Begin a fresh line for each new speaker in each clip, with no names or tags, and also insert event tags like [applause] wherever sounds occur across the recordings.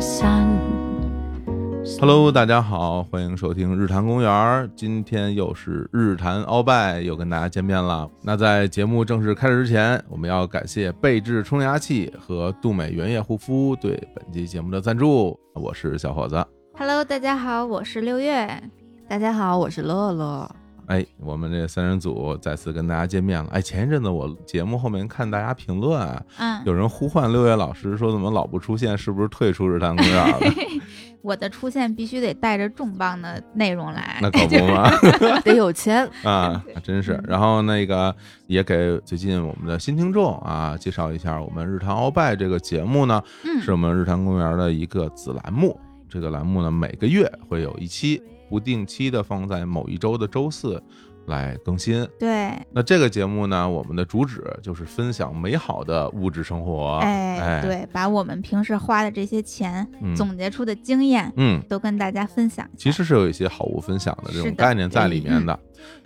散。
Hello，大家好，欢迎收听日坛公园儿。今天又是日坛鳌拜，又跟大家见面了。那在节目正式开始之前，我们要感谢贝致冲牙器和杜美原液护肤对本期节目的赞助。我是小伙子，
Hello，大家好，我是六月。
大家好，我是乐 [laughs] 乐。
哎，我们这三人组再次跟大家见面了。哎，前一阵子我节目后面看大家评论啊，
嗯，
有人呼唤六月老师说怎么老不出现，是不是退出日坛公园儿了？
我的出现必须得带着重磅的内容来。
那可不嘛。
得有钱，
[laughs] 啊，真
嗯
是。然后那个也给最近我们的新听众啊介绍一下，我们日坛鳌拜这个节目呢，
嗯
是我们日坛公园的一个子栏目。这个栏目呢，每个月会有一期，不定期的放在某一周的周四来更新。
对，
那这个节目呢，我们的主旨就是分享美好的物质生活。
哎，
哎，，
对，把我们平时花的这些钱、
嗯
总结出的经验，
嗯。
都跟大家分享一下。
其实是有一些好物分享的这
是
种
的
概念在里面
嗯
的。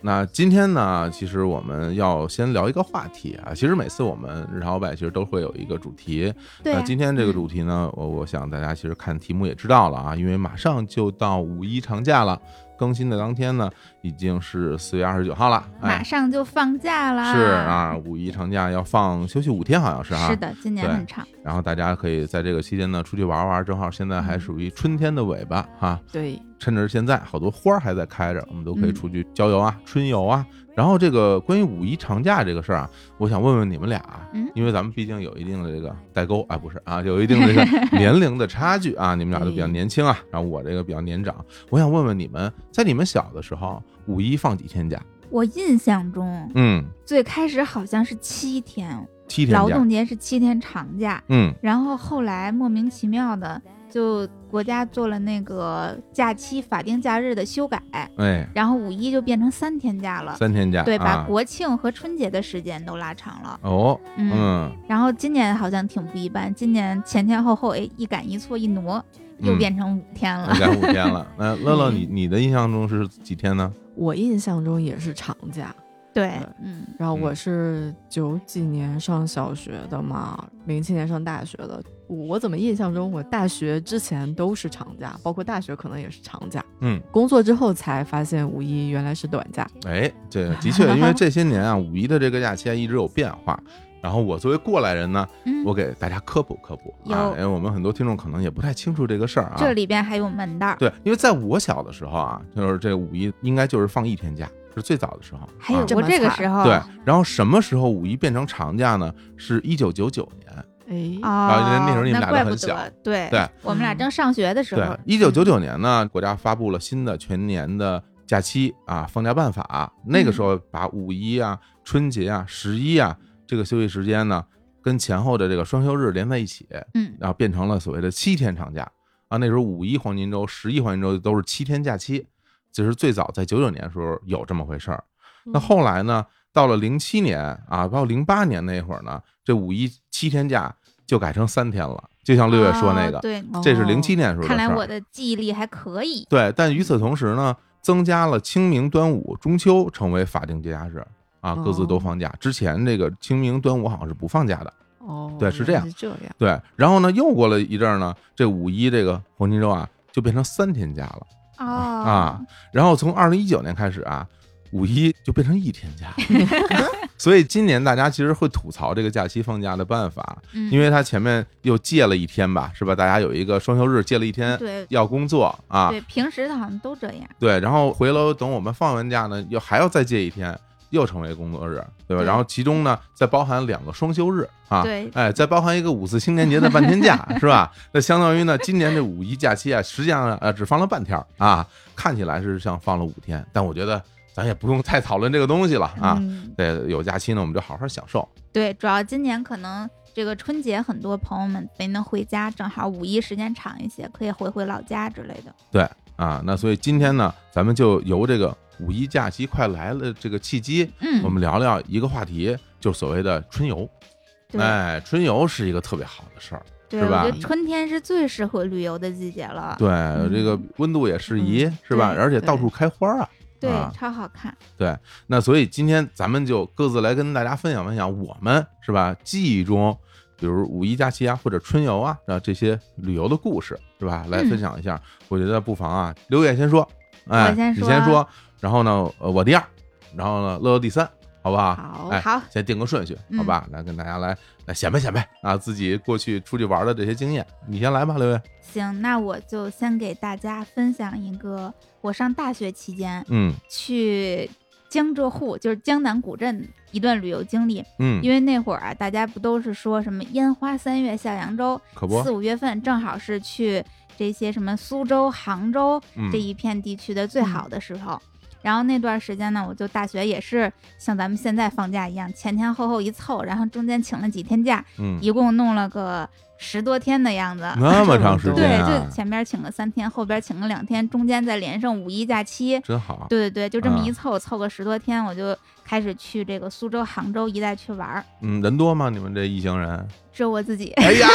那今天呢，其实我们要先聊一个话题啊。其实每次我们日常摇摆其实都会有一个主题。
对啊、
那今天这个
嗯
主题呢，我我想大家其实看题目也知道了啊，因为马上就到五一长假了，更新的当天呢已经是四月二十九号了。
马
哎，
上就放假啦。
是啊，五一长假要放休息五天，好像是啊哈。
是的，今年
对
很长。
然后大家可以在这个期间呢出去玩玩，正好现在
嗯
还属于春天的尾巴哈。
对，
趁着现在好多花儿还在开着，我们都可以
嗯
出去郊游啊、春游啊。然后这个关于五一长假这个事儿啊，我想问问你们俩啊，
嗯
因为咱们毕竟有一定的这个代沟啊，不是啊，有一定的这
[laughs]
个年龄的差距啊，你们俩都比
哎
较
嗯
年轻啊，然后我这个比较年长。我想问问你们，在你们小的时候，五一放几天假？
我印象中，
嗯，
最开始好像是七天，
七天
劳
假。
动节是七天长假，
嗯，
然后后来莫名其妙的就国家做了那个假期法定假日的修改，
哎，
然后五一就变成三天假了，
三天假。
对，把
啊、
国庆和春节的时间都拉长了。
哦，
嗯，
嗯，
然后今年好像挺不一般，今年前前后后哎一赶一错一挪，又
嗯
变成五天了。
应该五天了。那乐
嗯
乐，你你的印象中是几天呢？
我印象中也是长假。
对，嗯，
然后我
嗯
是九几年上小学的嘛，零七年上大学的。我怎么印象中我大学之前都是长假，包括大学可能也是长假。
嗯，
工作之后才发现五一原来是短假。
哎，这的确，因为这些年啊，五一的这个假期啊一直有变化。然后我作为过来人呢，
嗯
我给大家科普科普啊
有，
因为我们很多听众可能也不太清楚这个事儿啊。
这里边还有门道，
对，因为在我小的时候啊，就是这个五一应该就是放一天假，是最早的时候。
还有
啊
这
过
么
这个
惨
时候，
对，然后什么时候五一变成长假呢？是一九九九年。
哎，
哦，
啊那时候你们俩
怪
都
不
很
得，
小
对
对
我们俩正上学的时
对
候，，
一九九九年呢，国家发布了新的全年的假期啊放假办法，那个时候把五一啊、春节啊、十一啊这个休息时间呢，跟前后的这个双休日连在一起，
嗯，
然后变成了所谓的七天长假啊。那时候五一黄金周、十一黄金周都是七天假期，这是最早在九九年的时候有这么回事儿。
嗯
那后来呢，到了零七年啊，包括零八年那会儿呢，这五一七天假就改成三天了，就像六月说那
哦
个。
对，哦
这是零七年的时候的事
看
儿。
来我的记忆力还可以，
对，但与此同时呢，增加了清明、端午、中秋成为法定节假日啊，各自都
哦
放假。之前这个清明、端午好像是不放假的。
哦，
对是这
原
样
来是这样。
对，然后呢，又过了一阵儿呢，这五一这个黄金周啊，就变成三天假了。
哦
啊，然后从二零一九年开始啊，五一就变成一天
[laughs]
假了。所以今年大家其实会吐槽这个假期放假的办法，
嗯
因为它前面又借了一天吧，是吧？大家有一个双休日借了一天，
对
要工作啊，
对，平时好像都这样，
对，然后回楼等我们放完假呢，又还要再借一天，又成为工作日，对吧？
对
然后其中呢，再包含两个双休日啊，
对
哎，再包含一个五四青年节的半天假，是吧？那相当于呢，今年这五一假期啊，实际上呃只放了半天儿啊，看起来是像放了五天，但我觉得咱也不用太讨论这个东西了啊。
嗯，
对，有假期呢，我们就好好享受。
对，主要今年可能这个春节很多朋友们没能回家，正好五一时间长一些，可以回回老家之类的。
对啊，那所以今天呢，咱们就由这个五一假期快来了这个契机，
嗯，
我们聊聊一个话题，就是所谓的春游。
对
哎，春游是一个特别好的事儿，
对，
是
我
吧
觉得春天是最适合旅游的季节了，
对，这个温度也适宜，是吧？
啊嗯对
而且到处开花啊。
对
啊
超好看，
那所以今天咱们就各自来跟大家分享分享我们是吧记忆中比如五一假期啊，或者春游啊，啊这些旅游的故事，是吧？
嗯
来分享一下，我觉得不妨啊，刘野先说，哎，
我先
你
说
先说，然后呢，呃，我第二，然后呢，乐乐第三，好不好？
好
哎，
好，嗯
先定个顺序，好吧？来跟大家来来显摆显摆啊，自己过去出去玩的这些经验，你先来吧，刘野。
行，那我就先给大家分享一个我上大学期间
嗯
去江浙沪，就是江南古镇一段旅游经历。
嗯，
因为那会儿啊，大家不都是说什么烟花三月下扬州，
可不
四，五月份正好是去这些什么苏州、杭州
嗯
这一片地区的最好的时候。然后那段时间呢，我就大学也是像咱们现在放假一样，前前后后一凑，然后中间请了几天假，
嗯，
一共弄了个十多天的样子。
那么长时
对
间，
就
啊，
前边请个三天，后边请个两天，中间再连上五一假期。
真好。
对对对，就这么
啊
一凑，凑个十多天，我就开始去这个苏州、杭州一带去玩儿。
嗯，人多吗？你们这一行人？
只有我
[laughs]
自己，啊
哎
[laughs]
呀，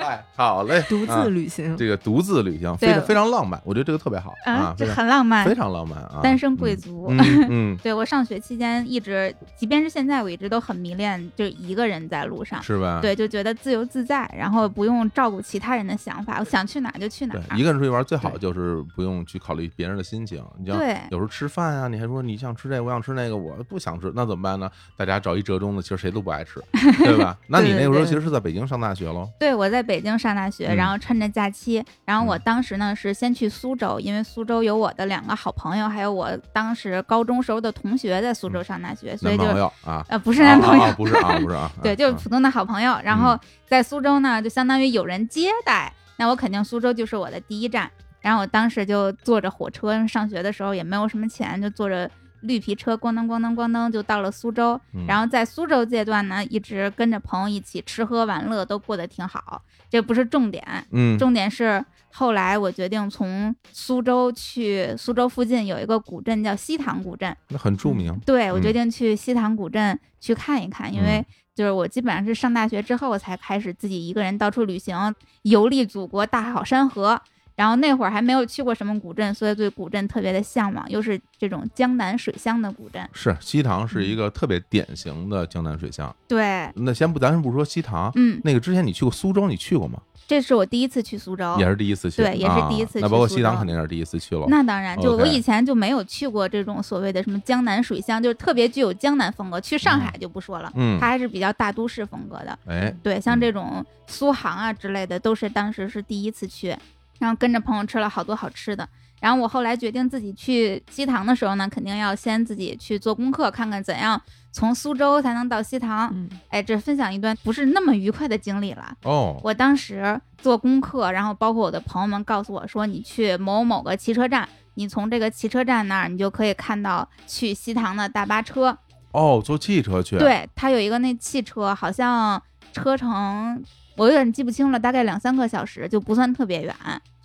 哎，好嘞，
独
啊
自旅行，
这个独自旅行，非
对
常非常浪漫，我觉得这个特别好啊，
这
非常
很浪漫
非，常浪漫啊，
单身贵族。
嗯，嗯嗯，
[laughs] 对我上学期间一直，即便是现在，我一直都很迷恋，就一个人在路上。
嗯是啊吧？
对，就觉得自由自在，然后不用照顾其他人的想法，我想去哪儿就去哪
对。
儿。
一个人出去玩最好
对
就是不用去考虑别人的心情，你像
对
有时候吃饭啊，你还说你想吃这个，我想吃那个，我不想吃，那怎么办呢？大家找一折中的，其实谁都不爱吃，对
[laughs]
吧？那你那个时候
对
其实是在北京上大学喽，
对，我在北京上大学，
嗯
然后趁着假期，然后我
嗯
当时呢是先去苏州，因为苏州有我的两个好朋友，还有我当时高中时候的同学在苏州上大学，所
嗯男
以就
朋友啊，
呃不是男朋友，，
啊啊不是啊，不是啊
对，就是
啊嗯
普通的好朋友。然后在苏州呢，就相当于有人接待，那我肯定苏州就是我的第一站。然后我当时就坐着火车上学的时候也没有什么钱，就坐着绿皮车咣当咣当咣当就到了苏州。
嗯
然后在苏州阶段呢，一直跟着朋友一起吃喝玩乐，都过得挺好。这不是重点，
嗯，
重点是后来我决定从苏州去苏州附近有一个古镇叫西塘古镇，
那很著名，
对，我
嗯
决定去西塘古镇去看一看，因为
嗯
就是我基本上是上大学之后我才开始自己一个人到处旅行，游历祖国大好山河。然后那会儿还没有去过什么古镇，所以对古镇特别的向往，又是这种江南水乡的古镇。
是西塘
嗯
是一个特别典型的江南水乡。
对，
那先不，咱不说西塘，
嗯，
那个之前你去过苏州，你去过吗？
这是我第一次去苏州
也。是第一次去，
哦对也是第一次
啊
去
那包括
苏
西塘
州
肯定也是第一次去了。
那当然，就我
OK
以前就没有去过这种所谓的什么江南水乡，就是特别具有江南风格。去上海就不说了，
嗯
它，还是比较大都市风格的。
哎，
对，像这种苏杭啊之类的，都是当时是第一次去，然后跟着朋友吃了好多好吃的。然后我后来决定自己去西塘的时候呢，肯定要先自己去做功课，看看怎样从苏州才能到西塘。
嗯，
哎，这分享一段不是那么愉快的经历了。
哦，
我当时做功课，然后包括我的朋友们告诉我说，你去某某个汽车站，你从这个汽车站那儿，你就可以看到去西塘的大巴车。
哦，坐汽车去，，
对，它有一个那汽车，好像车程我有点记不清了，大概两三个小时，就不算特别远。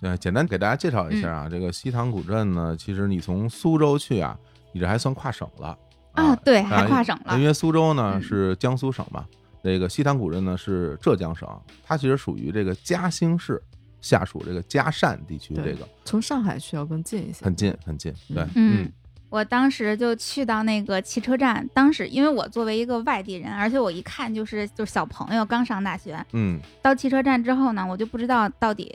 呃，简单给大家介绍一下
嗯
啊，这个西塘古镇呢，其实你从苏州去啊，你这还算跨省了
啊，对，还
啊
跨省了
因。为苏州呢
嗯
是江苏省嘛，这个西塘古镇呢是浙江省，它其实属于这个嘉兴市下属这个嘉善地区，这
对
个
从上海去要更近一些，
很近很近，对，
嗯，我当时就去到那个汽车站，当时因为我作为一个外地人，而且我一看就是就是小朋友刚上大学，
嗯
到汽车站之后呢，我就不知道到底。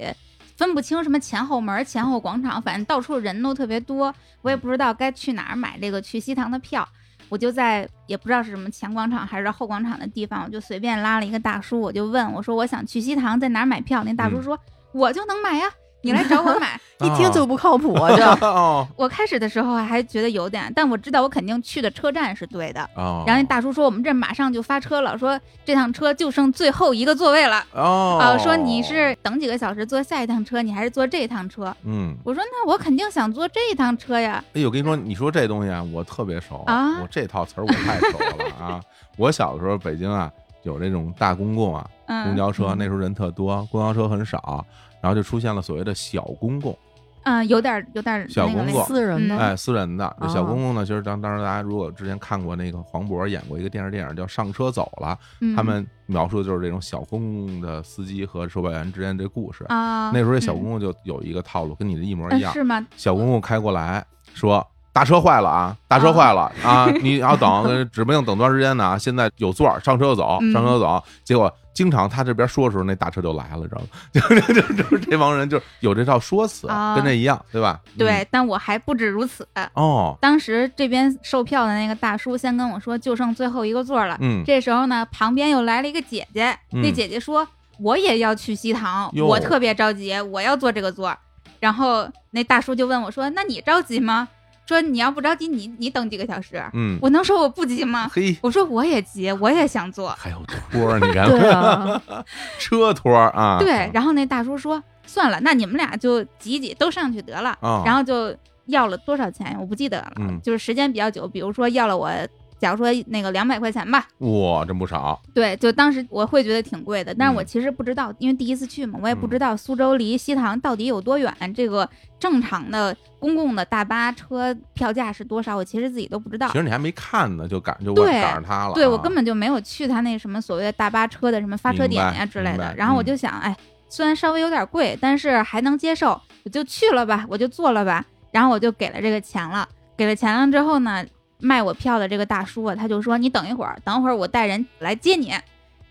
分不清什么前后门、前后广场，反正到处人都特别多，我也不知道该去哪儿买这个去西塘的票。我就在也不知道是什么前广场还是后广场的地方，我就随便拉了一个大叔，我就问我说我想去西塘，在哪儿买票？那大叔
嗯
说、我就能买呀，你来找我买。 [laughs]
嗯，
一听就不靠谱啊，
啊
[laughs] 这
[laughs] 哦
我开始的时候还觉得有点，但我知道我肯定去的车站是对的。
哦，
然后那大叔说我们这马上就发车了，说这趟车就剩最后一个座位了。
哦
啊，说你是等几个小时坐下一趟车，你还是坐这一趟车？
嗯，
我说那我肯定想坐这一趟车呀。
哎，我跟你说，你说这东西啊，我特别熟
啊
我这套词儿我太熟了啊！我小的时候北京啊，有这种大公共啊，公
嗯
交车
嗯
那时候人特多，公交车很少，然后就出现了所谓的小公共，
嗯，有点有点
小
那个
公
类
共
似
私
嗯
人的，
哎，私人的这小
哦
公共呢，其实当当时大家如果之前看过那个黄渤演过一个电视电影叫《上车走了》，
嗯
他们描述的就是这种小公共的司机和售票员之间这故事。
啊，
那时候这小
嗯
公共就有一个套路，跟你的一模
呃
一样，嗯
是吗？
小公公开过来说：“大车坏了啊，大车坏了啊，你要等，指不定等多长时间呢啊。现在有座儿，上车就
嗯
走，上车就走。结果经常他这边说的时候，那大车就来了，知道吗？ [laughs] 就就就就是这帮人就有这套说辞，
啊
跟这一样，对吧？嗯，
对，但我还不止如此。
哦，
当时这边售票的那个大叔先跟我说，就剩最后一个座了。
嗯
这时候呢，旁边又来了一个姐姐，
嗯
那姐姐说：“我也要去西塘，
哟
我特别着急，我要坐这个座儿。”然后那大叔就问我说：“那你着急吗？说你要不着急，你你等几个小时？
嗯，
我能说我不急吗？”
嘿，
我说我也急，我也想坐。
还有托儿，你看
对啊，
[laughs] 车托儿啊，
对，然后那大叔说：“算了，那你们俩就挤一挤，都上去得了。
啊，
然后就要了多少钱，我不记得了，
嗯
就是时间比较久，比如说要了我，假如说那个两百块钱吧，
哇，真不少，
对，就当时我会觉得挺贵的，但是我
嗯
其实不知道，因为第一次去嘛，我也不知道苏州离西塘到底有多远，这个正常的公共的大巴车票价是多少，我其实自己都不知道
其。实你还没看呢，就赶就
对
赶上他了啊，
对我根本就没有去他那什么所谓的大巴车的什么发车点呀、
明白
之类
明
的
白，嗯
然后我就想，哎，虽然稍微有点贵，但是还能接受，我就去了吧，我就做了吧，然后我就给了这个钱了，给了钱了之后呢，卖我票的这个大叔啊，他就说你等一会儿，等会儿我带人来接你，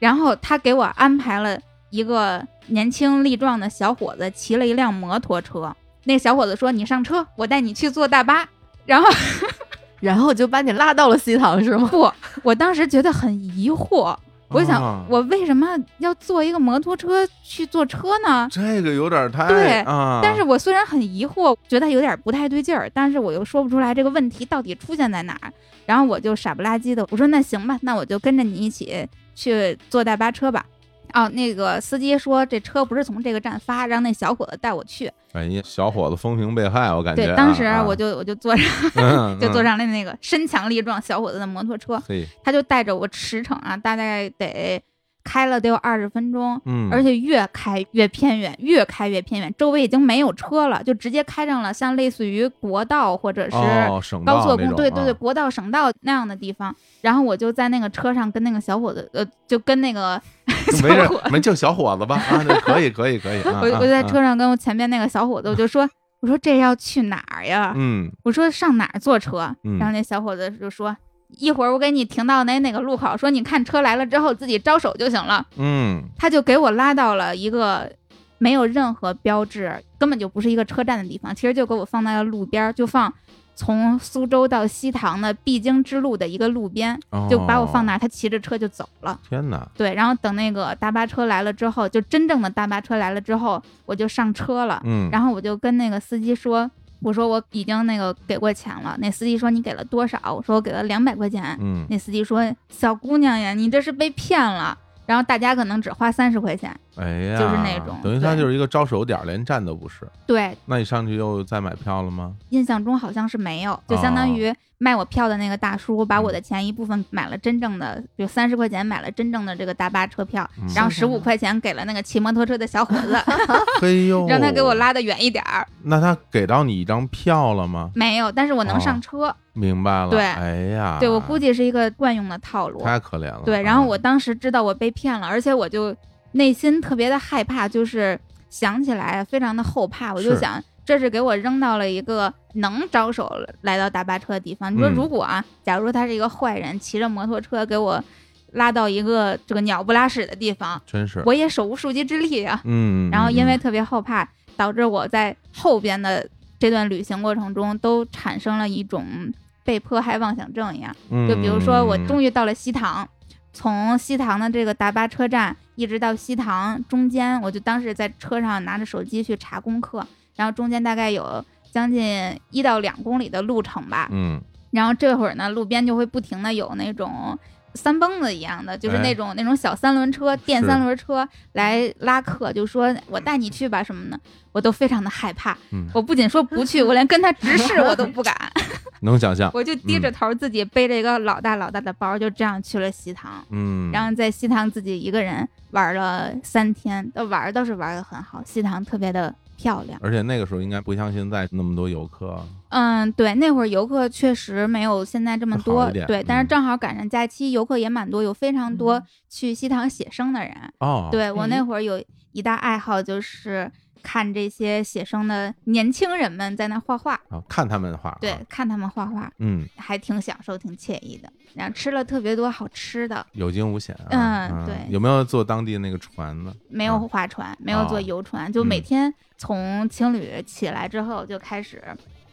然后他给我安排了一个年轻力壮的小伙子骑了一辆摩托车，那小伙子说你上车，我带你去坐大巴，然后。 [laughs]
然后就把你拉到了西塘是吗？
不，我当时觉得很疑惑，我想、
啊
我为什么要坐一个摩托车去坐车呢？
这个有点太
对
啊，
但是我虽然很疑惑，觉得有点不太对劲儿，但是我又说不出来这个问题到底出现在哪儿。然后我就傻不拉几的，我说那行吧，那我就跟着你一起去坐大巴车吧。哦，那个司机说这车不是从这个站发，让那小伙子带我去。
哎呀，小伙子风评被害，我感觉啊。
对，当时
啊
我就我就坐上
嗯
[laughs] 就坐
嗯
上了那个身强力壮小伙子的摩托车。
嘿，
他就带着我驰骋啊，大概得开了得有二十分钟，
嗯，
而且越开越偏远，越开越偏远，周围已经没有车了，就直接开上了像类似于国道或者是
哦，省
高
道
速
那
公路，
种
对对对，
啊，
国道、省道那样的地方。然后我就在那个车上跟那个小伙子，呃，就跟那个
就
[laughs] 小
没事
伙子，
没就小伙子吧，啊，对可以可以
[laughs]
可以，啊
我
啊
我就在
啊
车上跟我前面那个小伙子，我就说， [laughs] 我说这要去哪儿呀？
嗯
我说上哪儿坐车？
嗯
然后那小伙子就说。一会儿我给你停到哪哪个路口，说你看车来了之后自己招手就行了。
嗯，
他就给我拉到了一个没有任何标志，根本就不是一个车站的地方，其实就给我放在了路边儿，就放从苏州到西塘的必经之路的一个路边，就把我放那
哦？
儿，他骑着车就走了。
天哪，
对，然后等那个大巴车来了之后，就真正的大巴车来了之后，我就上车了，
嗯，
然后我就跟那个司机说。我说我已经那个给过钱了，那司机说你给了多少？我说我给了两百块钱。
嗯
那司机说：“小姑娘呀，你这是被骗了。”然后大家可能只花三十块钱，
哎呀，
就是那种
等于他
对
就是一个招手点儿，连站都不是。
对，
那你上去又再买票了吗？
印象中好像是没有，就相当于卖我票的那个大叔把我的钱一部分买了真正的，比如三十块钱买了真正的这个大巴车票，
嗯
然后十
是的
五块钱给了那个骑摩托车的小伙子，
嘿呦，
[laughs] 让他给我。拉得远一点儿。
那他给到你一张票了吗？
没有，但是我能上车，
明白了。
对
哎呀，
对我估计是一个惯用的套路。
太可怜了。
对，然后我
啊
当时知道我被骗了，而且我就内心特别的害怕，就是想起来非常的后怕，我就是想这是给我扔到了一个能招手来到大巴车的地方。你说
嗯
如果啊，假如他是一个坏人，骑着摩托车给我拉到一个这个鸟不拉屎的地方，
真是，
我也手无缚鸡之力啊。
嗯，
然后因为
嗯
特别后怕，导致我在后边的这段旅行过程中都产生了一种被迫害妄想症一样。
嗯
就比如说，我
嗯
终于到了西塘，从西塘的这个大巴车站一直到西塘中间，我就当时在车上拿着手机去查功课，然后中间大概有将近一到两公里的路程吧。
嗯
然后这会儿呢，路边就会不停的有那种三蹦子一样的，就是
哎
那种、那种小三轮车、电
是
三轮车来拉客，就说我带你去吧什么的，我都非常的害怕。
嗯
我不仅说不去，我连跟他直视我都不敢。
能想象，
我就低
嗯
着头自己背着一个老大老大的包，就这样去了西塘，
嗯，
然后在西塘自己一个人玩了三天，呃玩儿倒是玩的很好，西塘特别的漂亮。
而且那个时候应该不像现在那么多游客，
嗯，对，那会儿游客确实没有现在这么
好
多，
一点
对，但是
嗯
正好赶上假期，游客也蛮多，有非常多去西塘写生的人。
哦，，
对我那
哎
会儿有一大爱好就是看这些写生的年轻人们在那画画，
啊，看他们画，
对，，看他们画画
嗯，
还挺享受，挺惬意的。然后吃了特别多好吃的，
有惊无险啊，
嗯对
有没有坐当地那个船呢？
没有划船，没
啊
有坐游船，就
嗯
每天从青旅起来之后就开始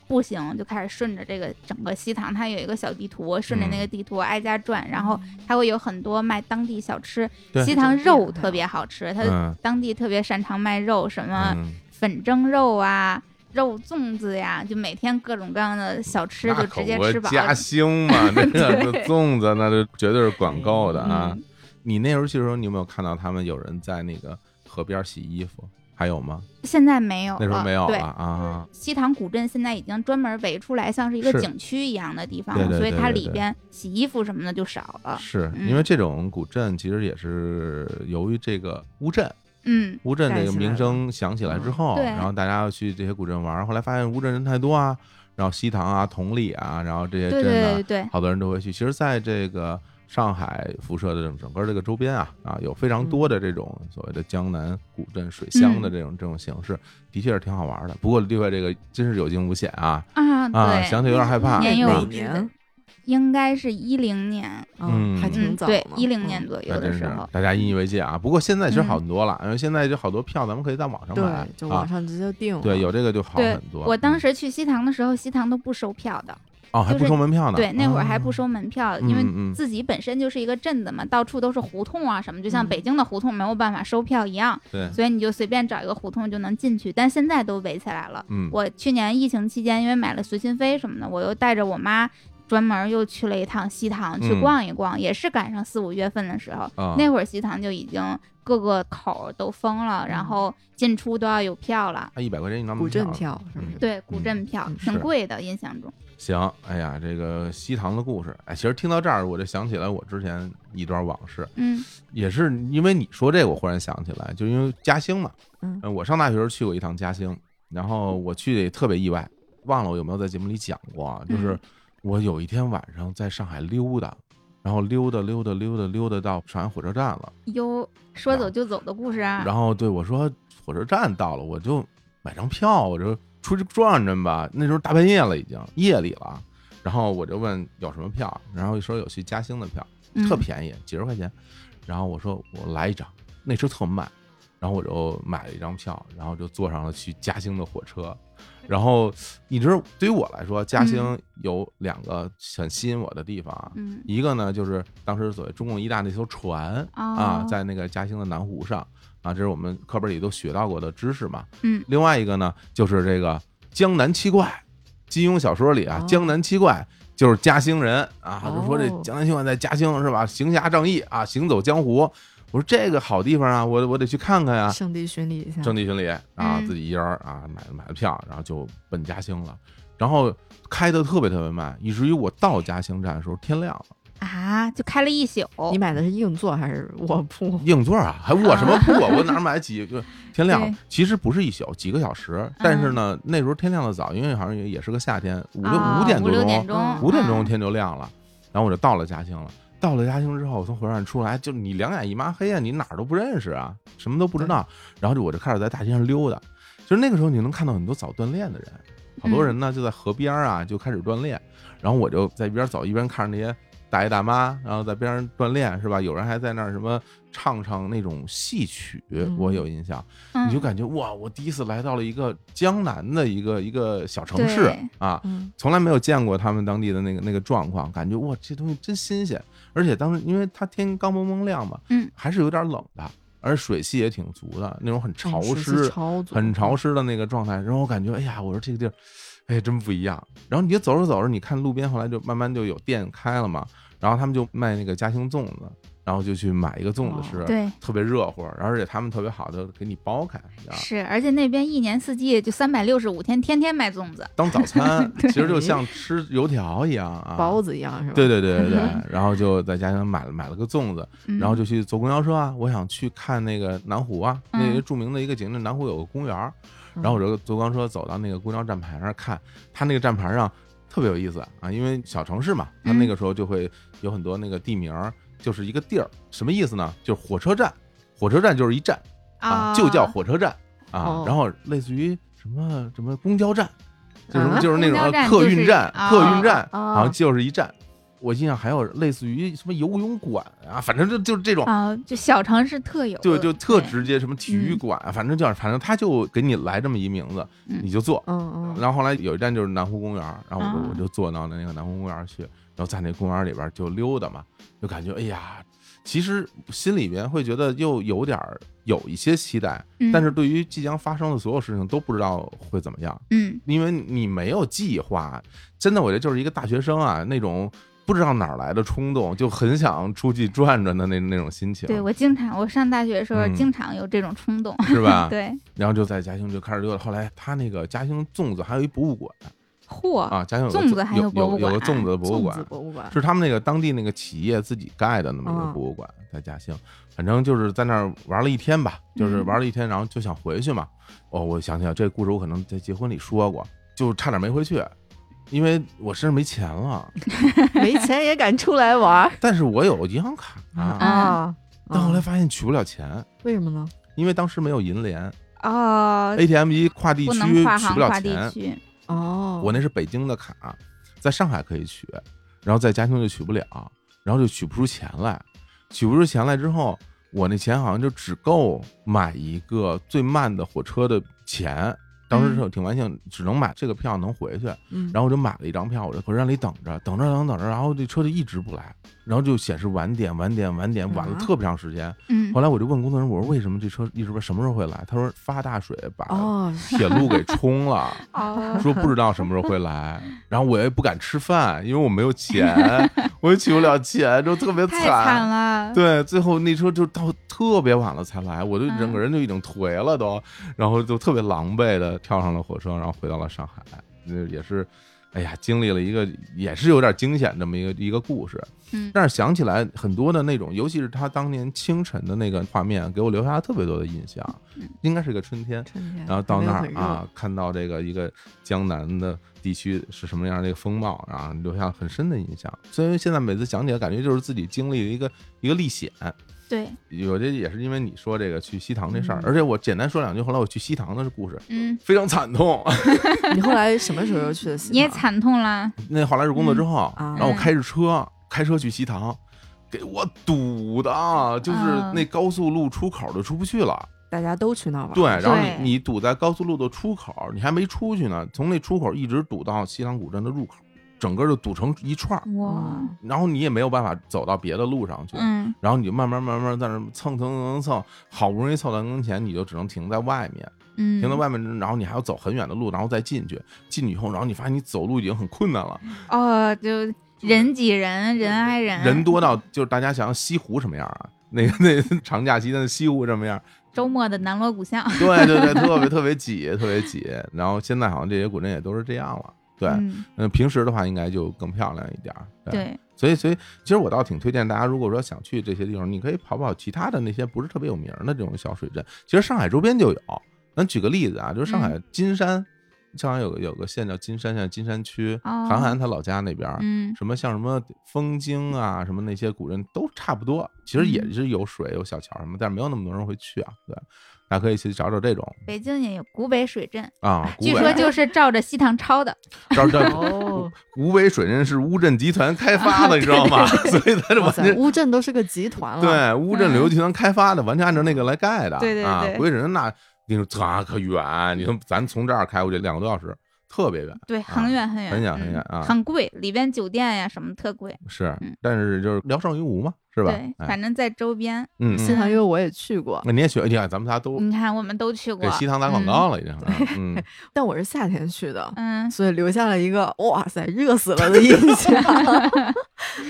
步行，就开始顺着这个整个西塘，它有一个小地图，顺着那个
嗯
地图挨家转，然后它会有很多卖当地小吃，
对
西塘肉
这种地方
特别好吃，它
嗯
当地特别擅长卖肉，什么
嗯，
粉蒸肉啊。肉粽子呀，就每天各种各样的小吃就
那
直接
可不
吃饱了
嘉。兴
[laughs]
嘛，那个
对
粽子那就绝对是管够的啊
嗯。
你那时候去的时候，你有没有看到他们有人在那个河边洗衣服？还有吗？
现在没有了，
那时候没有
对
了，啊。
西塘古镇现在已经专门围出来，像是一个
是
景区一样的地方
对
了，
对
所以
对
它
对
里
对
边洗衣服什么的就少了。
是
嗯
因为这种古镇其实也是由于这个乌镇，
嗯，
乌镇
带
这个
起来
名
了
声响起来之后，
对
然后大家去这些古镇玩儿，后来发现乌镇人太多啊，然后西塘啊、同里啊，然后这些
对
镇
对
啊
对，对，
好多人都会去。其实，在这个上海辐射的这种整个这个周边啊啊，有非常多的这种所谓的江南古镇水乡
嗯
的这种这种形式，的确是挺好玩的。不过，另外这个真是有惊无险啊！
啊，
啊
对，
想起有点害怕啊
年
是
幼
吧
哪年？
应该是一零年，
嗯
还挺
嗯，
早
对
嘛，
一零年
嗯
左右
那真
的时
是
候，
大家引以为戒啊。不过现在其实
嗯
好很多了，因为现在就好多票咱们可以在网上买
对，就
啊
网。上直接订了。
对，有这个就好
对
很多。
我当
嗯
时去西塘的时候，西塘都不收票的，
哦还
就
不
是
收门票呢，
对，那会儿还
啊
不收门票，因为
嗯嗯
自己本身就是一个镇子嘛，到处都是胡同啊什么，就像
嗯
北京的胡同没有办法收票一样，
对，
所以你就随便找一个胡同就能进去，但现在都围起来了。
嗯，
我去年疫情期间，因为买了随心飞什么的，我又带着我妈专门又去了一趟西塘去
嗯
逛一逛，也是赶上四五月份的时候，
啊
那会儿西塘就已经各个口儿都封了，
嗯
然后进出都要有票了。
一百块钱一张门
古镇
呢
票是不是？
对，古镇票、
嗯
挺
是
贵的，印象中。
行，哎呀，这个西塘的故事，哎，其实听到这儿，我就想起来我之前一段往事，
嗯
也是因为你说这个，我忽然想起来，就因为嘉兴嘛，
嗯
呃，我上大学时候去过一趟嘉兴，然后我去的也特别意外，忘了我有没有在节目里讲过啊，就是
嗯
我有一天晚上在上海溜达，然后溜达溜达溜达溜达到上海火车站了。
哟，说走就走的故事啊。
然后对我说，火车站到了，我就买张票，我就出去转转吧。那时候大半夜了，已经夜里了。然后我就问有什么票，然后说有去嘉兴的票，
嗯
特便宜，几十块钱。然后我说我来一张，那车特慢。然后我就买了一张票，然后就坐上了去嘉兴的火车。然后你知道，对于我来说，嘉兴有两个很吸引我的地方啊。
嗯
一个呢，就是当时所谓中共一大那艘船啊
哦，
在那个嘉兴的南湖上啊，这是我们课本里都学到过的知识嘛。
嗯
另外一个呢，就是这个江南七怪，金庸小说里啊，
哦
江南七怪就是嘉兴人啊，
哦
就说这江南七怪在嘉兴是吧，行侠仗义啊，行走江湖。我说这个好地方啊，我我得去看看呀。
圣地巡礼一下。
圣地巡礼啊，
嗯
自己一人儿啊买买了票，然后就奔嘉兴了，然后开的特别特别慢，以至于我到嘉兴站的时候天亮了。
啊，就开了一宿。
你买的是硬座还是卧铺？
硬座啊，还卧什么铺啊？我哪儿买几
[laughs]
个？天亮了
对，嗯
其实不是一宿，几个小时。但是呢，那时候天亮的早，因为好像也也是个夏天，五六
啊
五点多
五六
钟
点，钟，
五点钟
啊
天就亮了。然后我就到了嘉兴了。到了嘉兴之后，我从火车站出来，哎就你两眼一抹黑啊，你哪儿都不认识啊，什么都不知道。然后就我就开始在大街上溜达。就是那个时候，你能看到很多早锻炼的人，
嗯
好多人呢就在河边啊就开始锻炼。然后我就在一边走一边看着那些大爷大妈，然后在边上锻炼，是吧？有人还在那儿什么唱唱那种戏曲，
嗯
我有印象。
嗯
你就感觉哇，我第一次来到了一个江南的一个一个小城市
对
啊，
嗯，
从来没有见过他们当地的那个那个状况，感觉哇，这东西真新鲜。而且当时因为它天刚蒙蒙亮嘛，
嗯，
还是有点冷的，而气气也挺足的，那种很潮
嗯
湿、
潮足
很潮湿的那个状态，然后我感觉，哎呀，我说这个地儿，哎，真不一样。然后你就走着走着，你看路边后来就慢慢就有店开了嘛，然后他们就卖那个嘉兴粽子，然后就去买一个粽子吃，
哦
对。
特别热乎，然后而且他们特别好的给你剥开，你知
[laughs]
道吗
是，而且那边一年四季就三百六十五天，天天卖粽子。
当早餐，其实就
对
像吃油条一样啊，
包子一样是吧？
对对对对对，
[laughs]
然后就在家乡买了买了个粽子，
嗯、
然后就去坐公交车啊，我想去看那个南湖啊，
嗯
那个著名的一个景点，南湖有个公园儿，
嗯
然后我就坐公交车走到那个公交站牌那儿看，它那个站牌上特别有意思啊，因为小城市嘛，
嗯
它那个时候就会有很多那个地名儿，就是
啊
啊一个地儿，什么意思呢？就是火车站，火车站就是一站啊，就叫火车站。啊
哦，
然后类似于什么什么公交站，就是
啊
就是那
公交
种
站
客
就是
运站，
啊
客运站
啊
好像就是一站。我印象还有类似于什么游泳馆啊，反正就就这种，
啊，就小城市特有的，
就就特
对，
直接，什么体育馆，啊反正就是反正他就给你来这么一名字，
嗯
你就坐。
嗯嗯，
然后后来有一站就是南湖公园儿，然后我
啊
就我就坐到那个南湖公园儿去，然后在那公园儿里边儿就溜达嘛，就感觉哎呀，其实心里边会觉得又有点儿有一些期待，
嗯
但是对于即将发生的所有事情都不知道会怎么样，
嗯
因为你没有计划。真的，我这就是一个大学生啊，那种不知道哪儿来的冲动，就很想出去转转的那那种心情，
对我经常，我上大学的时候
啊嗯啊
经常有这种冲动，
是吧？
对，
然后就在嘉兴就开始溜达。后来他那个嘉兴粽子还有一博物馆
嚯，
啊，嘉兴有个
粽子还
有
有博物
有有个
馆
粽子的博物
粽
馆
子，博物馆，
是他们那个当地那个企业自己盖的那么一
哦
个
啊
博物馆，在嘉兴，反正就是在那儿玩了一天吧，
嗯
就是玩了一天，然后就想回去嘛。哦，我想起来这故事，我可能在结婚里说过，就差点没回去，因为我身上没钱
[laughs]
了，
没钱也敢出来玩儿
但是我有银行卡，
啊嗯
啊！
但后来
啊
发现取不了钱，
为什么呢？
因为当时没有银联
哦，
，ATM 机跨哎地
不
区
能跨
取
行
不了
跨地
钱，
区，
哦，
我那是北京的卡，在上海可以取，然后在嘉兴就取不了，然后就取不出钱来，取不出钱来之后，我那钱好像就只够买一个最慢的火车的钱。当时是挺万幸，只能买这个票能回去，
嗯，
然后我就买了一张票，我在火车站里等着，等着等着等着，然后这车就一直不来，然后就显示晚点晚点晚点，晚了
啊
特别长时间。
嗯
后来我就问工作人员，我说为什么这车一直不什么时候会来？他说发大水把
哦，
铁路给冲了。 [laughs]
哦，
说不知道什么时候会来，然后我也不敢吃饭，因为我没有
[laughs]
钱，我也取不了钱，就特别
太惨了，
对，最后那车就到特别晚了才来，我就整
嗯
个人就已经颓了都，然后就特别狼狈的跳上了火车，然后回到了上海，那也是，哎呀，经历了一个也是有点惊险这么一个一个故事，
嗯
但是想起来很多的那种，尤其是他当年清晨的那个画面，给我留下了特别多的印象
嗯，
应该是个春天，
春天，
然后到
还
那儿
没有很热
啊，，看到这个一个江南的地区是什么样的一个风貌，然后留下很深的印象。所以现在每次讲起来，感觉就是自己经历了一个一个历险。
对，
有这也是因为你说这个去西塘这事儿
嗯，
而且我简单说两句，后来我去西塘的故事
嗯，
非常惨痛。 [laughs]
你后来什么时候又去的西？
你也惨痛啦，
那后来是工作之后，
嗯啊
然后我开着车开车去西塘，给我堵的，就是
嗯
啊
那高速路出口都出不去了。
大家都去那儿玩儿，
对，然后
对
你你堵在高速路的出口，你还没出去呢，从那出口一直堵到西塘古镇的入口，整个就堵成一串儿，
哇，
嗯，
然后你也没有办法走到别的路上去，
嗯
然后你就慢慢慢慢在那儿蹭蹭蹭蹭蹭，好不容易凑到跟前，你就只能停在外面，
嗯，
停在外面，然后你还要走很远的路，然后再进去，进去以后，然后你发现你走路已经很困难了，
哦，就人挤人，人挨人，
人多到就是大家想想西湖什么样啊？那个那长假期的西湖什么样？
周末的南锣鼓巷，
对对对，特别特别挤，特别挤。然后现在好像这些古镇也都是这样了。对，
嗯，
嗯，平时的话应该就更漂亮一点儿。，
对，
所以所以其实我倒挺推荐大家，如果说想去这些地方，你可以跑跑其他的那些不是特别有名儿的这种小水镇，其实上海周边就有。咱举个例子啊，就是上
嗯
海金山，上海有个有个县叫金山，县金山区，
哦
韩寒他老家那边儿。
嗯
什么像什么枫泾啊，什么那些古镇都差不多，其实也
嗯
是有水有小桥什么，但是没有那么多人会去啊。对，大家可以去找找这种
北京也有古北水镇， [laughs]
啊。古
据
北
说就是照着西塘抄的，
找找 [laughs]
哦，
吴北水镇是乌镇集团开发
[laughs]
的，你知道吗？ [laughs] 所以它是
哇
完
塞，
全
乌镇都是个集团了，，
对乌镇
嗯
旅游集团开发的，完全按照那个来盖的。
对对
啊
对，
吴北水镇那你说咱可远，你说咱从这儿开过去两个多小时，特别远。
对，很远很远，
啊很远
嗯
很远啊
很贵，里边酒店呀什么特贵，
是
嗯，
但是就是聊胜于无嘛，是吧？
对，
哎，
反正在周边，
嗯，
西
嗯
塘因为我也去过，
那你也学，你看咱们仨都
你嗯看我们都去
给
过
西塘打广告了，已经。
[laughs]
嗯，
但我是夏天去的，
嗯，嗯，
所以留下了一个哇塞热死了的印象。 [laughs]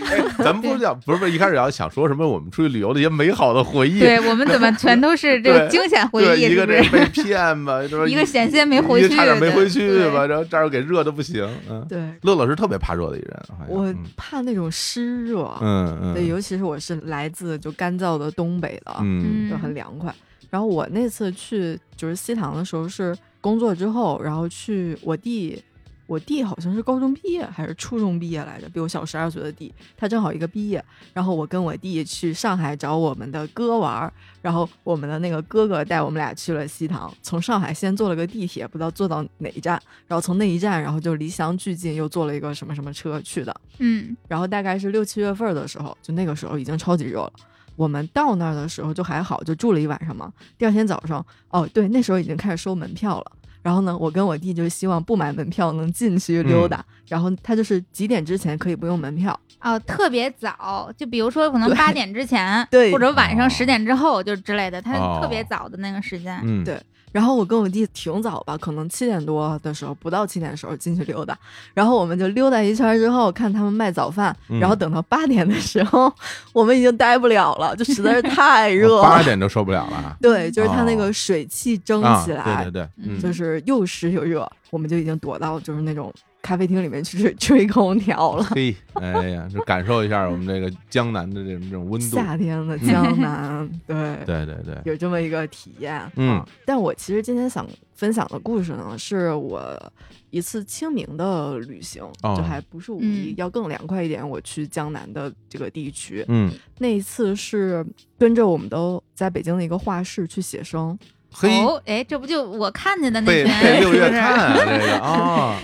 哎，咱们不是讲，不是不是一开始要想说什么，我们出去旅游的一些美好的回忆，
对我们怎么全都是这
对
个惊险回
对，
忆，
一
是
个
不
这
是？
被骗吧，是吧？
[laughs] 一个险些没
一
回
个
去的，
差点没回去
对
吧，？然后这儿给热的不行，嗯。
对，
乐乐是特别怕热的一人，好像
我
嗯
怕那种湿热，
嗯嗯，
对，尤其是我是来自就干燥的东北的，
嗯
就很凉快。然后我那次去就是西塘的时候是工作之后，然后去我弟我弟好像是高中毕业还是初中毕业来着，比我小十二岁的弟，他正好一个毕业，然后我跟我弟去上海找我们的哥玩儿，然后我们的那个哥哥带我们俩去了西塘，从上海先坐了个地铁，不知道坐到哪一站，然后从那一站，然后就离翔巨近，又坐了一个什么什么车去的，
嗯，
然后大概是六七月份儿的时候，就那个时候已经超级热了。我们到那儿的时候就还好，就住了一晚上嘛。第二天早上，哦，对，那时候已经开始收门票了。然后呢，我跟我弟就是希望不买门票能进去溜达，然后他就是几点之前可以不用门票，
哦，特别早，就比如说可能
[laughs]
对
八点之前，
对
或者晚
哦
上十点之后就之类的，它
哦
特别早的那个时间，
嗯，
对然后我跟我弟挺早吧，可能七点多的时候，不到七点的时候进去溜达，然后我们就溜达一圈之后，看他们卖早饭，
嗯
然后等到八点的时候， [laughs] 我们已经待不了了，就实在是太热
八
了。
点就受不了
[laughs]
了。
对，就是它那
哦
个水汽蒸
啊，
起来，
对对对，嗯，
就是又湿又热，我们就已经躲到就是那种咖啡厅里面去 [laughs] 吹吹空调了。
[laughs] 嘿，哎呀，就感受一下我们这个江南的这种这种
[laughs]
温度。嗯
夏天
[laughs]
的江南，对，
对对对，
有这么一个体验。
嗯
啊，但我其实今天想分享的故事呢，是我一次清明的旅行，
哦
就还不是五一，
嗯
要更凉快一点。我去江南的这个地区，
嗯，
那一次是跟着我们都在北京的一个画室去写生。
嘿，
哦，哎，这不就我看见的那
被
群，
被六月
是不是
看啊这个啊，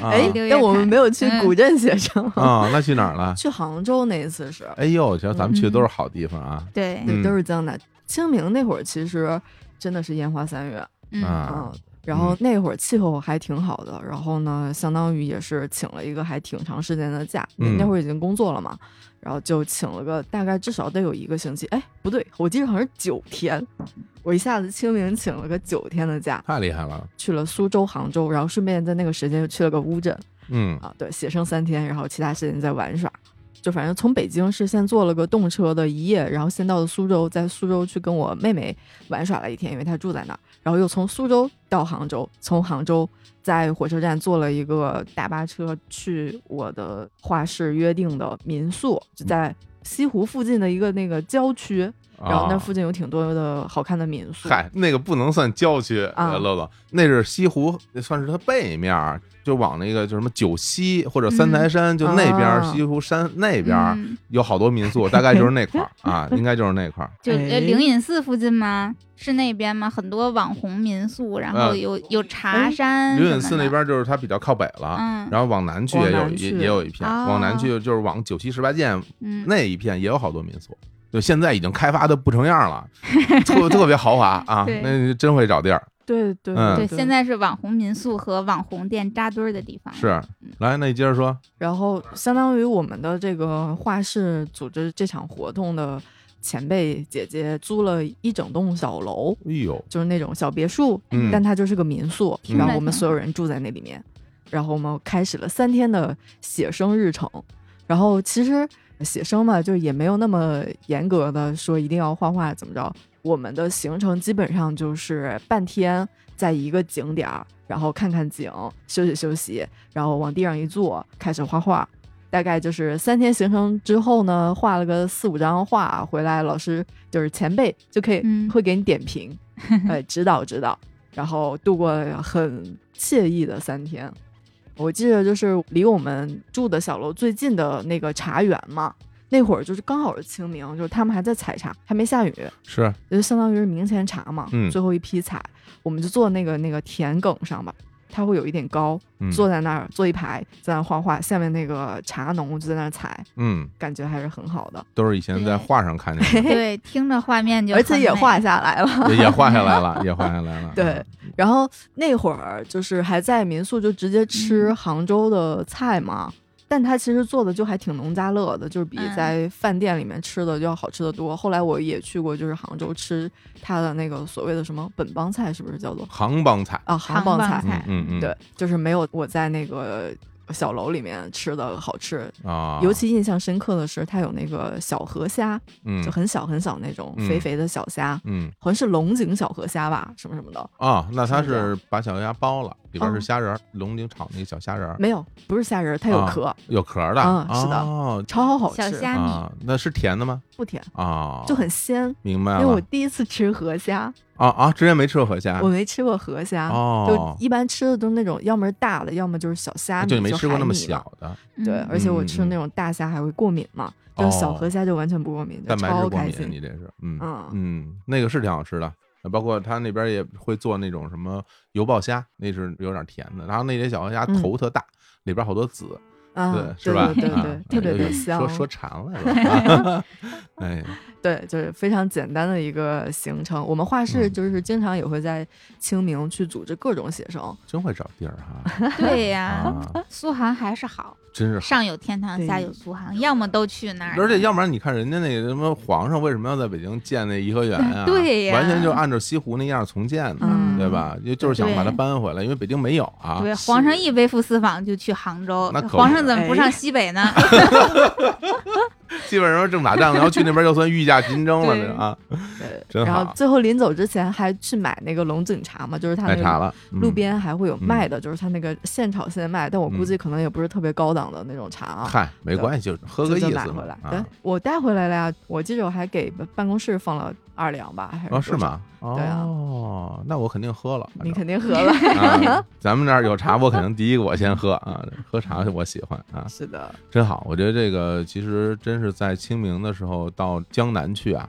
啊
哎、
六月
但我们
看
没有去
嗯
古镇写生，
啊，那去哪儿了？
去杭州那一次是。
哎呦，瞧，咱们去的都是好地方啊。
[laughs] 对，
对，都
嗯
是江南。清明那会儿其实真的是烟花三月，
嗯
啊，
嗯，然后
嗯
那会儿气候还挺好的，然后呢，相当于也是请了一个还挺长时间的假，
嗯
那会儿已经工作了嘛，然后就请了个大概至少得有一个星期，哎，不对，我记得好像是九天，我一下子清明请了个九天的假，
太厉害了，
去了苏州、杭州，然后顺便在那个时间又去了个乌镇
嗯，
啊，对，写生三天，然后其他时间在玩耍。就反正从北京是先坐了个动车的一夜，然后先到了苏州，在苏州去跟我妹妹玩耍了一天，因为她住在那儿。然后又从苏州到杭州，从杭州在火车站坐了一个大巴车去我的画室约定的民宿，就在西湖附近的一个那个郊区。然后那
啊
附近有挺多的好看的民宿。
嗨，那个不能算郊区，
啊
呃乐乐，那是西湖，算是它背面儿，就往那个就什么九溪或者三台山，就那边儿
啊
西湖山那边儿
嗯
有好多民
[laughs]
宿，大概就是那块儿啊，应该就是那块儿。
就
哎
呃灵隐寺附近吗？是那边吗？很多网红民宿，然后
嗯
有有茶山，
灵隐寺那，边儿就是它比较靠北了，
嗯
然后往南去
往
也有
南
一
去
也有一片，
哦
往南去就是往九溪十八涧
嗯，
那一片也有好多民宿，就现在已经开发的不成样了， [laughs] 特特别豪华啊，
[laughs] 对
那真会找地儿。
对对
嗯
对，现在是网红民宿和网红店扎堆儿的地方，
是，
嗯
来，那你接着说，
然后相当于我们的这个画室组织这场活动的前辈姐姐租了一整栋小楼，
哎呦，
就是那种小别墅，
嗯
但它就是个民宿，
嗯
然后我们所有人住在那里面，然后我们开始了三天的写生日程，然后其实写生嘛，就也没有那么严格的说一定要画画怎么着，我们的行程基本上就是半天在一个景点儿，然后看看景，休息休息，然后往地上一坐，开始画画。大概就是三天行程之后呢，画了个四五张画回来，老师就是前辈就可以、
嗯
会给你点评，呃，指导指导，然后度过了很惬意的三天。我记得就是离我们住的小楼最近的那个茶园嘛，那会儿就是刚好是清明，就是他们还在采茶，还没下雨，
是，
就相当于是明前茶嘛，
嗯
最后一批采，我们就坐那个那个田埂上吧，它会有一点高，
嗯
坐在那儿坐一排，在那儿画画，下面那个茶农就在那儿采，
嗯，
感觉还是很好的，
都是以前在
对
画上看见
对，听着画面就
而且
很
也
美
画下来了。 [laughs]
的，也也画下来了，也画下来了。嗯
对，然后那会儿就是还在民宿就直接吃
嗯
杭州的菜嘛，但他其实做的就还挺农家乐的，就是比
嗯
在饭店里面吃的就要好吃的多。后来我也去过，就是杭州吃他的那个所谓的什么本帮菜，是不是叫做
杭帮菜，
啊杭帮
帮
菜？
菜
嗯嗯嗯，
对，就是没有我在那个小楼里面吃的好吃。
啊，
尤其印象深刻的是，它有那个小河虾，
嗯
就很小很小那种
嗯
肥肥的小虾，
嗯
好像是龙井小河虾吧，什么什么的。
啊，那他
是这
是把小鸭剥了，里边是
哦
虾仁儿，龙井炒那个小虾仁儿，
没有，不是虾仁儿，它有
啊
壳，
有壳儿的，
嗯是的
哦，
超好吃，
小虾米，
啊，那是甜的吗？
不甜，
啊，
就很鲜。
明白
因为我
了
第一次吃河虾，
啊啊，之前没吃过河虾
我，没吃过河虾，
哦啊
就一般吃的都是那种要么是大的，要么就是小虾米，
就没吃过
海
那么
米嘛
小。的，
嗯
对，而且我吃
嗯嗯
那种大虾还会过敏嘛，
哦
就小河虾就完全不过敏，就
蛋白质
超
过
开
敏，你
心。
这是，嗯
嗯
嗯，那个是挺好吃的。包括他那边也会做那种什么油爆虾，那是有点甜的。然后那些小河虾
嗯
头特大，里边好多籽，
啊，
是吧？
对对
啊
对
哎，
特别
有
的
点
香。
说
[laughs]
说馋了是吧，哎，
对，就是非常简单的一个行程。我们画室
嗯
就是经常也会在清明去组织各种写生，
真会找地儿哈
对呀，
啊，
苏杭还是好，
真
[laughs]
是好。
上有天堂，
对
下有苏杭，要么都去那儿。
而且要不然你看人家那个什么皇上为什么要在北京建那颐和园
[laughs]
啊？
对呀
完全就按照西湖那样重建的，
嗯
对吧？就就是想把它
对
搬回来，因为北京没有啊。
对，皇上一微服私访就去杭州
那，可
皇
不
上怎么不上
哎
西北呢？
基本上正打仗呢，然后去那边就算御驾亲征了
对
那种啊，
对，
真
然
好
后最后临走之前还去买那个龙井茶嘛，就是它
太
那
差
个
了。嗯嗯
路边还会有卖的，就是它那个现炒现卖，但我估计可能也不是特别高档的那种茶啊。
嗨，没关系，就喝个
就
意
就
思
买
嘛
回来，对
啊
我带回来了呀。我记着我还给办公室放了二两吧， [laughs] 还是
哦，是
多少？
吗？哎
对啊
哦，那我肯定喝了。
你肯定喝
[laughs]
了，
啊，咱们这儿有茶，我肯定第一个我先喝啊，喝茶我喜欢啊，
是的，
真好。我觉得这个其实真是在清明的时候到江南去啊，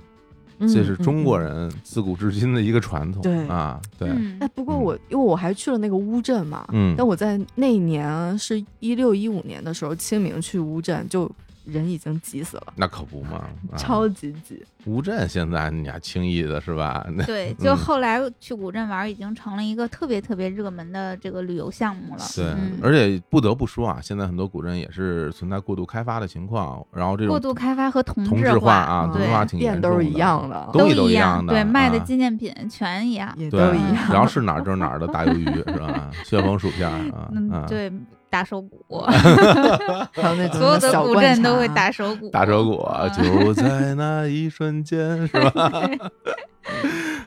嗯
这是中国。
嗯嗯
人自古至今的一个传统。
对
啊，对，
嗯
哎，不过我因为我还去了那个乌镇嘛，
嗯
但我在那一年是一六一五年的时候，清明去乌镇就人已经挤死了，
那可不嘛。啊、
超级挤。
乌镇现在你还轻易的是吧？那 [laughs]
对，就
嗯
后来去古镇玩儿已经成了一个特别特别热门的这个旅游项目了。
对
嗯，
而且不得不说啊，现在很多古镇也是存在过度开发的情况，然后这
过
种
度开发和同
同
质
质化啊，
嗯
同质化
对
挺
店
严重
都
的，
是一样的，
东西都
一
一样的
对，卖的
啊
纪念品全一样。
也都
对，
一样。
然后是哪儿就是哪儿的大鱿鱼是吧？旋风薯片儿啊，
[laughs] 嗯
啊，
对，打手鼓，
[laughs]
还有那种
所有的
小啊
古
罐
镇都会
茶
打手鼓。
大手鼓啊
啊
就在那一瞬间，是吧？ [laughs]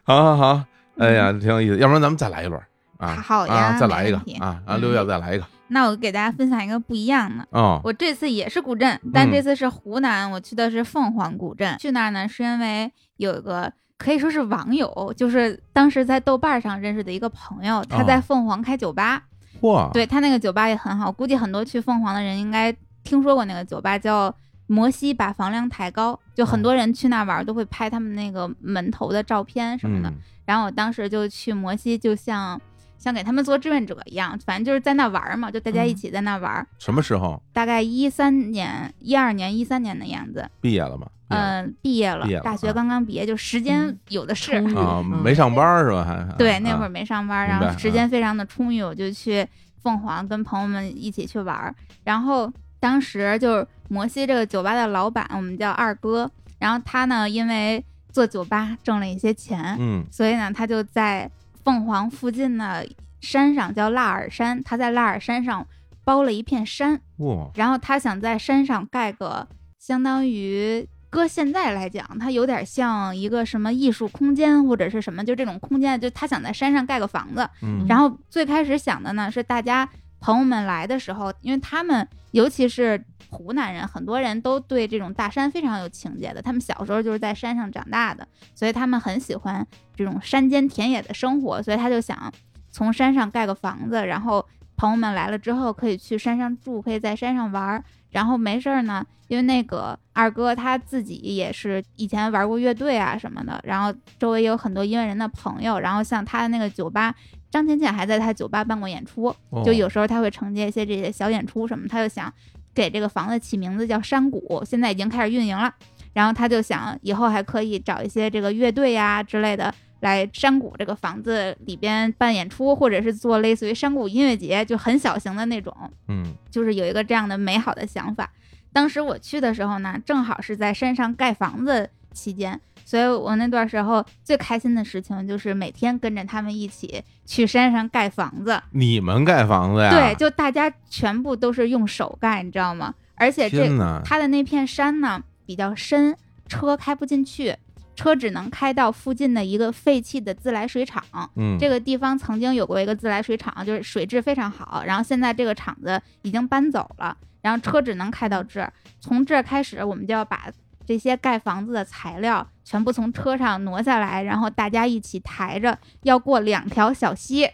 好好好，哎呀，挺有意思，要不然咱们再来一轮啊，
嗯好呀
啊，再
没
来一个
问题
啊，啊，
嗯
六月再来一个
那我给大家分享一个不一样的。
哦，
我这次也是古镇，但
嗯
这次是湖南，我去的是凤凰古镇。去那儿呢，是因为有一个可以说是网友，就是当时在豆瓣上认识的一个朋友，他在
哦
凤凰开酒吧。
哇，
对他那个酒吧也很好，估计很多去凤凰的人应该听说过那个酒吧，叫摩西把房梁抬高，就
嗯
很多人去那玩儿都会拍他们那个门头的照片什么的。
嗯
然后我当时就去摩西，就像像给他们做志愿者一样，反正就是在那玩儿嘛，就大家一
嗯
起在那玩儿。
什么时候
大概一三年、一二年、一三年的样子，
毕业了吗？毕业了
嗯、毕业了
毕业了
大
啊
学刚刚毕业，就时间
嗯
有的是。
充裕
啊，
嗯
没上班儿是吧？还
对，
啊
那会
啊
儿没上班，
明
然
白啊
后时间非常的充裕，我就去凤凰跟朋友们一起去玩儿。然后当时就是摩西这个酒吧的老板，我们叫二哥，然后他呢因为做酒吧挣了一些钱，
嗯
所以呢他就在凤凰附近的山上叫腊尔山，他在腊尔山上包了一片山，
哇，
然后他想在山上盖个相当于。搁现在来讲，它有点像一个什么艺术空间或者是什么，就这种空间，就他想在山上盖个房子。
嗯，
然后最开始想的呢是大家朋友们来的时候，因为他们尤其是湖南人，很多人都对这种大山非常有情结的，他们小时候就是在山上长大的，所以他们很喜欢这种山间田野的生活，所以他就想从山上盖个房子，然后朋友们来了之后可以去山上住，可以在山上玩儿。然后没事儿呢，因为那个二哥他自己也是以前玩过乐队啊什么的，然后周围有很多音乐人的朋友，然后像他的那个酒吧，张浅浅还在他酒吧办过演出，
后
就有时候他会承接一些这些小演出什么，他就想给这个房子起名字叫山谷，现在已经开始运营了。然后他就想以后还可以找一些这个乐队呀、之类的来山谷这个房子里边办演出，或者是做类似于山谷音乐节，就很小型的那种。
嗯
就是有一个这样的美好的想法。当时我去的时候呢，正好是在山上盖房子期间，所以我那段时候最开心的事情就是每天跟着他们一起去山上盖房子。
你们盖房哎子呀？
对，就大家全部都是用手盖，你知道吗？而且这
天哪，
它的那片山呢比较深，车开不进去，车只能开到附近的一个废弃的自来水厂。
嗯，
这个地方曾经有过一个自来水厂，就是水质非常好。然后现在这个厂子已经搬走了，然后车只能开到这儿。从这儿开始，我们就要把这些盖房子的材料全部从车上挪下来，然后大家一起抬着，要过两条小溪。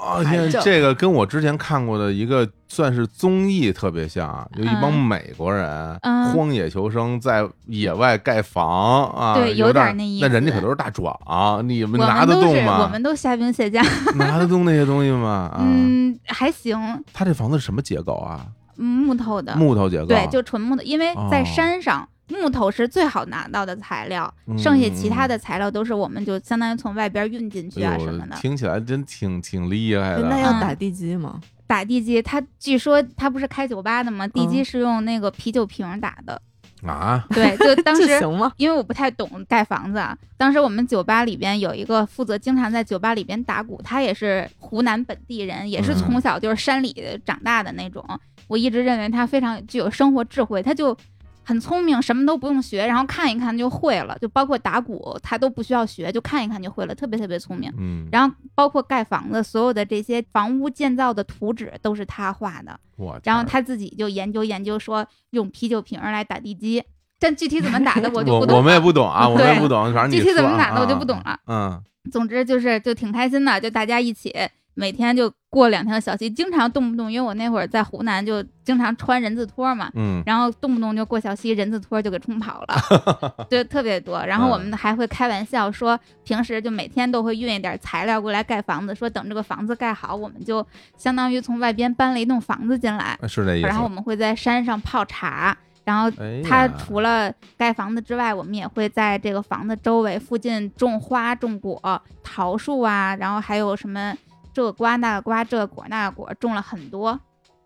哇天，
正
这个跟我之前看过的一个算是综艺特别像啊，有一帮
嗯
美国人
嗯
荒野求生，在野外盖房啊，
对
有
有
点
点那意
那人家
思
可都是大壮，啊你
我
们拿
们
得
都
动
是我
吗？
们都虾兵蟹将，
拿得动那些东西
[laughs]
吗？啊，
嗯，还行，
他这房子是什么结构啊？
嗯木头的，
木头结构，
对，就纯木头，因为在
哦
山上、木头是最好拿到的材料，
嗯
剩下其他
嗯
的材料都是我们就相当于从外边运进去啊
哎呦
什么的。
听起来真挺挺厉害的。
那要
嗯
打地基吗？
打地基，他据说他不是开酒吧的吗？地
嗯
基是用那个啤酒瓶打的，
啊，
对，
[laughs]
就当
这
时。
行吗？
因为我不太懂盖房子啊，当时我们酒吧里边有一个负责经常在酒吧里边打鼓，他也是湖南本地人，也是
嗯
从小就是山里长大的那种。我一直认为他非常具有生活智慧，他就很聪明，什么都不用学，然后看一看就会了，就包括打鼓他都不需要学，就看一看就会了，特别特别聪明。
嗯，
然后包括盖房子，所有的这些房屋建造的图纸都是他画的，
我
然后
天
他自己就研究研究，说用啤酒瓶儿来打地基，但具体怎么打的我就不
我
懂
我们也
了
不懂啊，我们也
对
不
[laughs]
懂，反正你
具体怎
说
么打的我就
啊
不懂。了。
嗯，
总之就是就挺开心的，就大家一起每天就过两条小溪，经常动不动，因为我那会儿在湖南就经常穿人字拖嘛。
嗯，
然后动不动就过小溪，人字拖就给冲跑了，对，特别多。然后我们还会开玩笑说，平时就每天都会运一点材料过来盖房子，说等这个房子盖好，我们就相当于从外边搬了一栋房子进来，
嗯是这意思。
然后我们会在山上泡茶，然后
哎呀
它除了盖房子之外，我们也会在这个房子周围附近种花、种果，桃树啊，然后还有什么这个瓜那个瓜，这个果那个果，种了很多。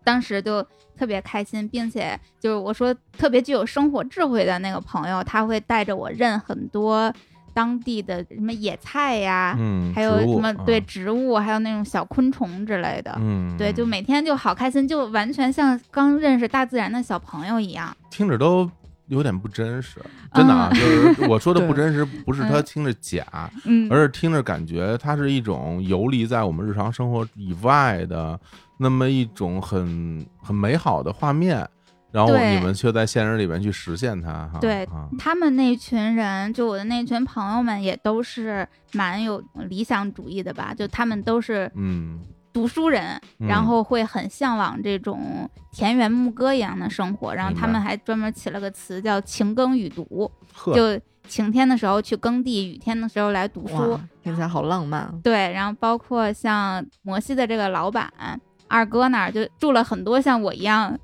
当时就特别开心，并且就是我说特别具有生活智慧的那个朋友，他会带着我认很多当地的什么野菜呀、
嗯，
还有
植
什
物
么
啊
对植物，还有那种小昆虫之类的。
嗯，
对，就
嗯
每天就好开心，就完全像刚认识大自然的小朋友一样。
听着都。有点不真实，真的
[laughs]
啊，就是我说的不真实，不是它
嗯
听着假，
嗯，
而是听着感觉它是一种游离在我们日常生活以外的那么一种很很美好的画面，然后
对
你们却在现实里面去实现它，哈，
对
啊，
他们那群人，就我的那群朋友们，也都是蛮有理想主义的吧？就他们都是
嗯，
读书人，
嗯
然后会很向往这种田园牧歌一样的生活。然后
明白
他们还专门起了个词叫“晴耕雨读”，
呵，
就晴天的时候去耕地，雨天的时候来读书
哇。，听起来好浪漫啊！
对，然后包括像摩西的这个老板二哥那儿，就住了很多像我一样，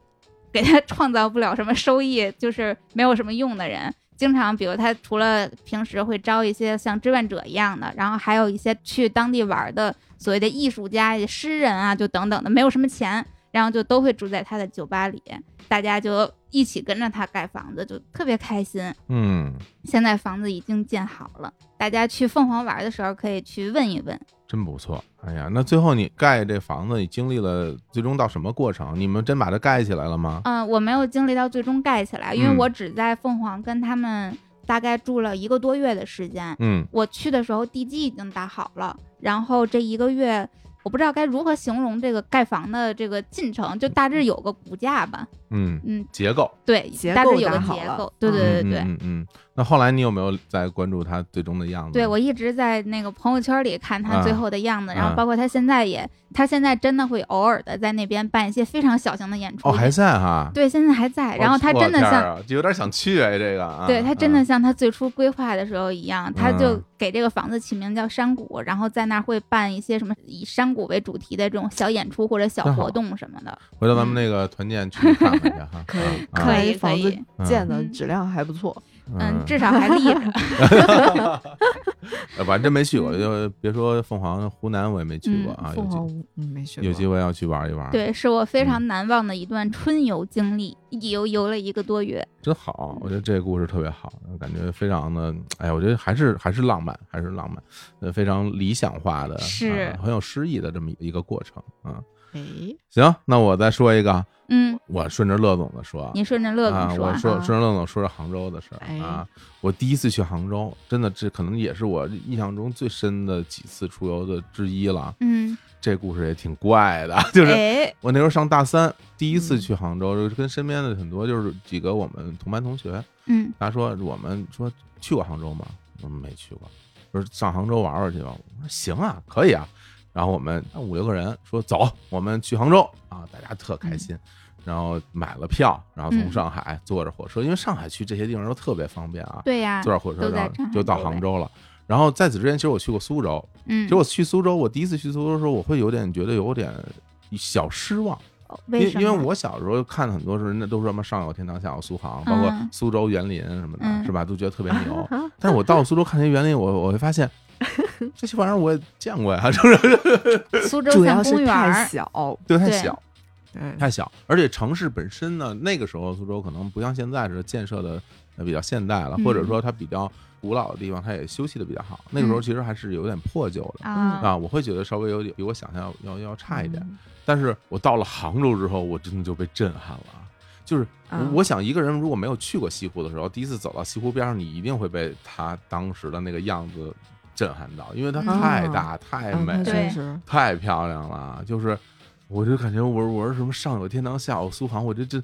给他创造不了什么收益，就是没有什么用的人。经常，比如他除了平时会招一些像志愿者一样的，然后还有一些去当地玩的所谓的艺术家、诗人啊，就等等的，没有什么钱，然后就都会住在他的酒吧里，大家就一起跟着他盖房子，就特别开心。
嗯，
现在房子已经建好了，大家去凤凰玩的时候可以去问一问。
真不错。哎呀，那最后你盖这房子，你经历了最终到什么过程？你们真把它盖起来了吗？
嗯、我没有经历到最终盖起来，因为
嗯
我只在凤凰跟他们大概住了一个多月的时间。
嗯
我去的时候地基已经打好了，然后这一个月我不知道该如何形容这个盖房的这个进程，就大致有个骨架吧。
嗯，
嗯，
结构，
对
结，
大致
构
有个
打好
结
了
构。对对对对。
嗯嗯嗯。那后来你有没有在关注它最终的样子？
对，我一直在那个朋友圈里看他
啊
最后的样子，然
啊
后包括他现在也，他现在真的会偶尔的在那边办一些非常小型的演出。
哦还在哈。
对，现在还在。
我，
然后他
我
真的
天
像
儿啊就有点想去哎，这个啊。
对他真的
啊
像他最初规划的时候一样，他就
嗯
给这个房子起名叫山谷，然后在那儿会办一些什么以山谷为主题的这种小演出或者小
真好
活动什么的。嗯
回头咱们那个团建去看看去哈。
可以
啊
[laughs] 可
看
以
来房子
可以
建的
嗯
质量还不错，
嗯，至少还立
[laughs]
着。
呃反正真没去过，就别说凤凰、湖南我也没去过
嗯
啊。有
凤
机
凰屋嗯没学
有机
过，
会要去玩一玩。，
对，是我
嗯
非常难忘的一段春游经历，一游游了一个多月。
真好，我觉得这个故事特别好，感觉非常的，哎呀，我觉得还是还是浪漫，还是浪漫，呃，非常理想化的，
是
啊很有诗意的这么一个过程啊。
哎，
行，那我再说一个，
嗯，
我顺着乐总的说啊，
你顺着乐总
啊，我
说，
说
啊
顺着乐总说说杭州的事儿、
哎
啊。我第一次去杭州，真的这可能也是我印象中最深的几次出游的之一了。
嗯，
这故事也挺怪的， [laughs] 就是
哎，嗯
我那时候上大三，第一次去杭州，就是跟身边的很多就是几个我们同班同学，
嗯
他说我们说去过杭州吗？我们没去过，说上杭州玩玩去吧。我说行啊，可以啊。然后我们那五六个人说走，我们去杭州啊，大家特开心。然后买了票，然后从
嗯
上海坐着火车，因为上海去这些地方都特别方便啊，
对呀
坐，着火车
都在
然
上
后
海
就到
周
杭
围
州了。然后在此之前，其实我去过苏州。
嗯
其实，我去苏州，我第一次去苏州的时候，我会有点觉得有点小失望，
哦
因为
为什
因
么？
为我小时候看很多是那都说什么上有天堂，下有苏杭，包括
嗯
苏州园林什么的，
嗯
是吧？都觉得特别
[laughs]
牛。 [laughs] 但是我到了苏州看这些园林，我我会发现这些玩意儿我也见过呀，是 [laughs] 不是？
苏州
主
三公
要是
园
太
儿，
小，
[laughs]
嗯
对，太
对
小
对，
太小，而且城市本身呢，那个时候苏州可能不像现在似的建设的比较现代了，
嗯
或者说它比较古老的地方，它也休息的比较好。那个时候
嗯
其实还是有点破旧的。
啊，
啊，我会觉得稍微有点比我想象要要要差一点，
嗯
但是我到了杭州之后，我真的就被震撼了啊。就是我
啊
我想，一个人如果没有去过西湖的时候，第一次走到西湖边上，你一定会被它当时的那个样子震撼到，因为它
嗯
太大、太
嗯
美、
那
对
真是
太漂亮了。啊就是，我就感觉我我是什么上有天堂，下有苏杭，我这这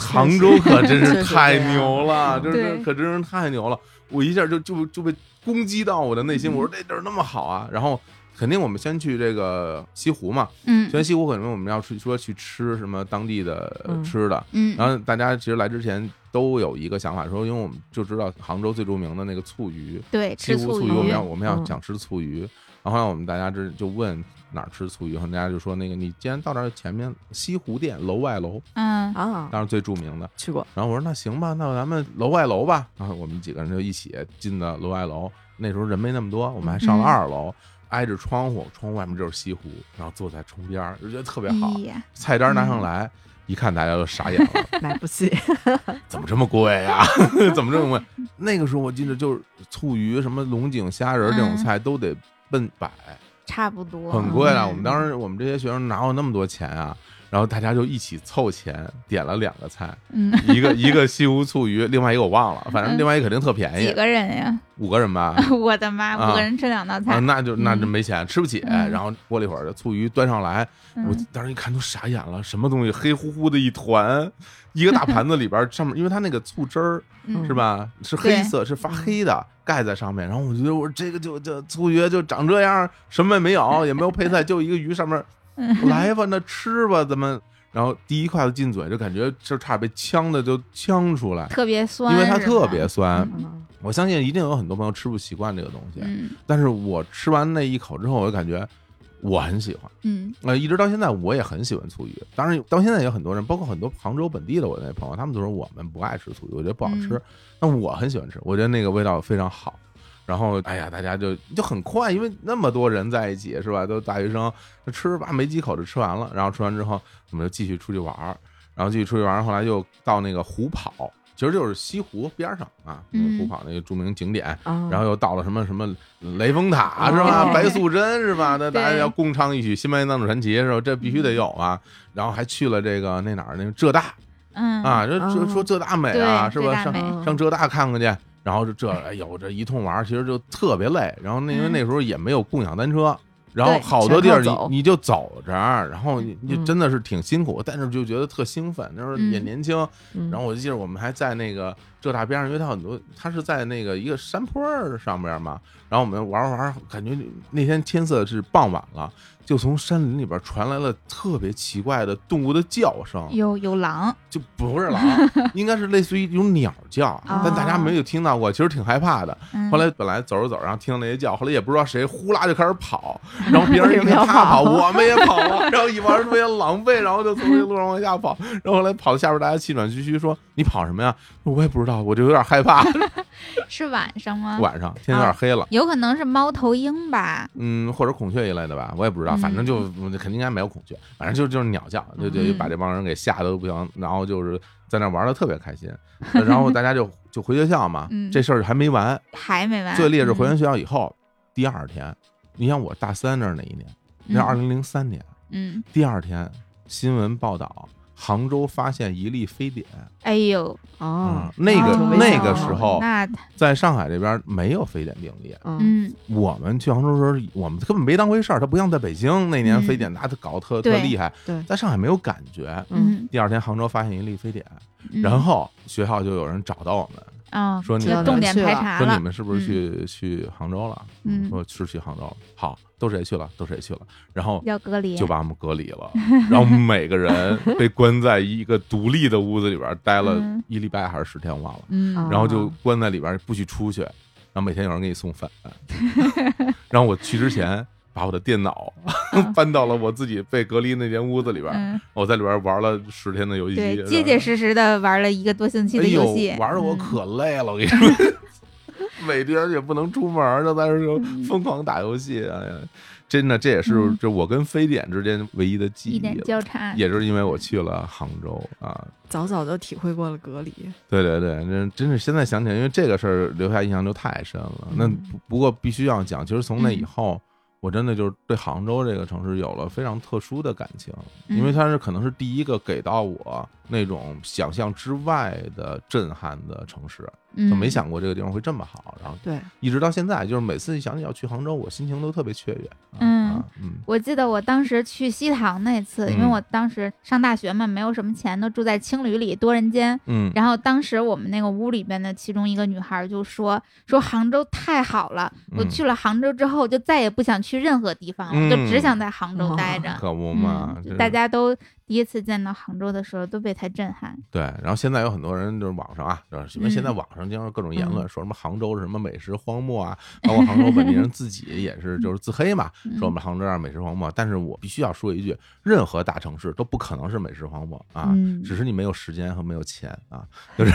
杭州可真是
确实
太
这样
牛了，
嗯
就是这
对
可真是太牛了。我一下就就就被攻击到我的
嗯
内心，我说这地儿那么好啊，然后。肯定我们先去这个西湖嘛，
嗯
全西湖可能我们要去说去吃什么当地的呃
嗯
吃的，
嗯，
然后大家其实来之前都有一个想法，说因为我们就知道杭州最著名的那个醋鱼，
对，
西
吃
湖
醋
醋
鱼
鱼，我们要我们要
嗯
想吃醋鱼，然后让我们大家这就问哪儿吃醋鱼，然后大家就说那个你既然到这儿前面西湖店楼外楼，
嗯
啊，
当然最著名的，
去过，
然后我说那行吧，那咱们楼外楼吧。然后我们几个人就一起进的楼外楼。那时候人没那么多，我们还上了
嗯
二楼，挨着窗户，窗户外面就是西湖，然后坐在窗边儿，就觉得特别好。
哎呀
菜单拿上来，一看大家都傻眼
[laughs]
了，
买不起，
怎么这么贵呀、 [laughs] 怎么这么贵？那个时候我记得就是醋鱼、什么龙井虾仁儿这种
嗯
菜都得奔百，
差不多，
很贵啊。
嗯
我们当时我们这些学生哪有那么多钱啊？然后大家就一起凑钱点了两个菜，
嗯，
一个 [laughs] 一个西湖醋鱼，另外一个我忘了，反正
嗯
另外一个肯定特便
几
宜，
个人呀？
五个人
[laughs]
吧。
我的妈，
啊
五个人吃两道
啊，
菜，
那就那就没钱，吃不起。
嗯
然后过了一会儿，这醋鱼端上来，我
嗯
当时一看都傻眼了，什么东西黑乎乎的一团，一个大盘子里边儿上面，因为它那个醋汁儿
嗯
是吧，是黑色，是发黑的，盖在上面。然后我觉得我这个就就醋鱼就长这样，什么也没有，也没有配菜，就一个鱼上面
嗯
来吧，那吃吧，咱们。然后第一筷子进嘴，就感觉就差点被呛的就呛出来，
特别酸，
因为它
是
特
吗
别酸。
嗯
嗯
我相信一定有很多朋友吃不习惯这个东西，
嗯
但是我吃完那一口之后，我就感觉我很喜欢。
嗯
呃，一直到现在我也很喜欢醋鱼，当然到现在也有很多人，包括很多杭州本地的我那朋友，他们都说我们不爱吃醋鱼，我觉得不好吃
嗯。
但我很喜欢吃，我觉得那个味道非常好。然后，哎呀，大家就就很快，因为那么多人在一起，是吧？都大学生，那吃吧，没几口就吃完了。然后吃完之后，我们就继续出去玩儿，然后继续出去玩儿。后来又到那个湖跑，其实就是西湖边儿上啊，那个湖
嗯
跑那个著名景点。
啊，
然后又到了什么什么雷峰塔是吧？
[laughs]
哦
白素贞是吧？那大家
对
要共唱一曲《新白娘子传奇》是吧？这必须得有啊。然后还去了这个那哪儿那个浙大
嗯
啊，这这
哦
说浙大美啊
对
是吧？
浙大
上
美
嗯
上浙大看看去。然后这这哎呦这一通玩，其实就特别累。然后那因为
嗯
那时候也没有共享单车。然后
对
好多地儿
全
你
靠走
你就走着，然后你你
嗯
真的是挺辛苦，但是就觉得特兴奋。那时候也
嗯
年轻，
嗯
然后我就记得我们还在那个浙大边上，因为它很多，它是在那个一个山坡儿上边嘛。然后我们玩儿玩儿，感觉那天天色是傍晚了，就从山林里边传来了特别奇怪的动物的叫声，
有有狼，
就不是狼，应该是类似于一种鸟叫，但大家
哦
没有听到过，其实挺害怕的。
嗯
后来本来走着走着，然后听到那些叫，后来也不知道谁呼啦就开始
[laughs]
跑，然后别人一
为什
看
么要
他跑，
跑
我们也跑了，然后一帮人特别狼狈，然后就从这路上往下跑，然后后来跑到下边，大家气喘吁吁说：“你跑什么呀？”我也不知道，我就有点害
[laughs]
怕。
是晚上吗？
晚上天有点黑了，
有可能是猫头鹰吧？
嗯，或者孔雀一类的吧，我也不知道，反正就嗯肯定应该没有孔雀，反正就就是鸟叫，就就
嗯
把这帮人给吓得都不行，然后就是在那玩的特别开心，呃然后大家就就回学校嘛，
嗯
这事儿还没完，
还没完。
最烈是回
嗯
完学校以后，第二天，你像我大三那是哪一年？那是二零零三年。
嗯
第二天新闻报道杭州发现一例非典
哎呦，
哦
啊，，那个嗯
哦
那个时候
那
在上海这边没有非典病例，
嗯
嗯，
我们去杭州的时候，我们根本没当回事儿，它不像在北京那年
嗯
非典，大家搞得特特
对
厉害，
对
在上海没有感觉。
嗯，
嗯，
第二天杭州发现一例非典，
嗯
然后学校就有人找到我们，
啊，
说你
这
们
重点排查
说你
了，
们是不是去、去杭州了？
嗯
说是去杭州了。好，都谁去了？都谁去了？然后
要隔离，
就把我们隔离了，然后每个
[laughs]
人被关在一个独立的屋子里边待了
嗯
一礼拜还是十天，我忘了。
嗯，
然后就关在里边不许出去，然后每天有人给你送
[laughs]
饭。然后我去之前，把我的电脑 [laughs] 搬到了我自己被隔离那间屋子里边，
哦嗯，
我在里边玩了十天的游戏机，
对，
然后
结结实实的玩了一个多星期的
哎呦
游戏，
玩的我
嗯
可累了，我跟你说， [laughs] 每天也不能出门，就在这儿疯狂打游戏，哎呀，真的这也是
嗯
这我跟非典之间唯一的记
一
忆
点
了，
交叉，
也就是因为我去了杭州啊。
早早就体会过了隔离，
对对对，那真是现在想起来，因为这个事儿留下印象就太深了。那
嗯
不不过必须要讲，其实从那以后，
嗯
我真的就是对杭州这个城市有了非常特殊的感情，因为
嗯
它是可能是第一个给到我那种想象之外的震撼的城市，
嗯
就没，想过这个地方会这么好。然后
对，
一直到现在，就是每次一想起要去杭州，我心情都特别雀跃。啊
嗯
啊嗯
我记得我当时去西塘那次，因为
嗯
我当时上大学嘛，没有什么钱，都住在青旅里多人间。
嗯，
然后当时我们那个屋里边的其中一个女孩就说：“说杭州太好了，我
嗯
去了杭州之后就再也不想去任何地方了，就只想在杭州待着。
嗯可不嘛，
嗯，
真是
大家都第一次见到杭州的时候都被它震撼。
对，然后现在有很多人就是网上啊，就是因为
嗯
现在网上经常有各种言论，说什么杭州是什么美食荒漠啊，包括杭州本地人自己也是就是自黑嘛，
嗯
说我们杭州啊美食荒漠。但是我必须要说一句，任何大城市都不可能是美食荒漠啊，
嗯
只是你没有时间和没有钱啊，就是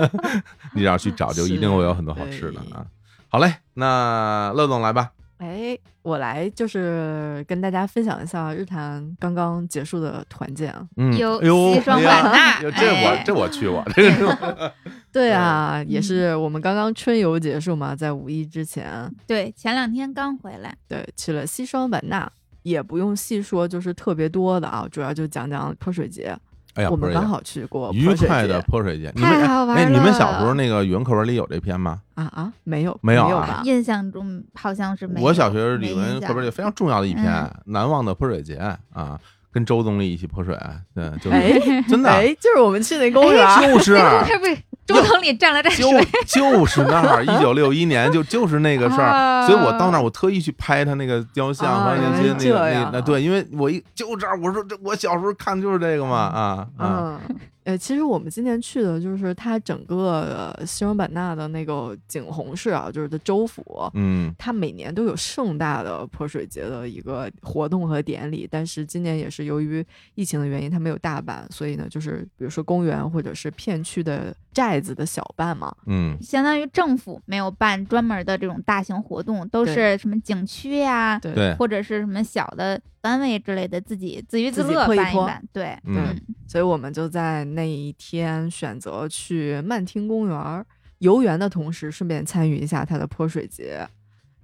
[laughs]
你要去找，就一定会有很多好吃的啊。好嘞，那乐总来吧，
哎，我来就是跟大家分享一下日坛刚刚结束的团建啊。
嗯，
有
哎呦，
西双
哎呀
版纳
有这我
哎
这我去过，这
[laughs]
个是我
对啊，也
嗯
是我们刚刚春游结束嘛，在五一之前，
对，前两天刚回来，
对，去了西双版纳，也不用细说，就是特别多的啊，主要就讲讲泼水节。
哎呀，
我
不
们
是
刚好去过
愉
哦泼水
快
节
的泼水节，你们
太好玩
哎，
了。
你们小时候那个语文课文里有这篇吗？
啊啊，没有
没有
有
啊
吧？
印象中好像是没有。
我小学
没
语
印
文课
象
本里非常重要的一篇《
嗯
难忘的泼水节》啊，跟周总理一起泼水，对，就是、
哎
[laughs] 真的、啊
哎，就是我们去那公园儿，
[laughs]
就是
那个 [laughs]
[laughs]
不是周总理站了站
就
水， [laughs]
就是那儿，一九六一年就就是那个事儿，
啊
所以我到那儿我特意去拍他那个雕像
啊
和那些
原来
那
这
个那
样
那对，因为我一就这儿，我说这我小时候看就是这个嘛啊啊，
嗯，呃，其实我们今年去的就是它整个呃西双版纳的那个景洪市啊，就是的州府，
嗯
它每年都有盛大的泼水节的一个活动和典礼，但是今年也是由于疫情的原因，它没有大办，所以呢，就是比如说公园或者是片区的寨子的小办嘛，
嗯
相当于政府没有办专门的这种大型活动，都是什么景区呀、
对
对，
或者是什么小的单位之类的，自己自娱自
自己
乐
泼一
办一
泼
办。对，
嗯
所以我们就在那一天选择去曼听公园儿游园的同时，顺便参与一下它的泼水节。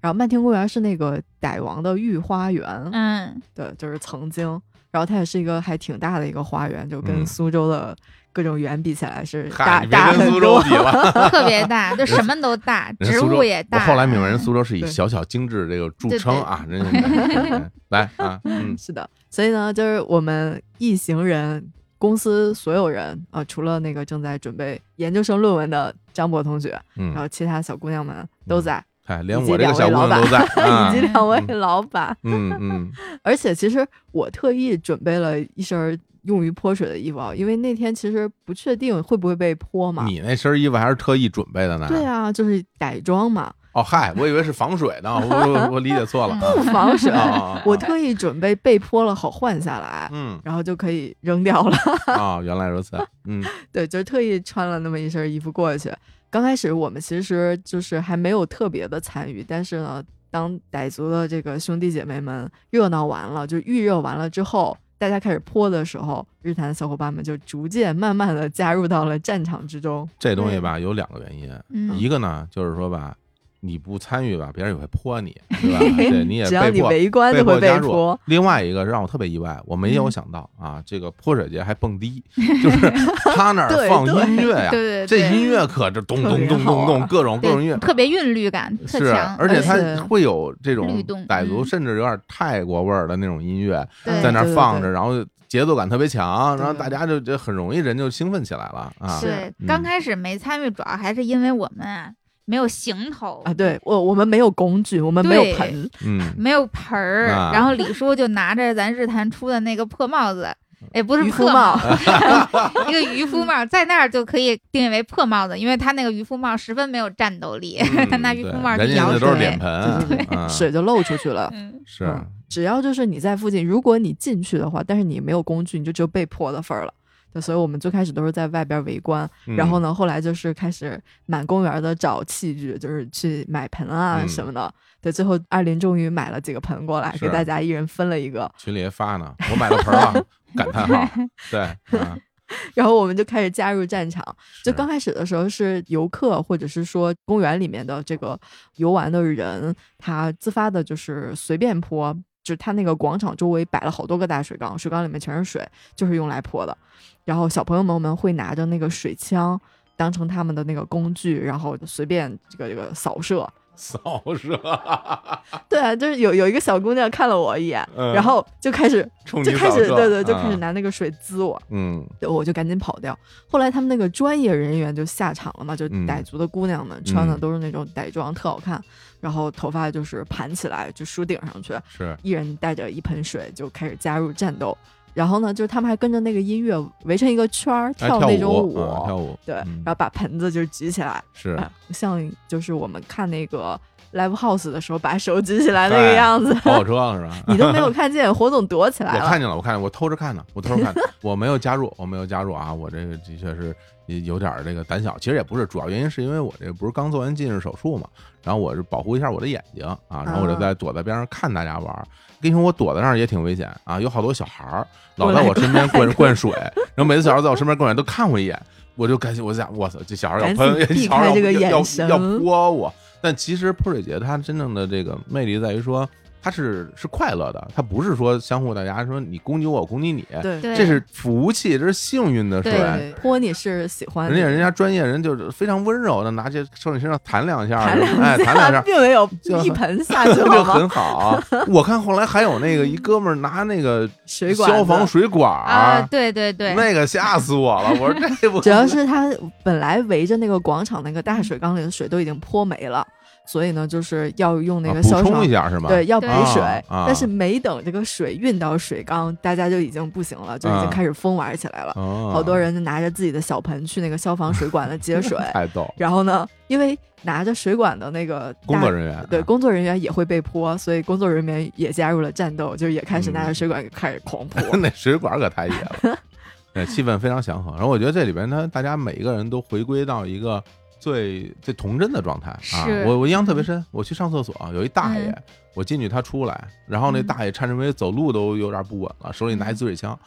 然后曼听公园是那个傣王的御花园，
嗯，
对，就是曾经。然后它也是一个还挺大的一个花园，就
嗯
跟苏州的各种园比起来是大、
嗨，你别
大
跟
很
苏州
多。
比了。
特别大，就什么都大，
人
植
苏州
物也
我
大。
后来明白，人苏州是以
对
小巧精致这个著称啊，人家对来啊，嗯
是的，所以呢，就是我们一行人，公司所有人啊、除了那个正在准备研究生论文的张博同学，然
嗯，
后其他小姑娘们都在，
哎，连我这个小姑娘都在，啊
[laughs] 以及两位老板。
嗯嗯
而且其实我特意准备了一身儿用于泼水的衣服啊，因为那天其实不确定会不会被泼嘛
嗯，。你那身衣服还是特意准备的呢？
对啊，就是改装
[laughs]
嘛，
哦，嗨，我以为是防水呢，我我我理解错了
不
啊。
防水
啊啊啊啊。
我特意准备被泼了好换下来，
[laughs] 嗯
然后就可以扔掉了。
啊，原来如此。嗯
对，就是特意穿了那么一身衣服过去。刚开始我们其实就是还没有特别的参与，但是呢，当傣族的这个兄弟姐妹们热闹完了，就预热完了之后，大家开始泼的时候，日坛的小伙伴们就逐渐慢慢的加入到了战场之中。
这东西吧，有两个原因，
嗯，
一个呢就是说吧，你不参与吧，别人也会泼你，对吧？对，你也
只要
被
你
迫
围观就
迫
会被嗯
加入
泼。
另外一个让我特别意外，我没有想到啊，这个泼水节还蹦迪，就是他那儿
[laughs] 对
放
对
音乐呀，
对对
这
对
音乐可这咚咚咚咚
特别好
咚
啊
各种各种音乐
对，。特别韵律感特
是
强，，
而且
而且
它会有这种
律动
傣族，
嗯
甚至有点泰国味儿的那种音乐
对
在那
对
儿
对
放
对
着，然后节奏感特别强，
对
然后大家就就很容易人就兴奋起来了啊。
是
对，
嗯
刚开始没参与，主要还是因为我们啊没有行头
啊，对我我们没有工具，我们没
对
有盆， [laughs]
嗯，
没有盆儿，
啊
然后李叔就拿着咱日坛出的那个破帽子，
嗯
也不是
渔夫
破
帽，
[laughs] 一个渔夫帽，在那儿就可以定义为破帽子，因为他那个渔夫帽十分没有战斗力， [laughs]
[laughs]
他拿
嗯
渔夫
对
帽
人
去
家
摇
那
水，
都是脸盆，
对
啊
水就漏出去了。
嗯，
是
嗯只要就是你在附近，如果你进去的话，但是你没有工具，你就只有被迫的份儿了。对，所以我们最开始都是在外边围观，然后
呢，
呢，后来就是开始满公园的找器具，就是去买盆啊
嗯
什么的。对，最后二林终于买了几个盆过来，
是
给大家一人分了一个，
群里也发呢，我买了盆
[laughs]
儿了，感叹号，对，啊
然后我们就开始加入战场。
是
就刚开始的时候是游客或者是说公园里面的这个游玩的人，他自发的就是随便泼，就是他那个广场周围摆了好多个大水缸，水缸里面全是水，就是用来泼的。然后小朋友们们会拿着那个水枪当成他们的那个工具，然后随便这个这个扫射。
扫射，
[laughs] 对啊，就是有有一个小姑娘看了我一眼，
嗯
然后就开始
冲
就
你
开
扫
始
射
对对，就开始
啊
拿那个水滋我。
嗯
对我就赶紧跑掉。后来他们那个专业人员就下场了嘛，就
嗯
傣族的姑娘们穿的
嗯
都是那种傣装，特好看，然后头发就是盘起来，就梳顶上去，
是，
一人带着一盆水就开始加入战斗。然后呢，就是他们还跟着那个音乐围成一个圈儿
哎
跳那种
舞
舞，
啊跳舞，
对，
嗯
然后把盆子就是举起来，
是
啊像就是我们看那个 live house 的时候把手举起来那个样子，
跑火车是吧？
[laughs] 你都没有看见，火总躲起来
我
了。
哦看见了，我看见，我偷着看呢，我偷着看呢，我没有加入，我没有加入啊，我这个的确是有点儿这个胆小，其实也不是，主要原因是因为我这不是刚做完近视手术嘛，然后我是保护一下我的眼睛啊，然后
嗯
我就在躲在边上看大家玩儿。跟你说，我躲在那儿也挺危险啊，有好多小孩儿老在我身边灌灌水，然后每次小孩在我身边灌水都看我一眼，我就赶紧我就想，我操，这小孩要
赶紧
喷，
避
小孩
开
要
这个
要
眼
要
神
要泼我。但其实泼水节它真正的这个魅力在于说，它是是快乐的，它不是说相互大家说你攻击我，我攻击你，
对
对
这是福气，这是幸运的水。
对
泼你是喜欢
人家
的
人家专业人就是非常温柔的，拿去上你身上弹两
[laughs]
下，
弹两
哎，弹两
[laughs]
下，
并没有
就
一
[laughs]
盆下去
就
好吗？
很好。啊
[laughs]
我看后来还有那个一哥们儿拿那个
水管子
消防水管儿
啊，对对对，
那个吓死我了。我
[laughs]
说这不啊
主要是他本来围着那个广场那个大水缸里的水都已经泼没了，所以呢，就是要用那
啊
个
补
消
充
防
一。下是吗？
对，要补
对
水
啊，啊
但是没等这个水运到水缸，大家就已经不行了，就已经
啊
开始疯玩起来了。
哦，，
好多人就拿着自己的小盆去那个消防水管子接水
[laughs] 太逗了，
然后呢，因为拿着水管的那个
工
大
作人员
对，工作人员也会被泼，所以工作人员也加入了战斗，就是也开始拿着水管开始狂
[laughs]
泼。
那水管可太野了，对，气氛非常祥和。然后我觉得这里边他大家每一个人都回归到一个最最童真的状态啊
是。
我我印象特
嗯
别深，我去上厕所啊有一大爷
嗯，
我进去他出来，然后那
嗯
大爷颤颤巍巍走路都有点不稳了，手里拿一滋水
[laughs]
枪。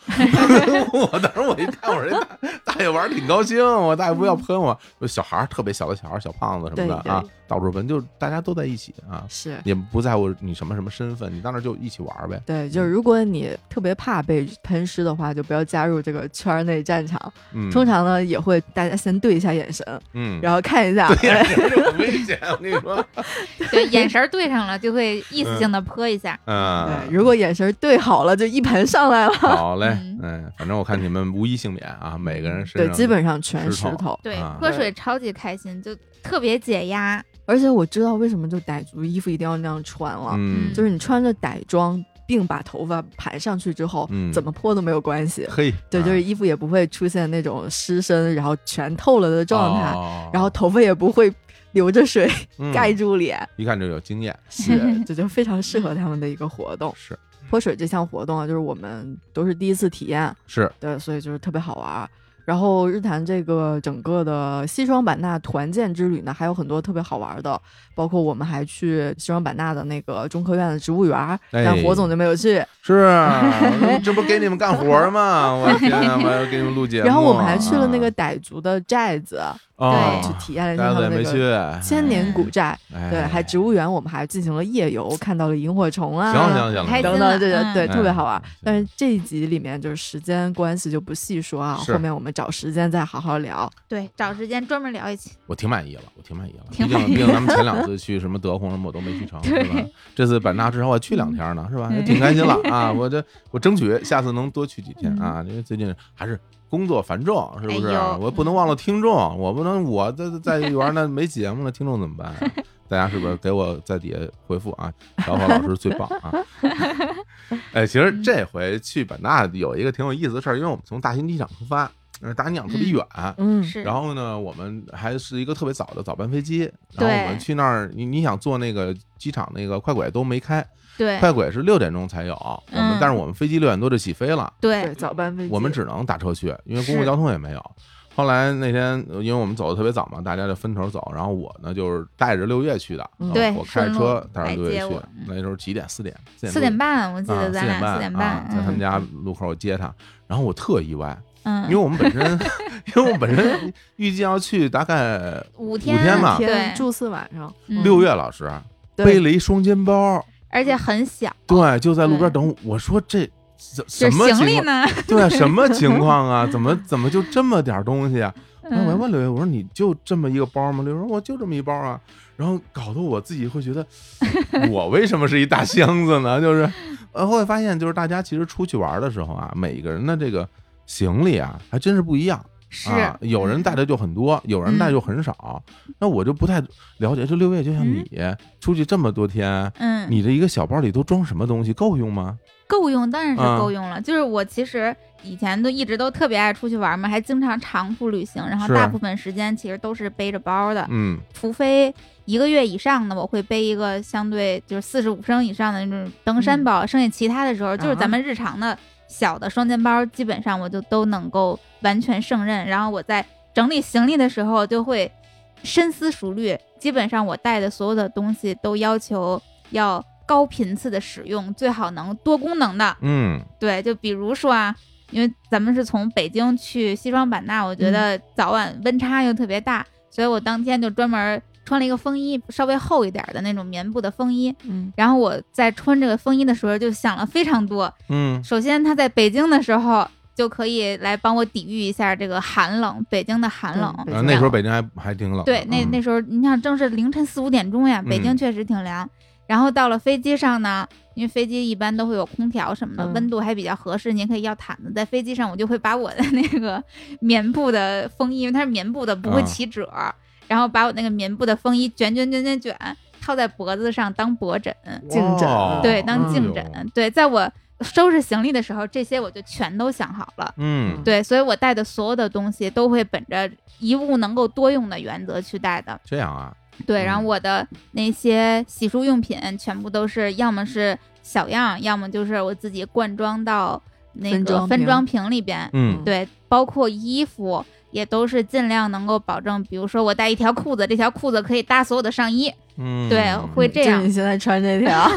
我当时我一看，我说这大大爷玩儿挺高兴，我大爷不要喷我，就小孩儿特别小的小孩儿小胖子什么的
嗯对
啊
对，
到处喷，就大家都在一起啊。
是，
也不在乎你什么什么身份，你到那儿就一起玩儿呗。
对，就是如果你特别怕被喷湿的话，就不要加入这个圈儿内战场。
嗯，
通常呢，也会大家先对一下眼神，
嗯，
然后看一下， [laughs]
对呀，这很危险，我跟你说。
对眼神儿对上了就会意思性的泼一下，
对，
嗯，
哎如果眼神对好了，就一盆上来了。
好嘞
嗯，
嗯，反正我看你们无一幸免啊，每个人身
对，
上
基本上全
石
石
头
头。
对
啊，
泼水超级开心，就特别解压，
而且我知道为什么就傣族衣服一定要那样穿了，
嗯，
就是你穿着傣装，并把头发盘上去之后，
嗯
怎么泼都没有关系。
嘿，
对，
啊
就是衣服也不会出现那种湿身，然后全透了的状态，
哦
然后头发也不会流着水
嗯
盖住脸，
[laughs] 一看就有经验，
是，这 [laughs] 就非常适合他们的一个活动。
是
泼水这项活动啊，就是我们都是第一次体验，
是，
对，所以就是特别好玩儿。然后日坛这个整个的西双版纳团建之旅呢，还有很多特别好玩儿的，包括我们还去西双版纳的那个中科院的植物园儿，但
哎
火总就没有去。
是，
[laughs]
这不给你们干活吗？我天啊，我要给你们录节目。
然后我们还去了那个
啊
傣族的寨子，
啊，
去体验了一
大
下
家都
他们
没
那
去
个，千年古寨。
哎
对，还植物园，我们还进行了夜游，看到了萤火虫啊，
行行行
开
行，
心
等
了
等，对对对，
嗯
特别好玩
嗯。
但是这一集里面就是时间关系就不细说啊，
是
后面我们找时间再好好聊。
对，找时间专门聊一期。
我挺满意了，我挺满意了。毕
挺满
竟
意
毕竟
[laughs]
咱们前两次去什么德宏什么我都没去成，是
对
吧？这次版纳至少我去两天呢，是吧？挺开心了
[laughs]
啊！我这我争取下次能多去几天啊，因为最近还是工作繁重，是不是
嗯哎呦？
我不能忘了听众，我不能我在在在园那没节目了，听众怎么办啊？大家是不是给我在底下回复啊？小火老师最棒
[laughs]
啊！哎，其
嗯
实这回去版纳有一个挺有意思的事儿，因为我们从大兴机场出发，呃大兴机场特别
嗯
远，
嗯，
是，
然后呢，我们还是一个特别早的早班飞机，然后
对
我们去那儿，你你想坐那个机场那个快轨都没开，
对
快轨是六点钟才有，我们
嗯
但是我们飞机六点多就起飞了，
对，
对，
早班飞机，
我们只能打车去，因为
是
公共交通也没有。后来那天，呃因为我们走的特别早嘛，大家就分头走，然后我呢就是带着六月去的，
嗯
然后
对
我开着
顺
车
路
带着
来
六月
接
去
我，嗯
那时候几点？四点，四点
四
多
点半我记
啊，
得
四
咱俩四
点
点
半啊，在他们
嗯
家路口接他，然后我特意外，因为
嗯，
我们本身，
[laughs]
因为我们本身预计要去大概
五
五天嘛
嘛，对，
住四晚上，
嗯
六月老师啊
对
背了一双肩包，
而且很小，
对，就在路边
对
等我。我说这怎
就
什
是
么
行
情
李
况？
呢？ [laughs]
对，什么情况啊？怎么怎么就这么点儿东西啊？然后我还
嗯
问刘烨，我说你就这么一个包吗？刘烨说我就这么一包啊。然后搞得我自己会觉
[laughs]
得，我为什么是一大箱子呢？就是，呃，后来发现就是大家其实出去玩的时候啊，每个人的这个行李啊，还真是不一样。
是嗯
啊，，有人带的就很多，有人带就很少。那我就不太了解，这六月就像你、出去这么多天，
嗯，
你的一个小包里都装什么东西，够用吗？
够用当然是
啊
够用了。就是我其实以前都一直都特别爱出去玩嘛，还经常长途旅行，然后
是
大部分时间其实都是背着包的，
嗯，
除非。一个月以上的我会背一个相对就是四十五升以上的那种登山包，剩下其他的时候就是咱们日常的小的双肩包，基本上我就都能够完全胜任。然后我在整理行李的时候就会深思熟虑，基本上我带的所有的东西都要求要高频次的使用，最好能多功能的，
嗯，
对，就比如说啊，因为咱们是从北京去西双版纳，我
嗯
觉得早晚温差又特别大，所以我当天就专门穿了一个风衣，稍微厚一点的那种棉布的风衣。
嗯，
然后我在穿这个风衣的时候，就想了非常多。
嗯，
首先，它在北京的时候就可以来帮我抵御一下这个寒冷，北京的寒冷。
对
然后啊那时候北京还还挺冷的，
对，那
嗯
那时候你想正是凌晨四五点钟呀，北京
嗯
确实挺凉。然后到了飞机上呢，因为飞机一般都会有空调什么的，
嗯
温度还比较合适，您可以要毯子。在飞机上，我就会把我的那个棉布的风衣，因为它是棉布的，不会
啊
起褶儿，然后把我那个棉布的风衣卷卷卷卷卷套在脖子上当脖枕，
颈枕
哇
对，
哎
当颈
哦呦
枕。对，在我收拾行李的时候，这些我就全都想好了。
嗯，
对，所以我带的所有的东西都会本着一物能够多用的原则去带的。
这样啊，
对，然后
嗯
我的那些洗漱用品全部都是要么是小样，要么就是我自己灌装到那
分
个
装
分
瓶
装瓶里边。
嗯，
对，包括衣服也都是尽量能够保证，比如说我带一条裤子，这条裤子可以搭所有的上衣，
嗯，
对，会这样
就你，现在穿这 [laughs] 条，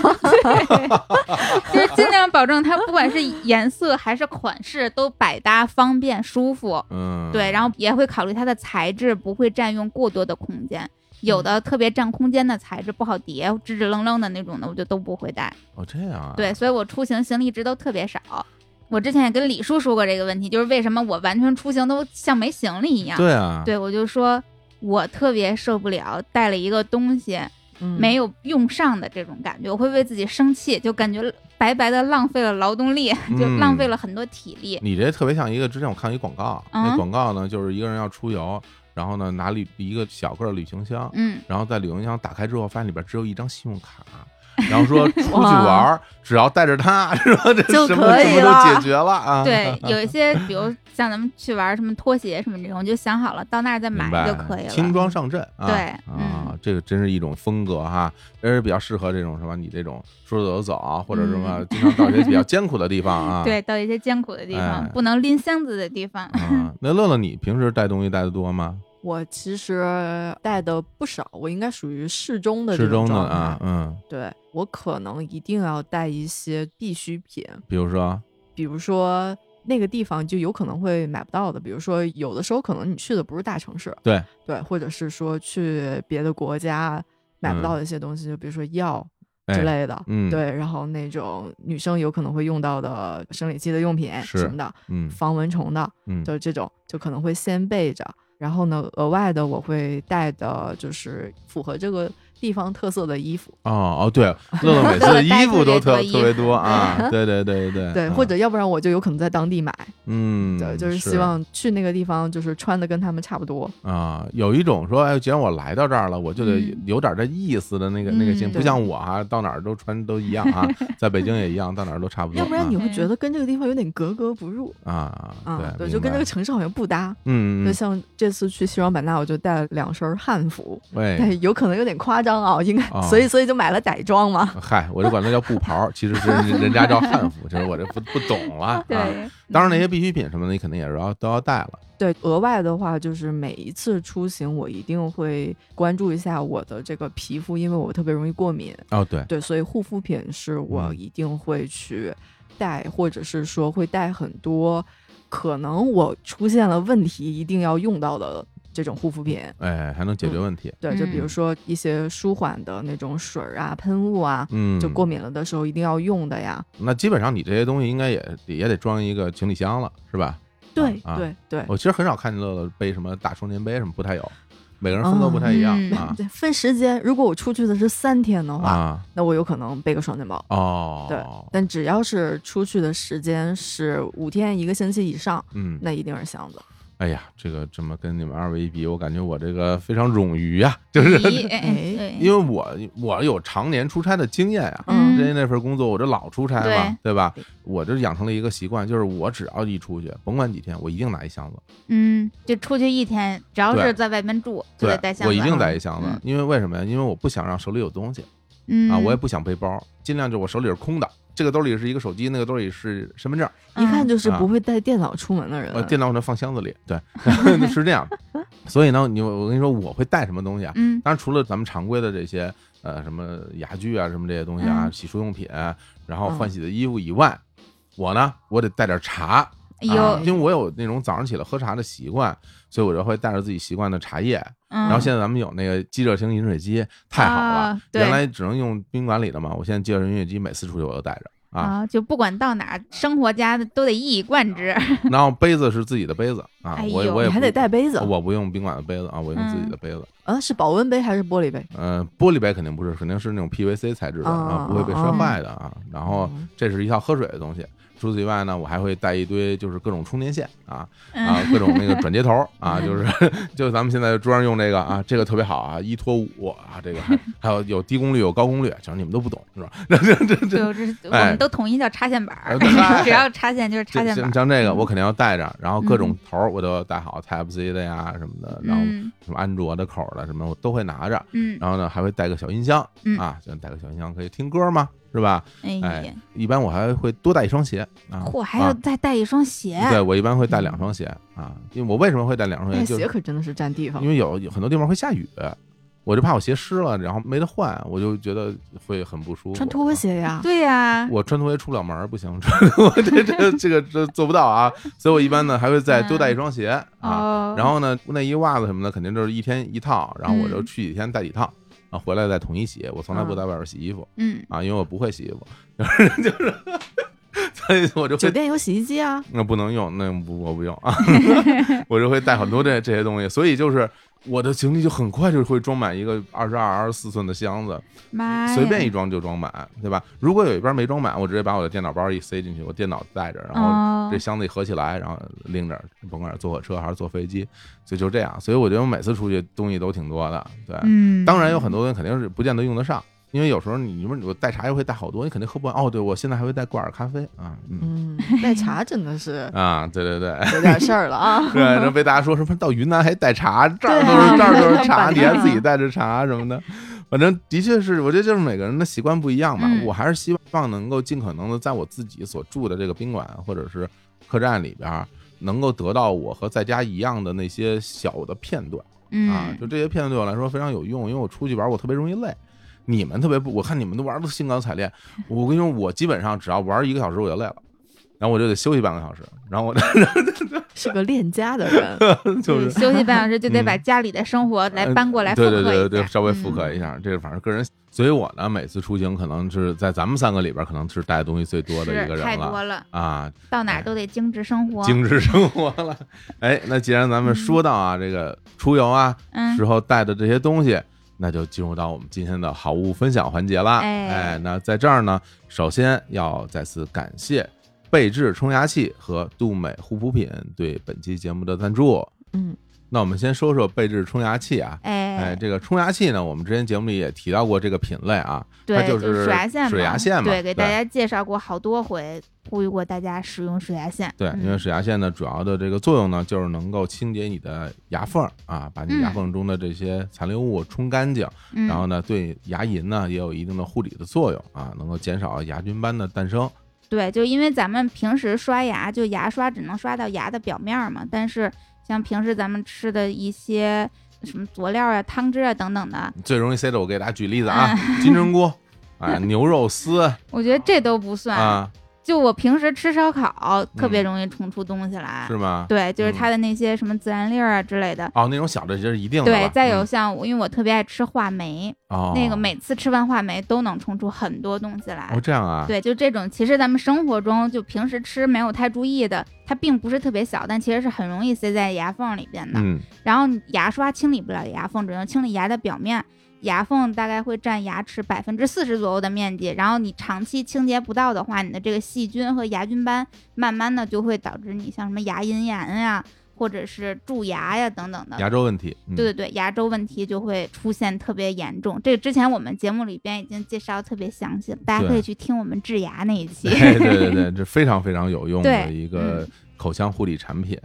就是尽量保证它不管是颜色还是款式都百搭、方便、舒服。
嗯，
对，然后也会考虑它的材质不会占用过多的空间，有
嗯
的特别占空间的材质不好叠，支支棱棱的那种的，我就都不会带。
哦这样啊，
对，所以我出行行李一直都特别少。我之前也跟李叔说过这个问题，就是为什么我完全出行都像没行李一样。
对啊，
对，我就说我特别受不了带了一个东西没
嗯
没
有用上的这种感觉，我会为自己生气，就感觉白白的浪费了劳动力， [laughs] 就浪费
嗯
了很多体力。
你这特别像一个之前我看一广告，那
嗯
广告呢就是一个人要出游，然后呢拿了一个小个儿旅行箱，
嗯，
然后在旅行箱打开之后，发现里边只有一张信用卡，然后说
[laughs]
出去玩儿，只要带着它，是吧？这
就
什么
可
什
以
么都
了
解决了啊！
对，有一些比如像咱们去玩什么拖鞋什么这种，就想好了到那儿再
明
买
白，
就可以了。
轻装上阵啊！
嗯
对
啊，这个真是一种风格哈，真是比较适合这种什么你这种说走就走啊，或者什
嗯
么经常到一些比较艰苦的地方
[laughs]
啊。
对，到一些艰苦的地方，
哎
不能拎箱子的地方。
[laughs]
啊，那乐乐你平时带东西带的多吗？
我其实带的不少，我应该属于适中的这
适
种
中的
状态
啊，嗯，
对我可能一定要带一些必需品，
比如说
比如说那个地方就有可能会买不到的。比如说，有的时候可能你去的不是大城市，
对
对，或者是说去别的国家买不到的一些东西，就比如说药之类的，
嗯
对，然后那种女生有可能会用到的生理期的用品
是
什么的，
嗯
防蚊虫的，
嗯，
就是这种就可能会先备着。然后呢，额外的我会带的就是符合这个地方特色的衣服，
哦哦，对，乐乐每
[laughs]
次的衣服都特
带特
特别
别多衣服
多啊，对对对对
对，
嗯
或者要不然我就有可能在当地买，
嗯，
对，就是希望去那个地方就是穿的跟他们差不多。
啊，有一种说，哎，既然我来到这儿了，我就得
嗯
有点这意思的那个那个劲，
嗯
不
对
像我啊，到哪儿都穿都一样啊，在北京也一样，到哪儿都差不多啊。
要不然你会
嗯
觉得跟这个地方有点格格不入
啊，
啊，
对，
对，就跟这
明
个
白
城市好像不搭。
嗯，
就
嗯
像这次去西双版纳，我就带了两身汉服，但
喂，
是有可能有点夸张啊，应该
哎哦，
所以所以就买了傣装嘛。
嗨，我就管它叫布袍，其实
[laughs]
是人人家叫汉服，其实我这不不懂了
对，
啊。当然，
嗯
那些必需品什么的，你肯定也是要都要带了。
对，额外的话就是每一次出行，我一定会关注一下我的这个皮肤，因为我特别容易过敏。
哦，对，
对，所以护肤品是我
嗯
一定会去带，或者是说会带很多可能我出现了问题一定要用到的这种护肤品。
哎，还能解决问题。
对，就比
嗯
如说一些舒缓的那种水儿啊、喷雾啊，
嗯，
就过敏了的时候一定要用的呀。
那基本上你这些东西应该也也得装一个行李箱了，是吧？
对
啊
对对，
我其实很少看见乐乐背什么大双肩背什么，不太有，每个人风格不太一样
嗯
啊
[laughs] 对，分时间。如果我出去的是三天
[laughs]
的话，
啊
那我有可能背个双肩包。
哦，
对，但只要是出去的时间是五天、一个星期以上，
嗯，
那一定是箱子。
哎呀，这个这么跟你们二位一比，我感觉我这个非常冗余啊，就是
咦哎
哎
对
因为我我有常年出差的经验啊。
嗯
之前那份工作，我这老出差嘛，对吧
对？
我就养成了一个习惯，就是我只要一出去，甭管几天，我一定拿一箱子。
嗯，就出去一天，只要
对
是在外面住，就
对
得带，箱子。
我一定带一箱子
嗯，
因为为什么呀？因为我不想让手里有东西
嗯
啊，我也不想背包，尽量就我手里是空的。这个兜里是一个手机，那个兜里是身份证，
一看
就
就是
啊
不会带电脑出门的人。
嗯
呃，电脑我能放箱子里，对， [laughs] 是这样。所以呢，你我跟你说，我会带什么东西啊？
嗯
当然，除了咱们常规的这些呃什么牙具啊、什么这些东西啊、
嗯
洗漱用品，然后
嗯
换洗的衣服以外，我呢，我得带点茶，
哎
啊
呦
因为我有那种早上起来喝茶的习惯，所以我就会带着自己习惯的茶叶。
嗯，
然后现在咱们有那个即热型饮水机，太好了
啊，对
原来只能用宾馆里的嘛，我现在即热型饮水机每次出去我都带着啊。
啊，就不管到哪儿，生活家都得一以贯之。
然后杯子是自己的杯子啊
哎，
我
呦
我也
你还
不
得带杯子
我不用宾馆的杯子啊，我用自己的杯子。
啊？是保温杯还是玻璃杯？
呃，玻璃杯肯定不是，肯定是那种 PVC 材质的啊，
啊
不会被
啊
摔
啊
坏的啊。然后
嗯
这是一套喝水的东西。除此以外呢，我还会带一堆就是各种充电线啊啊
嗯，，
各种那个转接头儿啊，就是 [laughs] 就是咱们现在桌上用这个啊，这个特别好啊，一拖五啊，这个还还有有低功率有高功率，就是你们都不懂是吧？这这这这
就这是我
哎
们都统一叫插线板儿
哎，
只要插线就是插
这
线
像
板儿。
像这个我肯定要带着，然后各种头儿我都要带好，Type C 的呀什么的，然后
嗯
什么安卓的口儿的什么我都会拿着。
嗯，
然后呢，还会带个小音箱、
嗯
啊，就带个小音箱可以听歌嘛，是吧？
哎呀
哎，一般我还会多带一双鞋啊，
嚯，还要
啊
再带一双鞋。
对我一般会带两双鞋啊，因为我为什么会带两双
带
鞋，嗯就
鞋
是
可真的是占地方
因。为有有很多地方会下雨，我就怕我鞋湿了，然后没得换，我就觉得会很不舒服。
穿拖。鞋
啊
呀，
对呀，
我穿拖鞋出不了门儿，不行，穿我 [laughs] 这这这个这做不到啊，所以我一般呢还会再多带一双鞋啊，
哦，
然后呢内衣袜子什么的肯定就是一天一套，然后我就
嗯
去几天带几套，啊回来再统一洗，我从来不
嗯
在外边洗衣服，
嗯，
啊，因为我不会洗衣服， [laughs] 就是就是， [laughs] 所以我就
酒
会
店有洗衣机啊。
那不能用，那不我
[laughs]
不用 [laughs] 啊，我就会带很多这这些东西，所以就是我的行李就很快就会装满一个二十二、二十四寸的箱子，
妈哎呀，
随便一装就装满，对吧？如果有一边没装满，我直接把我的电脑包一塞进去，我电脑带着，然后。
哦
这箱子一合起来，然后拎着，甭管是坐火车还是坐飞机，就就这样。所以我觉得我每次出去东西都挺多的，对。
嗯，
当然有很多东西肯定是不见得用得上，因为有时候你你们我带茶叶会带好多，你肯定喝不完。哦，对，我现在还会带挂耳咖啡啊，嗯
嗯，带茶真的是
啊，对对对。
有点事儿
[laughs]
了啊。
对，然后被大家说什么到云南还带茶，这儿
对
都
啊
是这儿都是茶，
我
你
也
还
想
自己带着茶什么的，反正的确是，我觉得就是每个人的习惯不一样嘛。
嗯
我还是希望能够尽可能的在我自己所住的这个宾馆或者是客栈里边儿，能够得到我和在家一样的那些小的片段。啊
嗯，，
就这些片子对我来说非常有用，因为我出去玩我特别容易累。你们特别不，我看你们都玩的兴高采烈，我跟你说，我基本上只要玩一个小时我就累了。然后我就得休息半个小时，然后我 [laughs]
是个恋家的人，
就是
嗯休息半小时就得把
嗯
家里的生活来搬过来复
对对
刻
对
一
对，
下。嗯
稍微复刻一下，这个反正个人。所以我呢，每次出行可能是在咱们三个里边，可能是带的东西最多的一个
是太
人
多
了
了，
啊，
到哪儿都得精致生活。
[laughs] 精致生活了。哎，那既然咱们说到啊，这个出游啊
嗯
时，候带的这些东西，那就进入到我们今天的好物分享环节啦。
哎
哎，那在这儿呢，首先要再次感谢贝致冲牙器和杜美护肤品对本期节目的赞助。
嗯，
那我们先说说贝致冲牙器啊，哎，
哎，
这个冲牙器呢，我们之前节目里也提到过这个品类啊，它
对，
就是
水牙线嘛，
水牙线嘛
对，给
对
大家介绍过好多回，呼吁过大家使用水牙线。
对，
嗯
因为水牙线的主要的这个作用呢，就是能够清洁你的牙缝儿啊，把你
嗯
牙缝中的这些残留物冲干净，
嗯，
然后呢，对牙龈呢也有一定的护理的作用啊，能够减少牙菌斑的诞生。
对，就因为咱们平时刷牙，就牙刷只能刷到牙的表面儿嘛，但是像平时咱们吃的一些什么佐料啊、汤汁啊等等的，
最容易塞的，我给大家举例子啊，金针菇。啊，牛肉丝
我觉得这都不算。
啊，嗯
就我平时吃烧烤，特别容易冲出东西来。
是吗？
啊对，就是
嗯
它的那些什么孜然粒儿啊之类的。
哦，那种小的就是一定的
对
吧，
再有
嗯
像我，因为我特别爱吃话梅，
哦，
那个每次吃完话梅都能冲出很多东西来
哦。这样啊，
对，就这种，其实咱们生活中就平时吃没有太注意的，它并不是特别小，但其实是很容易塞在牙缝里边的。
嗯，
然后你牙刷清理不了牙缝，只能清理牙的表面。牙缝大概会占牙齿百分之四十左右的面积，然后你长期清洁不到的话，你的这个细菌和牙菌斑，慢慢的就会导致你像什么牙龈炎呀，或者是蛀牙呀等等的。
牙周问题，嗯
对对对，牙周问题就会出现特别严重。这之前我们节目里边已经介绍得特别详细了，大家可
对哎
以去听我们治牙那一 [laughs] 期。
对对对对，这非常非常有用的
对嗯
一个口腔护理产品。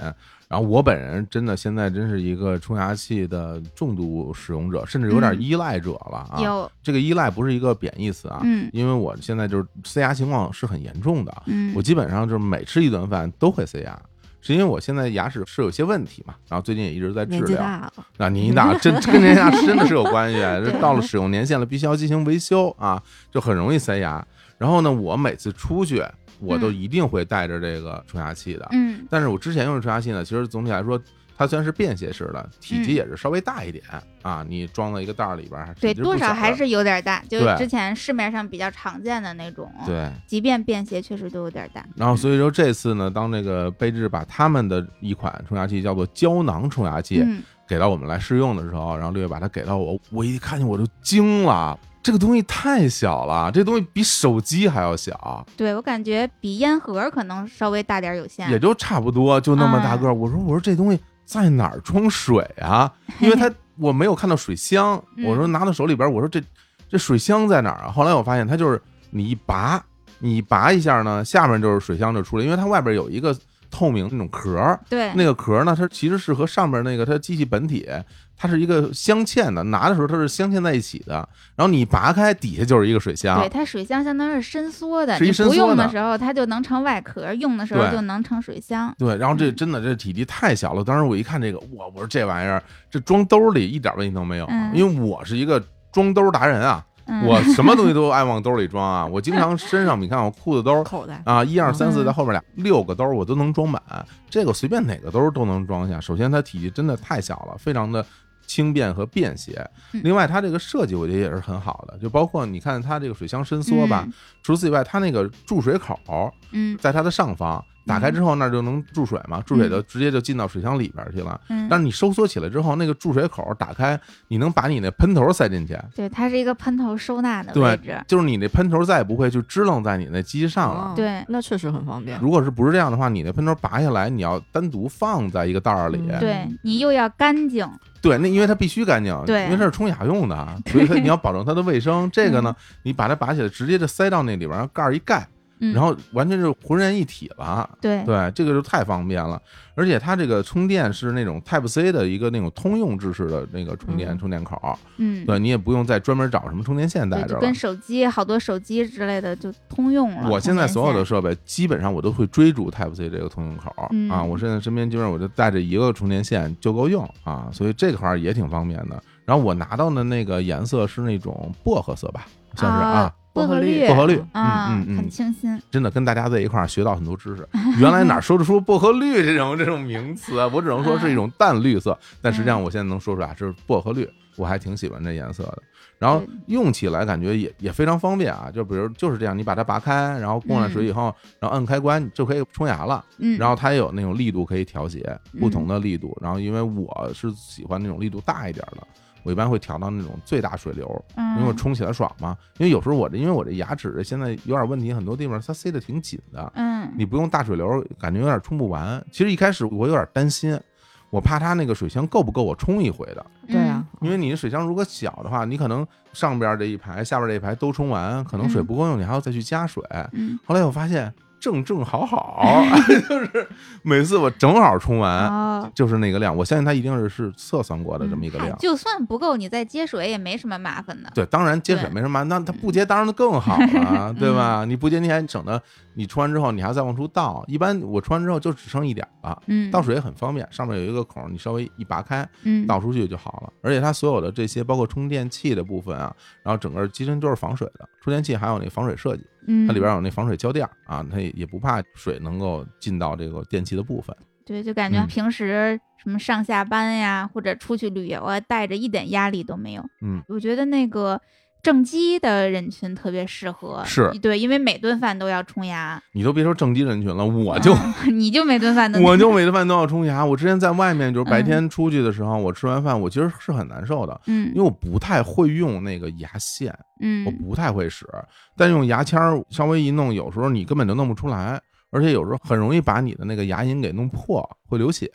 然后我本人真的现在真是一个冲牙器的重度使用者，甚至有点
嗯
依赖者了啊。
有，
这个依赖不是一个贬义词啊，
嗯
因为我现在就是塞牙情况是很严重的，
嗯，
我基本上就是每吃一顿饭都会塞牙。是因为我现在牙齿是有些问题嘛，然后最近也一直在治
年纪
疗。
大了，
啊，
[laughs]
您那真跟年下真的是有关系，啊这到了使用年限了，必须要进行维修啊，就很容易塞牙。然后呢，我每次出去，我都
嗯
一定会带着这个冲牙器的。
嗯
但是我之前用的冲牙器呢，其实总体来说，它虽然是便携式的，体积
嗯
也是稍微大一点啊，你装到一个袋儿里边儿，
对，
体积不
多少
小
还
的
是有点大，就
对
是之前市面上比较常见的那种。
对。
即便便携，确实都有点大。
然后所以说这次呢，当这个贝致把他们的一款冲牙器叫做胶囊冲牙器，
嗯，
给到我们来试用的时候，然后六月把它给到我，我一看见我就惊了，这个东西太小了，这东西比手机还要小，
对我感觉比烟盒可能稍微大点儿有限。
也就差不多就那么大个儿。我说我说这东西在哪儿装水啊？因为它我没有看到水箱，
嗯
我说拿到手里边，我说这这水箱在哪儿啊？后来我发现它就是你一拔，你一拔一下呢，下面就是水箱就出来，因为它外边有一个透明那种壳儿，
对，
那个壳呢，它其实是和上面那个它机器本体，它是一个镶嵌的，拿的时候它是镶嵌在一起的。然后你拔开，底下就是一个水箱
对，。它水箱相当于是伸缩的，
啊是一
你
伸
不
缩
用
的
的时候它就能成外壳，用的时候
对
就能成水箱。
对，然后
嗯
这真的这体积太小了，当时我一看这个，哇，我说这玩意儿这装兜里一点问题都没有，
嗯
因为我是一个装兜达人啊，
嗯，
我什
[laughs]
么东西都爱往兜里装啊，我经常身上你看我裤子兜
口袋，
啊，一二三四
嗯
在后面俩六个兜儿我都能装满，这个随便哪个兜儿都能装下。首先它体积真的太小了，非常的轻便和便携。
嗯
另外它这个设计我觉得也是很好的，就包括你看它这个水箱伸缩吧，除此以外它那个注水口儿
嗯，
在它的上方，打开之后那儿就能注水嘛，注水就直接就进到水箱里边儿去了。
嗯嗯嗯，
但是你收缩起来之后，那个注水口儿打开，你能把你那喷头塞进去，
对，它是一个喷头收纳的
对
位置。
就是你那喷头再也不会就支棱在你那机器上了。
哦
对
那确实很方便。
啊如果是不是这样的话，你的喷头拔下来，你要单独放在一个袋儿里。
嗯
对你又要干净，
对那因为它必须干净，
对
因为它是冲牙用的，所以它你要保证它的卫生。这个呢，你把它拔起来，直接就塞到那里边，然后盖儿一盖，
嗯，
然后完全就浑然一体了。
对
对，这个就太方便了，而且它这个充电是那种 Type C 的一个那种通用制式的那个充电、
嗯
充电口儿，
嗯，
对你也不用再专门找什么充电线带
对，
着
就
了
跟。手机好多手机之类的就通用了。
我现在
通电
所有
线
的设备基本上我都会追逐 Type C 这个通用口儿、
嗯
啊，我现在身边基本上我就带着一个充电线就够用啊，所以这块儿也挺方便的。然后我拿到的那个颜色是那种薄荷色吧，算是啊，
薄荷绿
薄荷绿，
啊，
嗯嗯
很
嗯，
清新。
真的跟大家在一块儿学到很多知识。原来哪说得出薄荷绿这种这种名词啊？我只能说是一种淡绿色，但实际
嗯
上我现在能说出来是薄荷绿，我还挺喜欢这颜色的。然后
对
用起来感觉也也非常方便啊，就比如就是这样，你把它拔开，然后过上水以后，然后按开关你就可以冲牙了。
嗯，
然后它也有那种力度可以调节不同的力度。然后因为我是喜欢那种力度大一点的，我一般会调到那种最大水流，因为我
嗯
冲起来爽嘛。因为有时候我这，因为我这牙齿现在有点问题，很多地方它塞得挺紧的，
嗯，
你不用大水流，感觉有点冲不完。其实一开始我有点担心，我怕它那个水箱够不够我冲一回的。
对啊，
嗯因为你的水箱如果小的话，你可能上边这一排、下边这一排都冲完，可能水
嗯
不够用，你还要再去加水。
嗯，
后来我发现正正好
[laughs]
好，就是每次我正好冲
嗯，
完。
哦，
就是那个量，我相信它一定是是测算过的这么一个
嗨
量。
就算不够，你再接水也没什么麻烦的。
对，当然接水
对嗯
没什么，那他不接当然更好了，
[laughs]
对吧？你不接你还省得你冲完之后你还再往出倒，一般我冲完之后就只剩一点了，
嗯，
倒水也很方便，上面有一个孔，你稍微一拔开
嗯，
倒出去就好了。而且它所有的这些包括充电器的部分啊，然后整个机身都是防水的，充电器还有那防水设计，
嗯，
它里边有那防水胶垫儿啊，它也也不怕水能够进到这个电器的部分。
对，就感觉
嗯
平时什么上下班呀，或者出去旅游啊，带着一点压力都没有。
嗯，
我觉得那个正畸的人群特别适合，
是
对，因为每顿饭都要冲牙，
你都别说正畸人群了，我就、
嗯 [laughs] 你就嗯每顿饭都
我就每顿饭都要冲牙。我之前在外面就是白天出去的时候，我吃完饭我其实是很难受的，
嗯
因为我不太会用那个牙线，
嗯
我不太会使，但用牙签儿稍微一弄，有时候你根本就弄不出来，而且有时候很容易把你的那个牙龈给弄破，会流血。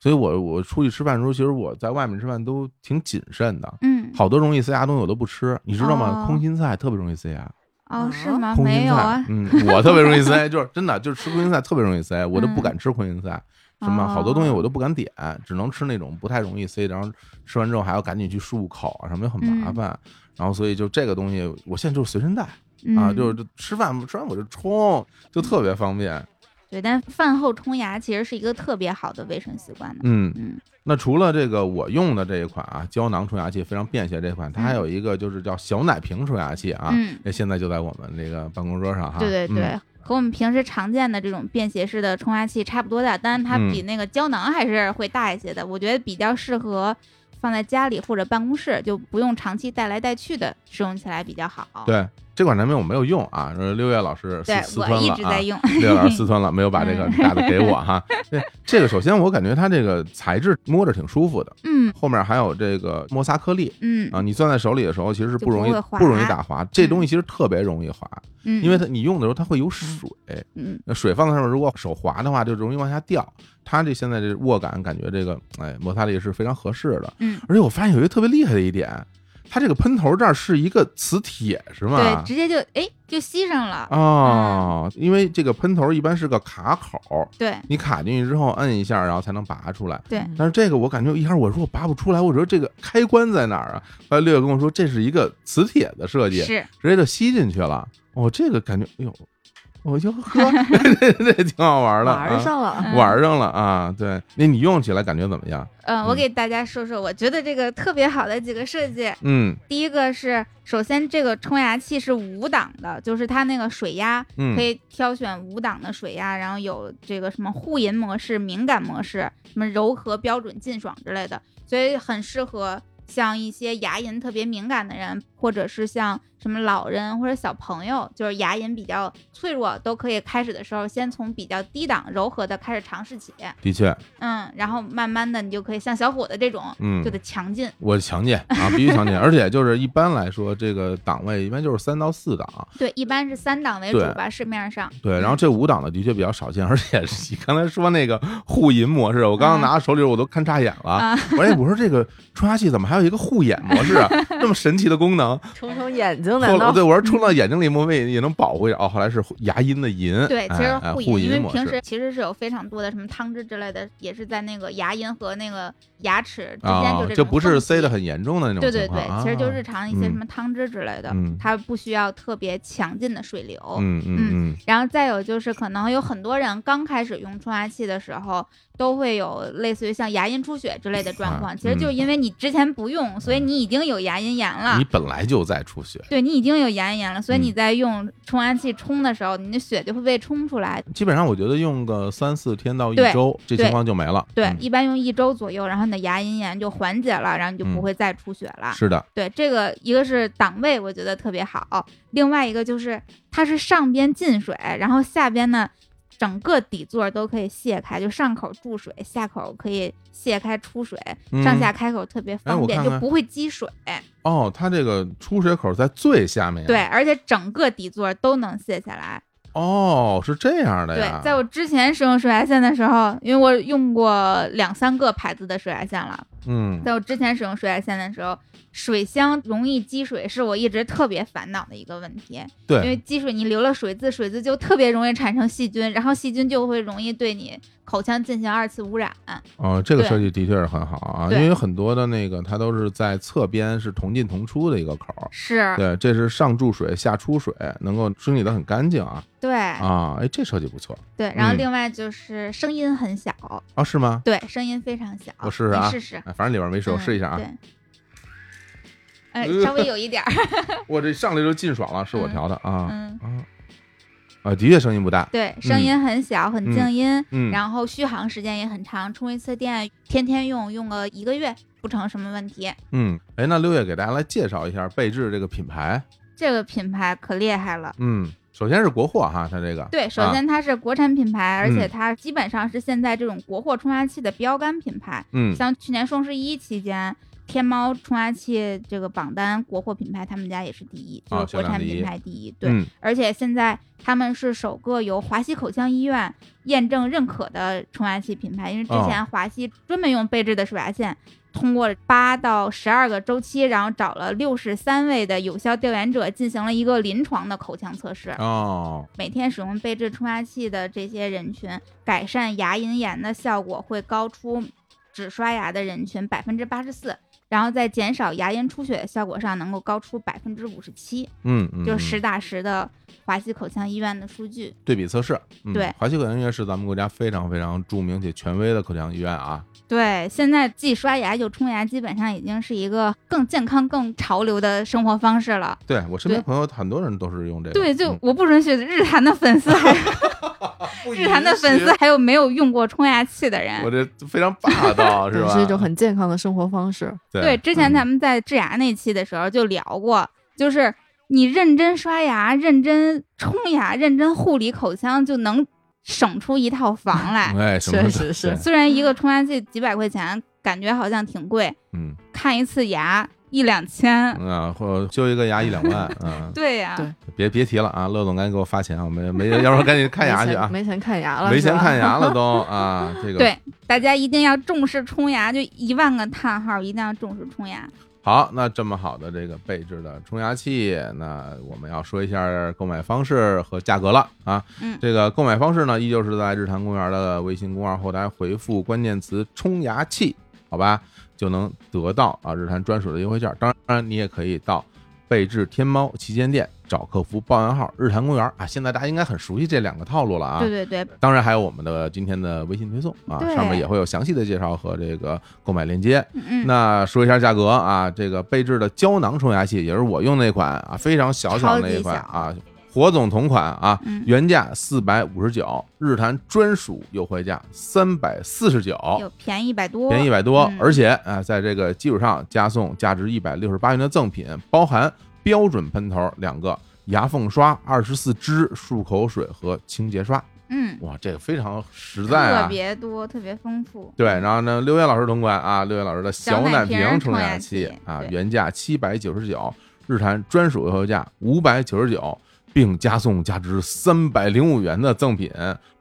所以我我出去吃饭的时候，其实我在外面吃饭都挺谨慎的。
嗯
好多容易塞牙东西我都不吃，你知道吗？
哦
空心菜特别容易塞牙，
哦是
啊
吗？
空
没
心
有
菜
啊，， [laughs]
嗯，我特别容易塞，就是真的，就是吃空心菜特别容易塞，我都
嗯
不敢吃空心菜，什么好多
哦
东西我都不敢点，只能吃那种不太容易塞，然后吃完之后还要赶紧去漱口啊什么，也很
嗯
麻烦。然后所以就这个东西，我现在就是随身带啊，
嗯
就是就吃饭吃完我就冲，就特别方便。
对，但饭后冲牙其实是一个特别好的卫生习惯的。
嗯，
嗯
那除了这个我用的这一款啊，胶囊冲牙器非常便携这款，它还有一个就是叫小奶瓶冲牙器啊，
嗯，
那现在就在我们这个办公桌上哈。
对对对。
嗯
和我们平时常见的这种便携式的冲牙器差不多大，但是它
嗯
比那个胶囊还是会大一些的。我觉得比较适合放在家里或者办公室，就不用长期带来带去的，使用起来比较好。，
对，这款产品我没有用啊，呃六月老师私
啊对
私吞
我一
了
直
啊
在。
[laughs]
用。嗯
六月老师私吞了，没有把这个大的给我哈。对，这个首先我感觉它这个材质摸着挺舒服的，
嗯
后面还有这个摩擦颗粒
嗯
啊，你攥在手里的时候其实是
就
不容易
不会滑
不容易打滑，这东西其实特别容易滑，
嗯，
因为它你用的时候它会有水，
嗯
那水放在上面如果手滑的话就容易往下掉。它这现在这握感感觉这个哎摩擦力是非常合适的，
嗯，
而且我发现有一个特别厉害的一点，它这个喷头这儿是一个磁铁，是啊吗？
对，直接就哎就吸上了。
哦，因为这个喷头一般是个卡口，
对
你卡进去之后摁一下，然后才能拔出来。
对，
但是这个我感觉一开始我说我拔不出来，我说这个开关在哪儿啊？后来六月跟我说这是一个磁铁的设计，
是
直接就吸进去了。哦，这个感觉，哎呦，我就
[laughs]
喝，这这这挺好玩的，
玩儿、上了，
啊、玩上了啊！对，那你用起来感觉怎么样？
嗯，我
嗯
给大家说说，我觉得这个特别好的几个设计。
嗯
第一个是，首先这个冲牙器是五档的，就是它那个水压
嗯
可，以挑选五档的水压，然后有这个什么护龈模式、敏感模式、什么柔和、标准、劲爽之类的，所以很适合像一些牙龈特别敏感的人，或者是像什么老人或者小朋友，就是牙龈比较脆弱，都可以开始的时候先从比较低档柔和的开始尝试起，
的确，
嗯，然后慢慢的你就可以像小伙子这种
嗯
就，得强劲，
我强健啊，必须强健，而且就是一般来说，这个档位一般就是三到四档，
对，一般是三档为主
对
吧，市面上，
对，然后这五档的的确比较少见，而且是你刚才说那个护龈模式，我刚刚拿到手里我都看扎眼了
啊。
我说哎我说这个冲牙器怎么还有一个护眼模式啊？这么神奇的功
[laughs]
能？
冲冲眼睛，难
后来
道
对我说冲到眼睛里，莫非也能保护一下？哦，后来是牙龈的龈， [laughs]
对，其实
哎哎
护
护
龈，因为
模
平
式
时其实是有非常多的什么汤汁之类的，也是在那个牙龈和那个牙齿之间
啊
就这，
就
种
不
缝
是
隙
塞得很严重的那种
对对
情况
对，其实就日
啊
常一些什
嗯
么汤汁之类的，
嗯
它不需要特别强劲的水流。
嗯嗯
然后再有就是，可能有很多人刚开始用冲牙器的时候，都会有类似于像牙龈出血之类的状况。
啊
其实就是
嗯
因为你之前不用，所以你已经有牙龈炎
嗯，
了。
你本来就在出血，
对你已经有牙龈炎了，所以
嗯
你在用冲牙器冲的时候，你的血就会被冲出来。
基本上我觉得用个三四天到一
对
周，这
对
情况就没了。
对，
嗯
一般用一周左右，然后你的牙龈炎就缓解了，然后你就不
嗯
会再出血了。
是的，
对，这个一个是档位，我觉得特别好，另外一个就是它是上边进水，然后下边呢整个底座都可以卸开，就上口注水，下口可以卸开出水，
嗯
上下开口特别
哎
方
我
便，
看看
就不会积水。
哦，它这个出血口在最下面。
对，，而且整个底座都能卸下来。
哦，是这样的
对
哎呀。，
在我之前使用水牙线的时候，因为我用过两三个牌子的水牙线了，
嗯
在我之前使用水牙线的时候，水箱容易积水是我一直特别烦恼的一个问题。
对，
因为积水你留了水渍，水渍就特别容易产生细菌，然后细菌就会容易对你口腔进行二次污染。
哦，这个
对
设计的确是很好啊，因
对
为有很多的那个它都是在侧边是同进同出的一个口儿。
是
对，这是上注水下出水，能够清理的很干净啊
对
啊！哎，这设计不错
对，然后
嗯
另外就是声音很小，
啊，是吗？
对，声音非常小。
我试试啊
你试试，
哎，反正里边没水，我
嗯
试一下啊。
对，哎
呃，
稍微有一点儿，
我这上来就进爽了，是我调的啊
嗯，
啊啊！的确声音不大，
对，声音很小，很静音，
嗯，
然后续航时间也很长，充一次电，天天用，用个一个月不成什么问题。
嗯，哎，那六月给大家来介绍一下贝致这个品牌。
这个品牌可厉害了。
嗯，首先是国货哈，它这个
对，首
啊
先它是国产品牌，而且
嗯
它基本上是现在这种国货冲牙器的标杆品牌。
嗯
像去年双十一期间，天猫冲牙器这个榜单国货品牌，他们家也是第一，
啊
就是国
销量
产
第一
品牌第一。对，
嗯
而且现在他们是首个由华西口腔医院验证认可的冲牙器品牌，因为之
哦
前华西专门用贝致的水牙线。通过八到十二个周期，然后找了六十三位的有效调研者，进行了一个临床的口腔测试。
哦
每天使用贝致冲牙器的这些人群，改善牙龈炎的效果会高出只刷牙的人群百分之八十四，然后在减少牙龈出血的效果上能够高出百分之五十七，
嗯嗯，
就
嗯
是实打实的华西口腔医院的数据。
对比测试。嗯、
对
华西口腔医院是咱们国家非常非常著名且权威的口腔医院啊。
对，现在既刷牙又冲牙，基本上已经是一个更健康、更潮流的生活方式了。
对我身边
对
朋友很多人都是用这个。
对，就
嗯
我不允许日坛的粉
[laughs]
丝还，日坛的粉丝，还有没有用过冲牙器的人
我。这非常霸
[laughs]
道是
对
吧？
是一种很健康的生活方式。
对嗯
对，之前咱
们、
们在治牙那期的时候就聊过，就是你认真刷牙、认真冲牙、认真护理口腔，就能省出一套房来
嗯、。哎，什么
确
的
实是
对
虽然一个冲牙器几百块钱，感觉好像挺贵，
嗯
看一次牙一两千。
嗯啊，或者修一个牙一两万，嗯，
对呀、
对
别别提了啊，乐总赶紧给我发钱啊，我没没，要不然赶紧看牙去啊，
没钱没钱看牙了，
没
是
钱
吧
看牙了都啊，
[laughs]
这个
对大家一定要重视冲牙，就一万个叹号，一定要重视冲牙。
好，那这么好的这个贝致的冲牙器，那我们要说一下购买方式和价格了啊。
嗯
这个购买方式呢，依旧是在日坛公园的微信公众号后台回复关键词“冲牙器”，好吧，就能得到啊日坛专属的优惠券。当然，你也可以到贝致天猫旗舰店找客服报暗号“日坛公园”啊。现在大家应该很熟悉这两个套路了啊。
对对对，
当然还有我们的今天的微信推送啊，
对
上面也会有详细的介绍和这个购买链接。
嗯嗯，
那说一下价格啊，这个贝致的胶囊冲牙器也是我用那款啊，非常小巧那一款
超
啊，火总同款啊，
嗯
原价四百五十九，日坛专属优惠价三百四十九，
有便宜一百多，
便宜一百多
嗯，
而且啊，在这个基础上加送价值一百六十八元的赠品，包含标准喷头两个。牙缝刷、二十四支漱口水和清洁刷，
嗯，
哇，这个非常实在啊！
特别多，特别丰富。
对，然后呢，六月老师同款啊，六月老师的小奶瓶冲牙器
小奶瓶冲
啊
牙，器对
原价七百九十九，日坛专属优惠价五百九十九，并加送价值三百零五元的赠品，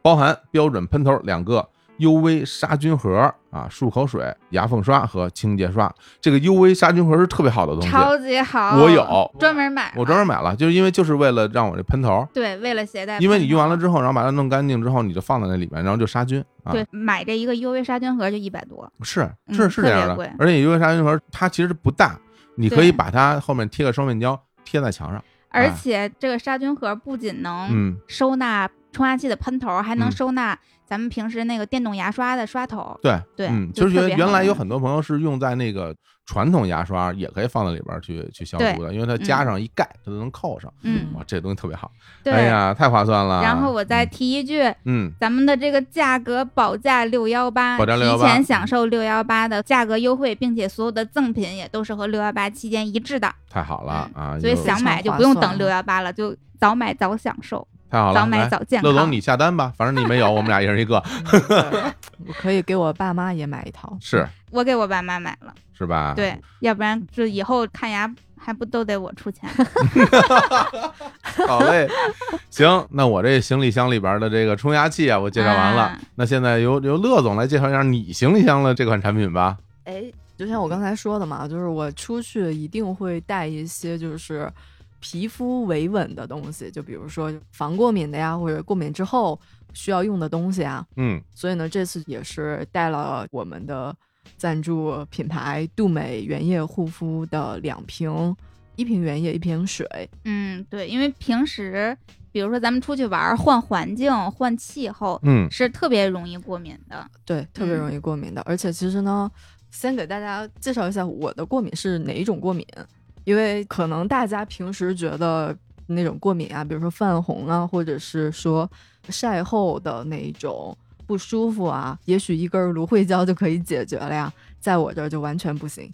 包含标准喷头两个。 UV 杀菌盒啊、漱口水、牙缝刷和清洁刷。这个 UV 杀菌盒是特别好的东西，
超级好，
我有
专门买，
我专门买了，就是因为就是为了让我这喷头，
对，为了携带，
因为你用完了。之后，然后把它弄干净之后，你就放在那里面，然后就杀菌啊。
对，买这一个 UV 杀菌盒就一百多，
是
嗯
是是这
特别
样的
贵，
而且 UV 杀菌盒它其实不大，你可
对
以把它后面贴个双面胶贴在墙上，
而
哎
且这个杀菌盒不仅能
嗯，
收纳冲牙器的喷头，还能
嗯
收纳咱们平时那个电动牙刷的刷头。
对
对
嗯，
就
其实
特
原
别
原
好
来有
用
很多朋友是用在那个传统牙刷，也可以放在里边儿去去消
对
毒的，因为它加
嗯
上一盖，它就能扣上，
嗯，
哇，这东西特别好，
对。
哎呀，太划算了。
然后我再提一句，
嗯，
咱们的这个价格保价六幺八，
保价618
提前享受六幺八的价格优惠，并且所有的赠品也都是和六幺八期间一致的，
太好了啊，
嗯所以
又
想
常
买就
划
不用
算啊
等六幺八了，就早买早享受，
太好了，
早买
来
早健
乐
康。
总你下单吧，反正你没有，我们俩一人一
[laughs]
个，
[laughs] 我可以给我爸妈也买一套。
[laughs] 是
我给我爸妈买了，
是吧？，
对，要不然这以后看牙还不都得我出
[laughs]
钱？
好嘞，行，那我这行李箱里边的这个冲牙器啊，我介绍完了
啊，
那现在由由乐总来介绍一下你行李箱的这款产品吧。
哎，就像我刚才说的嘛，就是我出去一定会带一些就是皮肤维稳的东西，就比如说防过敏的呀，或者过敏之后需要用的东西啊。
嗯，
所以呢，这次也是带了我们的赞助品牌杜美原液护肤的两瓶，一瓶原液，一瓶水。
嗯，对，因为平时比如说咱们出去玩儿，换环境、换气候
嗯，
是特别容易过敏的。
对，特别容易过敏的。而且其实呢，先给大家介绍一下我的过敏是哪一种过敏，因为可能大家平时觉得那种过敏啊，比如说泛红啊，或者是说晒后的那一种不舒服啊，也许一根芦荟胶就可以解决了呀，在我这儿就完全不行。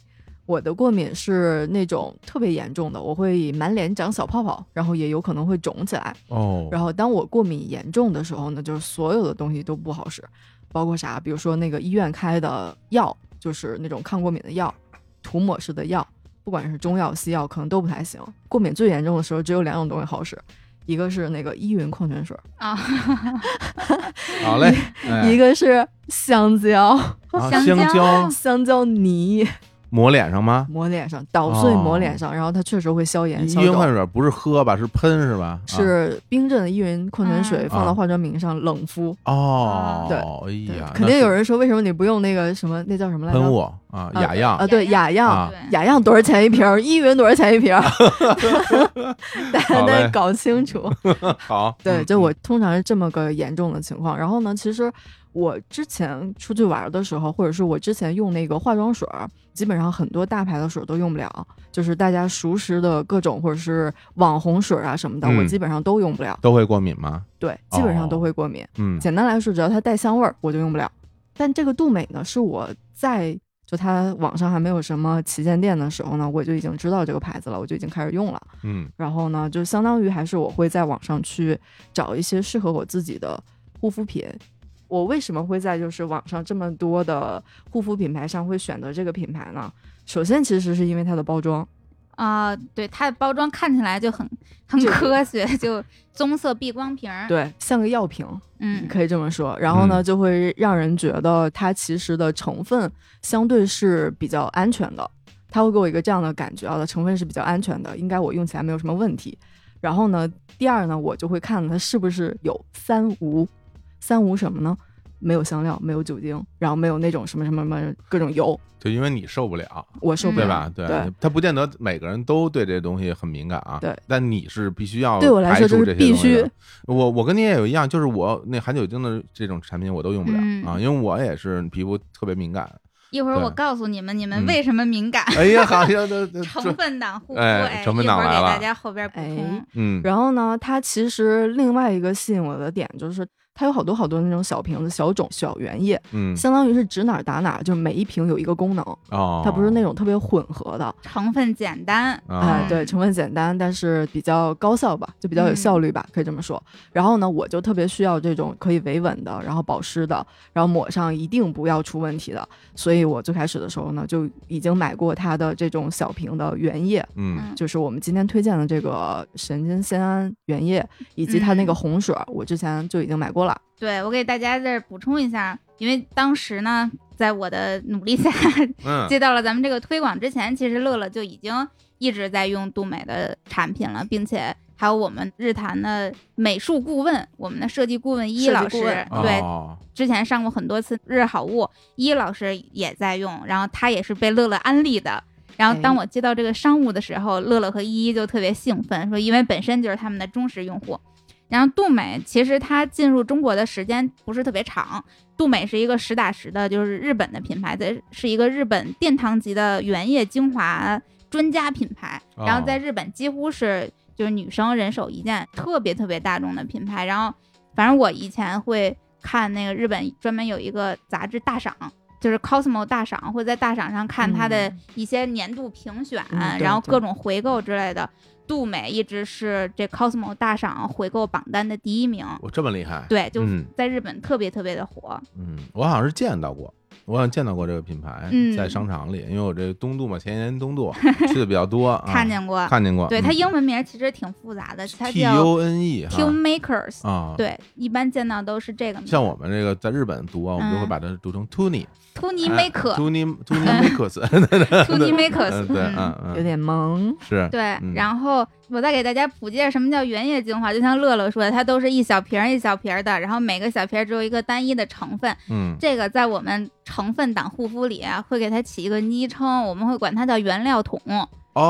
我的过敏是那种特别严重的，我会满脸长小泡泡，然后也有可能会肿起来。
哦，
然后当我过敏严重的时候呢，就是所有的东西都不好使，包括啥，比如说那个医院开的药，就是那种抗过敏的药，涂抹式的药，不管是中药西药，可能都不太行。过敏最严重的时候，只有两种东西好使。一个是那个依云矿泉水，
啊，
好嘞，哎
一个是香蕉，
啊
香
香
蕉
蕉
香蕉泥
抹脸上吗？
抹脸上，捣碎
哦
抹脸上，然后它确实会消炎
依
消
云矿
肿。
泉水不是喝吧，是喷是吧？啊
是冰镇的依云矿泉水
嗯
放到
啊
化妆品上冷敷，
哦，
对
哎呀，
肯定有人说为什么你不用那个什么那叫什
那
么来
是
着？
喷我啊，雅漾
啊，对，雅漾，
啊
对
雅漾多少钱一瓶儿？依云多少钱一瓶儿？大家
好嘞
得搞
[laughs]
清楚。
好，
对，
嗯
就我通常是这么个严重的情况。然后呢，其实我之前出去玩的时候，或者是我之前用那个化妆水儿，基本上很多大牌的水儿都用不了，就是大家熟识的各种或者是网红水儿啊什么的，
嗯
我基本上都用不了。
都会过敏吗？
对，基本上
哦
都会过敏。
嗯，
简单来说，只要它带香味儿，我就用不了。但这个杜美呢，是我在就它网上还没有什么旗舰店的时候呢，我就已经知道这个牌子了，我就已经开始用了。
嗯
然后呢，就相当于还是我会在网上去找一些适合我自己的护肤品。我为什么会在就是网上这么多的护肤品牌上会选择这个品牌呢？首先，其实是因为它的包装，
啊、对，它的包装看起来就很很
就
科学， [laughs] 就棕色避光瓶儿。
对，像个药瓶，
嗯，
可以这么说。然后呢，
嗯
就会让人觉得它其实的成分相对是比较安全的，它会给我一个这样的感觉啊，它成分是比较安全的，应该我用起来没有什么问题。然后呢，第二呢，我就会看它是不是有三无，三无什么呢？没有香料，没有酒精，然后没有那种什么什么什么各种油，
就因为你受不了，
我受不
对
了。
吧？对
嗯对，
他不见得每个人都对这东西很敏感啊。
对，
但你是必须要
对我来
排
说
除
就
这
是
些
必
东西
须
的。我我跟你也有一样，就是我那含酒精的这种产品我都用不了
嗯
啊，因为我也是皮肤特别敏感。 [laughs]
一会儿我
对
告诉你们，你们
嗯
为什么敏感？
哎呀，好像这这
成分党护肤，
哎成分党
一会儿
来
给
了
大家后边补充。
嗯
然后呢，它其实另外一个吸引我的点就是，它有好多好多那种小瓶子、小种、小原液，
嗯
相当于是指哪儿打哪儿，就是每一瓶有一个功能，
哦，
它不是那种特别混合的，
成分简单，
哎、
啊
对，成分简单，但是比较高效吧，就比较有效率
嗯
吧，可以这么说。然后呢，我就特别需要这种可以维稳的，然后保湿的，然后抹上一定不要出问题的，所以我最开始的时候呢，就已经买过它的这种小瓶的原液。
嗯
嗯
就是我们今天推荐的这个神经酰胺原液，以及它那个
嗯
红水儿，我之前就已经买过了。
对我给大家这儿补充一下，因为当时呢，在我的努力下
嗯
接到了咱们这个推广之前，其实乐乐就已经一直在用杜美的产品了，并且还有我们日坛的美术顾问，我们的设计顾问一
设计
老
顾
师，
问
对，
哦
之前上过很多次日好物，一老师也在用，然后他也是被乐乐安利的。然后当我接到这个商务的时候，乐乐和依依就特别兴奋，说因为本身就是他们的忠实用户。然后杜美其实它进入中国的时间不是特别长，杜美是一个实打实的，就是日本的品牌，在是一个日本殿堂级的原液精华专家品牌，
哦
然后在日本几乎是就是女生人手一件，特别特别大众的品牌。然后反正我以前会看那个日本专门有一个杂志大赏，就是 Cosmo 大赏，会在大赏上看它的
嗯
一些年度评选，
嗯对
然后
对
各种回购之类的。杜美一直是这 Cosmo 大赏回购榜单的第一名，
我这么厉害，
对，就
嗯
在日本特别特别的火。
嗯，我好像是见到过，我好像见到过这个品牌
嗯
在商场里，因为我这东渡嘛，前年东渡去的比较多，啊
看见过，
看见过，嗯
对它英文名其实挺复杂的，它
T
叫
U N E
Q Makers，
啊，，
对，一般见到都是这个名字。
像我们这个在日本读
嗯
啊，我们就会把它读成 Tuni
图尼
[laughs]
Maker，
Tuni Tuni
[laughs]
Makers，
图尼 Makers，
嗯对，
嗯
嗯嗯，
有点萌，
是，
对
嗯，
然后我再给大家普及一下什么叫原液精华，就像乐乐说的，它都是一小瓶儿一小瓶儿的，然后每个小瓶儿只有一个单一的成分，
嗯
这个在我们成分党护肤里啊，会给它起一个昵称，我们会管它叫原料桶。
哦，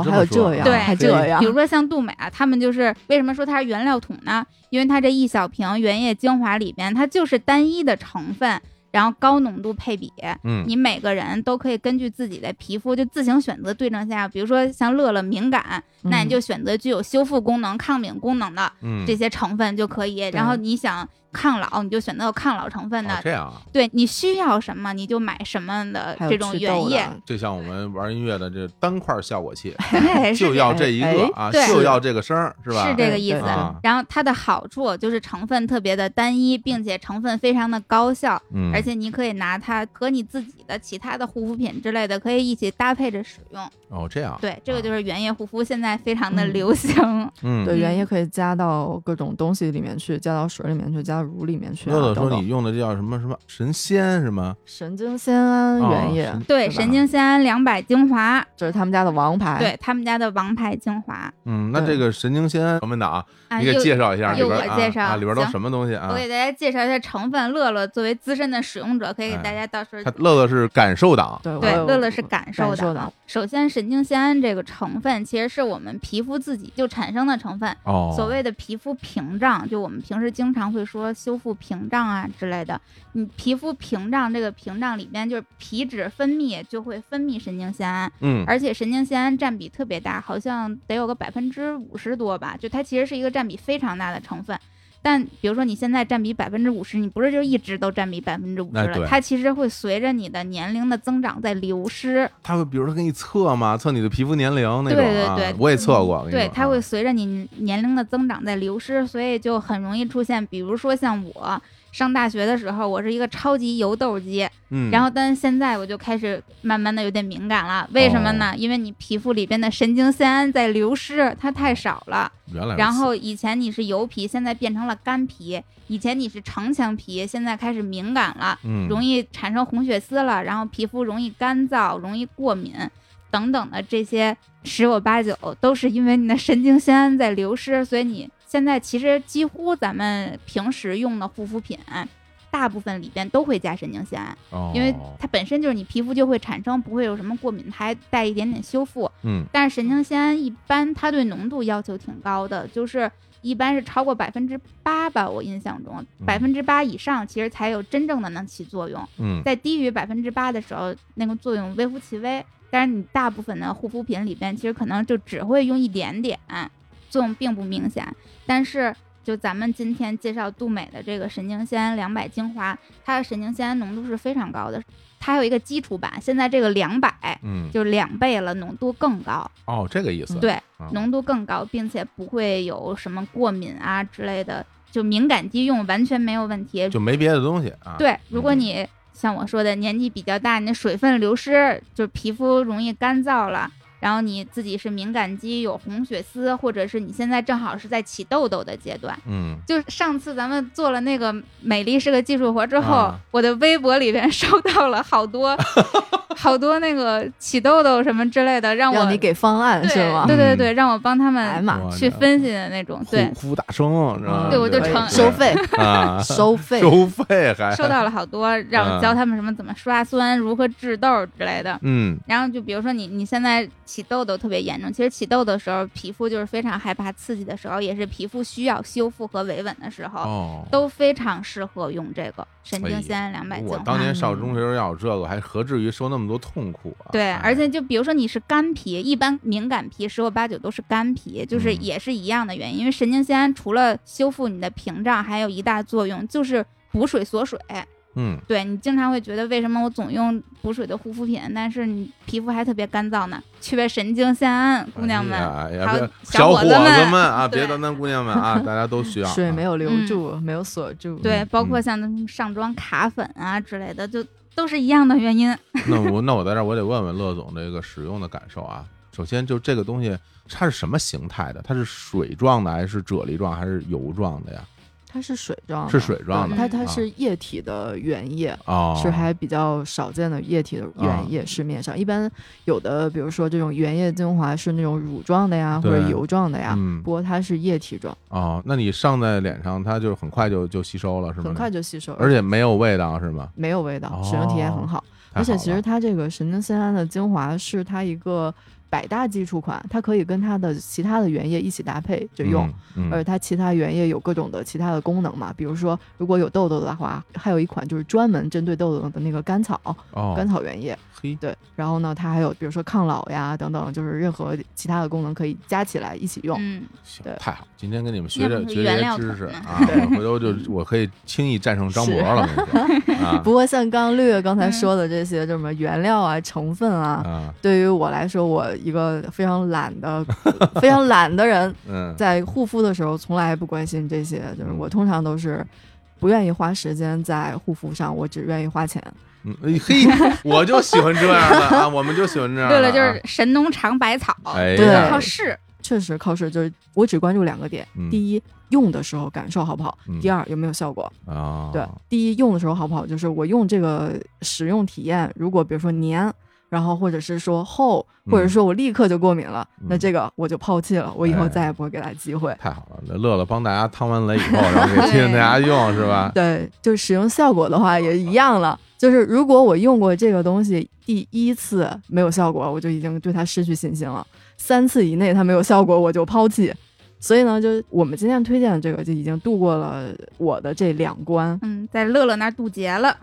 哦，
这
还
么
有
说
这样，
对
还
所以
这样
比，如说像杜美啊，他们就是为什么说它是原料桶呢？因为它这一小瓶原液精华里边，它就是单一的成分，然后高浓度配比，
嗯
你每个人都可以根据自己的皮肤就自行选择对症下药。比如说像乐乐敏感，
嗯
那你就选择具有修复功能、抗敏功能的
嗯
这些成分就可以。然后你想抗老，你就选择有抗老成分的。
哦这样啊。
对你需要什么，你就买什么的
还有
这种
祛
原
痘
液。
的，
就像我们玩音乐的这单块效果器， [laughs]
对，是
就要这一
哎
个啊，
对
就要这个声儿，是吧？
是这个意思
对对
啊。
然后它的好处就是成分特别的单一，并且成分非常的高效，
嗯，
而且你可以拿它和你自己的其他的护肤品之类的，可以一起搭配着使用。
哦，这样，
对，这
啊
个就是原液护肤现在非常的
嗯
流行。
嗯，
对，原
嗯
液可以加到各种东西里面去，加到水里面去，加到乳里面去、啊。
乐乐
等
说
等
你用的这叫什么什么神仙是吗？
神经酰胺原液，
哦神
对，
是吧
神经酰胺两百精华，
这是他们家的王
哎
牌。
对他们家的王牌精华
嗯，那这
对
个神经酰胺什么的啊，
啊，
你给
又
介绍一下
啊
里
又
边
我
啊
介绍
啊，里边都
行
什么东西啊
我？给大家介绍一下成分。乐乐作为资深的使用者，可以给
哎
大家到时候
他哦乐乐是感受党，
对
对，
我
乐乐是感受
感
的。
受的
首先，神经酰胺这个成分其实是我们皮肤自己就产生的成分。
哦，
所谓的皮肤屏障，就我们平时经常会说修复屏障啊之类的。你皮肤屏障这个屏障里边，就是皮脂分泌就会分泌神经酰胺，
嗯，
而且神经酰胺占比特别大，好像得有个百分之五十多吧。就它其实是一个占比非常大的成分。但比如说你现在占比百分之五十，你不是就一直都占比百分之五十
哎
了？
对
它其实会随着你的年龄的增长在流失。
他会比如说给你测嘛，测你的皮肤年龄那种
对对
啊
对
我也测过，我跟你
对，
说
它
啊
会随着你年龄的增长在流失，所以就很容易出现，比如说像我上大学的时候，我是一个超级油痘肌，
嗯，
然后但是现在我就开始慢慢的有点敏感了，为什么
哦
呢？因为你皮肤里边的神经酰胺在流失，它太少了。
原来如
然
此
后以前你是油皮，现在变成了干皮；以前你是城墙皮，现在开始敏感了。
嗯
容易产生红血丝了，然后皮肤容易干燥、容易过敏等等的这些，十有八九都是因为你的神经酰胺在流失，所以你现在其实几乎咱们平时用的护肤品，大部分里边都会加神经酰胺，
哦
因为它本身就是你皮肤就会产生，不会有什么过敏，它还带一点点修复。
嗯
但是神经酰胺一般它对浓度要求挺高的，就是一般是超过百分之八吧，我印象中
嗯
百分之八以上其实才有真正的能起作用，
嗯
在低于百分之八的时候，那个作用微乎其微。但是你大部分的护肤品里边，其实可能就只会用一点点，作用并不明显。但是就咱们今天介绍杜美的这个神经酰胺两百精华，它的神经酰胺浓度是非常高的，它有一个基础版，现在这个两百
嗯
就是两倍了，浓度更高。
哦这个意思
对，
啊
浓度更高，并且不会有什么过敏啊之类的，就敏感肌用完全没有问题。
就没别的东西啊
对，如果
嗯
你像我说的年纪比较大，你的水分流失，就是皮肤容易干燥了，然后你自己是敏感肌有红血丝，或者是你现在正好是在起痘痘的阶段。
嗯，
就上次咱们做了那个美丽是个技术活之后，
啊
我的微博里边 [laughs] 收到了好
[laughs]
多好多那个起痘痘什么之类的，让我
让你给方案
对
是吗？
对
嗯
对对，让我帮他
哎呀
[laughs]
们
妈，
哇
去分析的那种，对嗯
护，护肤大生是吧？
对我就
对
成
收
[laughs]
费，
啊，
[laughs]
收费，
收费还
收到了好多，让
嗯
我教他们什么怎么刷酸、如何治痘之类的。
嗯
然后就比如说你你现在起痘痘特别严重，其实起痘的时候皮肤就是非常害怕刺激的时候，也是皮肤需要修复和维稳的时候，
哦。
都非常适合用这个神
哎
经
呦
酰胺两百净
我
化。
当年上中学时候要有这个，还何至于受那么多痛苦啊？
对，
哎
而且就比如说你是干皮，一般敏感皮十有八九都是干皮，就是
嗯
也是一样的原因，因为神经酰胺除了修复你的屏障，还有一大作用就是补水锁水。
嗯，
对你经常会觉得为什么我总用补水的护肤品，但是你皮肤还特别干燥呢？缺神经酰胺，姑娘们，
哎呀
还有
别
小
伙
伙
子
子们
们啊，别
[laughs] 对
单单姑娘们啊，大家都需要啊。
水没有留
嗯
住，没有锁住，
对，
嗯
包括像那种上妆卡粉啊之类的，就都是一样的原因。
[laughs] 那我那我在这儿我得问问乐总这个使用的感受啊。首先就这个东西它是什么形态的？它是水状的还是啫喱状还是油状的呀？
它是水状的，
是水状
的
对它
啊
它是液体的原液，
哦，啊
是还比较少见的液体的原液，市面上一般有的，比如说这种原液精华是那种乳状的呀，或
对
者油状的呀，
嗯
不过它是液体状，
哦，那你上在脸上，它就很快就就吸收了，是吗？
很快，就吸收，
而且没有味道，是吗？
没有味道，使用体验很好。
太
而且
好
其
了
实它这个神经酰胺的精华是它一个百搭基础款，它可以跟它的其他的原液一起搭配着用。，
嗯，
而且
嗯
它其他原液有各种的其他的功能嘛，比如说如果有痘痘的话，还有一款就是专门针对痘痘的那个甘草，
哦，
甘草原液，
嘿，
对。然后呢，它还有比如说抗老呀等等，就是任何其他的功能可以加起来一起用。
嗯，
行
对，
太好，今天跟你们学
要
这
不是
学
原
这些
料
知
桶
识
呢
啊，我回头就
[laughs]
我可以轻易战胜张博了，我跟你说啊
不过像刚绿刚才
嗯
说的这些，什么原料啊、成分啊，
啊，
对于我来说，我一个非常懒的、 [laughs] 非常懒的人，
嗯，
在护肤的时候从来不关心这些，就是
嗯
我通常都是不愿意花时间在护肤上，我只愿意花钱。
嗯哎嘿，我就喜欢这样的啊，我们就喜欢这样的
对
啊。
了，就是神农尝百草，
哎
对
呀
靠试。
确实靠试，就是我只关注两个点：
嗯
第一，用的时候感受好不好；
嗯
第二，有没有效果。
啊，
对，第一用的时候好不好，就是我用这个使用体验，如果比如说黏，然后或者是说厚，或者说我立刻就过敏了，
嗯
那这个我就抛弃了，我以后
哎
再也不会给他机会。
太好了，那乐乐帮大家趟完雷以后，然后给推荐大家用是吧？
对，就是使用效果的话也一样了。就是如果我用过这个东西第一次没有效果，我就已经对它失去信心了；三次以内它没有效果，我就抛弃。所以呢，就是我们今天推荐的这个就已经度过了我的这两关。
嗯，在乐乐那儿渡劫了。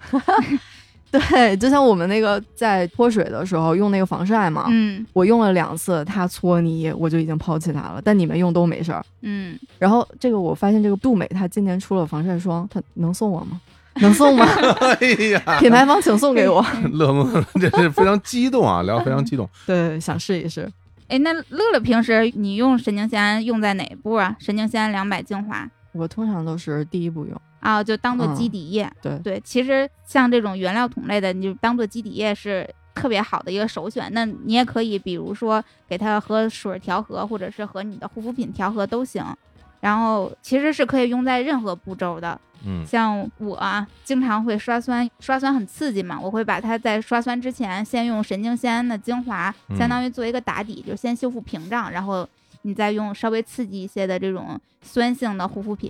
对，就像我们那个在脱水的时候用那个防晒嘛，
嗯
我用了两次，它搓泥，我就已经抛弃它了。但你们用都没事儿。
嗯，
然后这个我发现这个杜美它今年出了防晒霜，它能送我吗？能送吗？ [laughs]
哎呀，
品牌方请送给我。
乐乐这是非常激动啊，聊得非常激动。
[laughs] 对，想试一试。
哎，那乐乐平时你用神经酰胺用在哪一步啊？神经酰胺两百精华
我通常都是第一步用，
啊，就当做
嗯
基底液。
对
对，其实像这种原料桶类的，你就当做基底液是特别好的一个首选。那你也可以，比如说给它和水调和，或者是和你的护肤品调和都行。然后其实是可以用在任何步骤的，
嗯
像我啊，经常会刷酸，刷酸很刺激嘛，我会把它在刷酸之前，先用神经酰胺的精华，
嗯
相当于做一个打底，就先修复屏障，然后你再用稍微刺激一些的这种酸性的护肤品，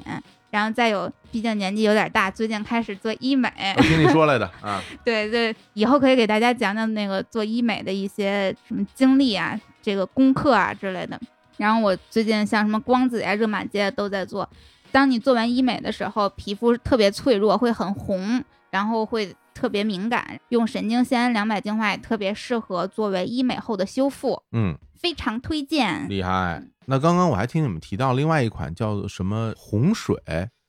然后再有，毕竟年纪有点大，最近开始做医美，
我听你说来的啊，
对对，以后可以给大家讲讲那个做医美的一些什么经历啊，这个功课啊之类的。然后我最近像什么光子呀、热玛吉啊都在做。当你做完医美的时候，皮肤特别脆弱，会很红，然后会特别敏感。用神经酰胺两百精华也特别适合作为医美后的修复，
嗯，
非常推荐。
厉害。那刚刚我还听你们提到另外一款叫什么红水，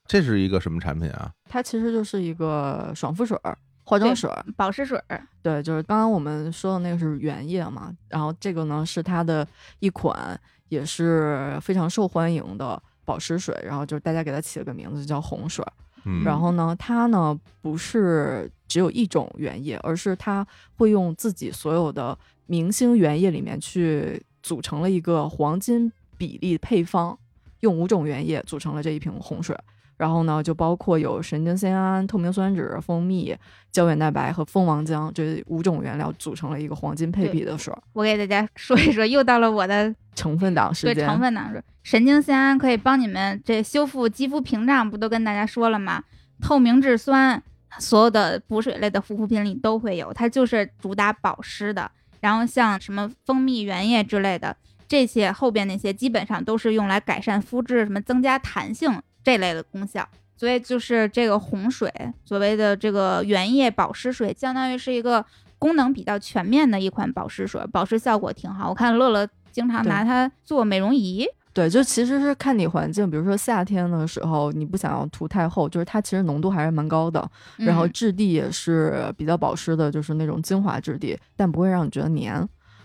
这是一个什么产品啊？
它其实就是一个爽肤水儿、化妆水儿。
保湿水儿，
对，就是刚刚我们说的那个是原液嘛，然后这个呢是它的一款也是非常受欢迎的保湿水，然后就是大家给它起了个名字叫红水儿。
嗯，
然后呢，它呢不是只有一种原液，而是它会用自己所有的明星原液里面去组成了一个黄金比例配方，用五种原液组成了这一瓶红水。然后呢，就包括有神经酰胺、透明酸酯、蜂蜜、胶原蛋白和蜂王浆这五种原料组成了一个黄金配比的水儿。
我给大家说一说，又到了我的
成分党时
对
间，
成分党说，神经酰胺可以帮你们这修复肌肤屏障，不都跟大家说了吗？透明质酸，所有的补水类的护肤品里都会有，它就是主打保湿的。然后像什么蜂蜜原液之类的，这些后边那些基本上都是用来改善肤质、什么增加弹性这类的功效。所以就是这个红水，所谓的这个原液保湿水，相当于是一个功能比较全面的一款保湿水，保湿效果挺好。我看乐乐经常拿它做美容仪，
对，就其实是看你环境，比如说夏天的时候，你不想要涂太厚，就是它其实浓度还是蛮高的，然后
嗯
质地也是比较保湿的，就是那种精华质地，但不会让你觉得黏。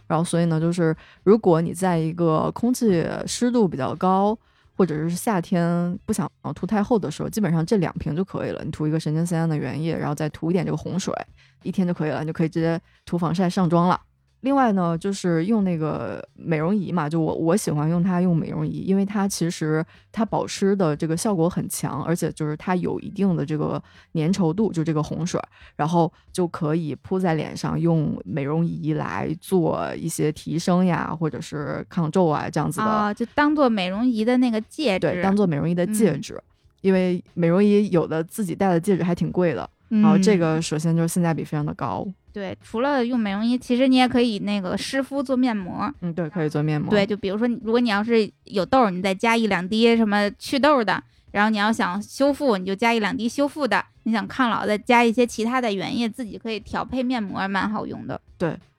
然后所以呢，就是如果你在一个空气湿度比较高，或者是夏天不想要涂太厚的时候，基本上这两瓶就可以了。你涂一个神经酰胺的原液，然后再涂一点这个红水，一天就可以了，你就可以直接涂防晒上妆了。另外呢，就是用那个美容仪嘛，就我我喜欢用它用美容仪，因为它其实它保湿的这个效果很强，而且就是它有一定的这个粘稠度，就这个红水，然后就可以铺在脸上，用美容仪来做一些提升呀，或者是抗皱啊这样子的
啊、就当做美容仪的那个戒指，
对，当做美容仪的戒
嗯
指，因为美容仪有的自己戴的戒指还挺贵的，
嗯
然后哦这个首先就是性价比非常的高，
对。除了用美容仪，其实你也可以那个湿敷做面膜。
嗯，对，可以做面膜，
对，，就比如说你，如果你要是有痘儿，你再加一两滴什么祛痘的；然后你要想修复，你就加一两滴修复的；你想抗老，再加一些其他的原液，自己可以调配面膜，蛮好用的。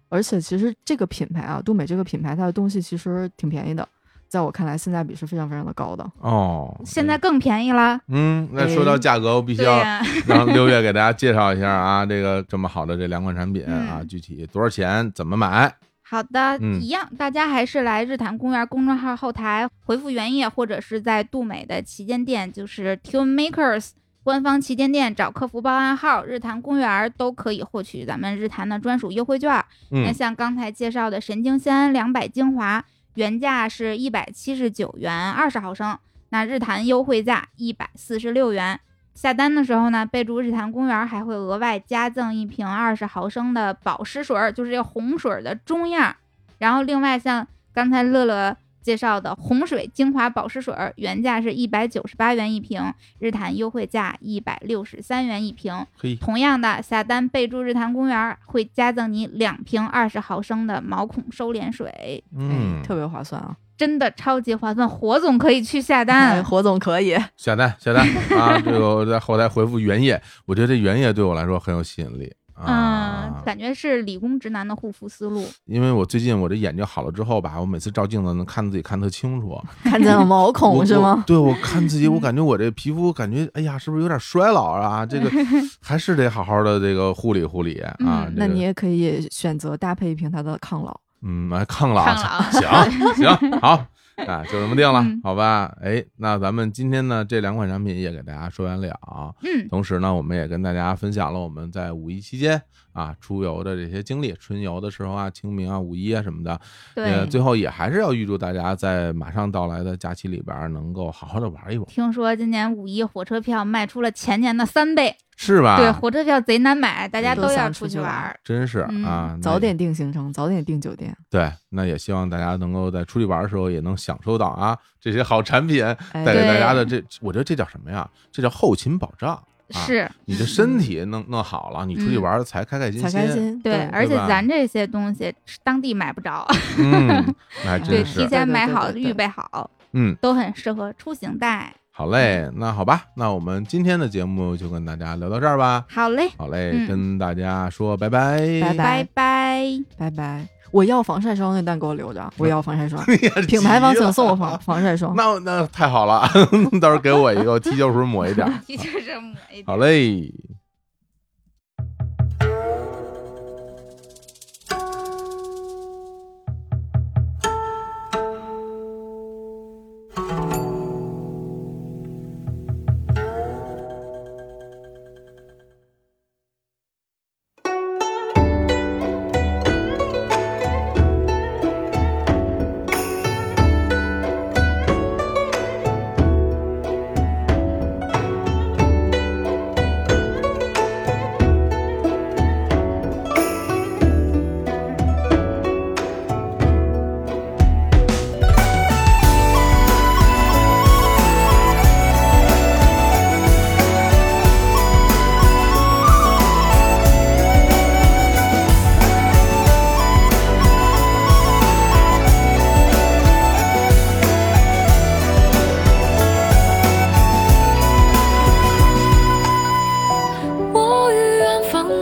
而且其实这个品牌啊，杜美这个品牌它的东西其实挺便宜的，在我看来性价比是非常非常的高的，
哦，
现在更便宜啦，
嗯，那说到价格，我必须
对
要
呀、
[laughs]
[laughs]
让六月给大家介绍一下啊，这个这么好的这两款产品啊，
嗯
具体多少钱，怎么买？
好的，
嗯
一样，大家还是来日坛公园公众号后台回复“原液”，或者是在杜美的旗舰店，就是 Tune Makers 官方旗舰店找客服报暗号“日坛公园”，都可以获取咱们日坛的专属优惠券儿。那
嗯
像刚才介绍的神经酰胺两百精华，原价是一百七十九元二十毫升，那日坛优惠价一百四十六元。下单的时候呢，备注“日坛公园”还会额外加赠一瓶二十毫升的保湿水儿，就是这红水儿的中样儿。然后另外像刚才乐乐介绍的红水精华保湿水儿，原价是一百九十八元一瓶，日坛优惠价一百六十三元一瓶。
嘿，
同样的，下单备注“日坛公园”会加赠你两瓶二十毫升的毛孔收敛水，
嗯
哎，，特别划算啊，
真的超级划算。火总可以去下单
哎，，火总可以，
下单下单啊！这个我在后台回复原液，我觉得这原液对我来说很有吸引力啊
嗯，，感觉是理工直男的护肤思路。
因为我最近我这眼睛好了之后吧，我每次照镜子能看自己看特清楚，
[laughs] 看见了毛
我
孔是
我
吗？
对，我看自己，我
嗯
感觉我这皮肤感觉，哎呀，是不是有点衰老了啊？这个还是得好好的这个护理护理啊。
嗯
这
那
个
你也可以选择搭配一瓶它的抗老，
嗯，哎抗老，
抗老
行行好。啊，就这么定了，
嗯
好吧？哎，那咱们今天呢，这两款产品也给大家说完了。
嗯，
同时呢，我们也跟大家分享了我们在五一期间啊出游的这些经历，春游的时候啊，清明啊、五一啊什么的，呃，
对。
最后也还是要预祝大家在马上到来的假期里边儿能够好好的玩一玩，
听说今年五一火车票卖出了前年的三倍，
是吧？
对，火车票贼难买，大家
都
都要
想
出
出
去
去
玩
玩
儿。
真是
嗯
啊，那
早点定行程，早点定酒店，
对，那也希望大家能够在出去玩的时候也能享受到啊这些好产品
哎
带给大家
对
的这，我觉得这叫什么呀？这叫后勤保障。啊
是，
你这身体弄弄好了，你出去
嗯
玩儿才开开心
才开心，
对，而且
对吧
咱这些东西是当地买不着，
嗯，那还真
对，提
是，
前买
对对
好，
对对
预备好，
嗯。
都很适合出行带。
好
嗯
嘞，那好吧，那我们今天的节目就跟大家聊到这儿吧。
好嘞，
好嘞，
嗯
跟大家说拜拜。
拜
拜拜。
拜拜。我要防晒霜，那蛋给我留着。我要
[laughs]
防晒霜，
也是
品牌方
急了
请送我防防晒霜。
[laughs] 那那太好了， [laughs] 到时候给我一个，我踢球时候抹一点儿。
[laughs] 你就是抹一点。
好嘞。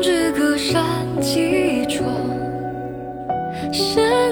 这个山脊中。是。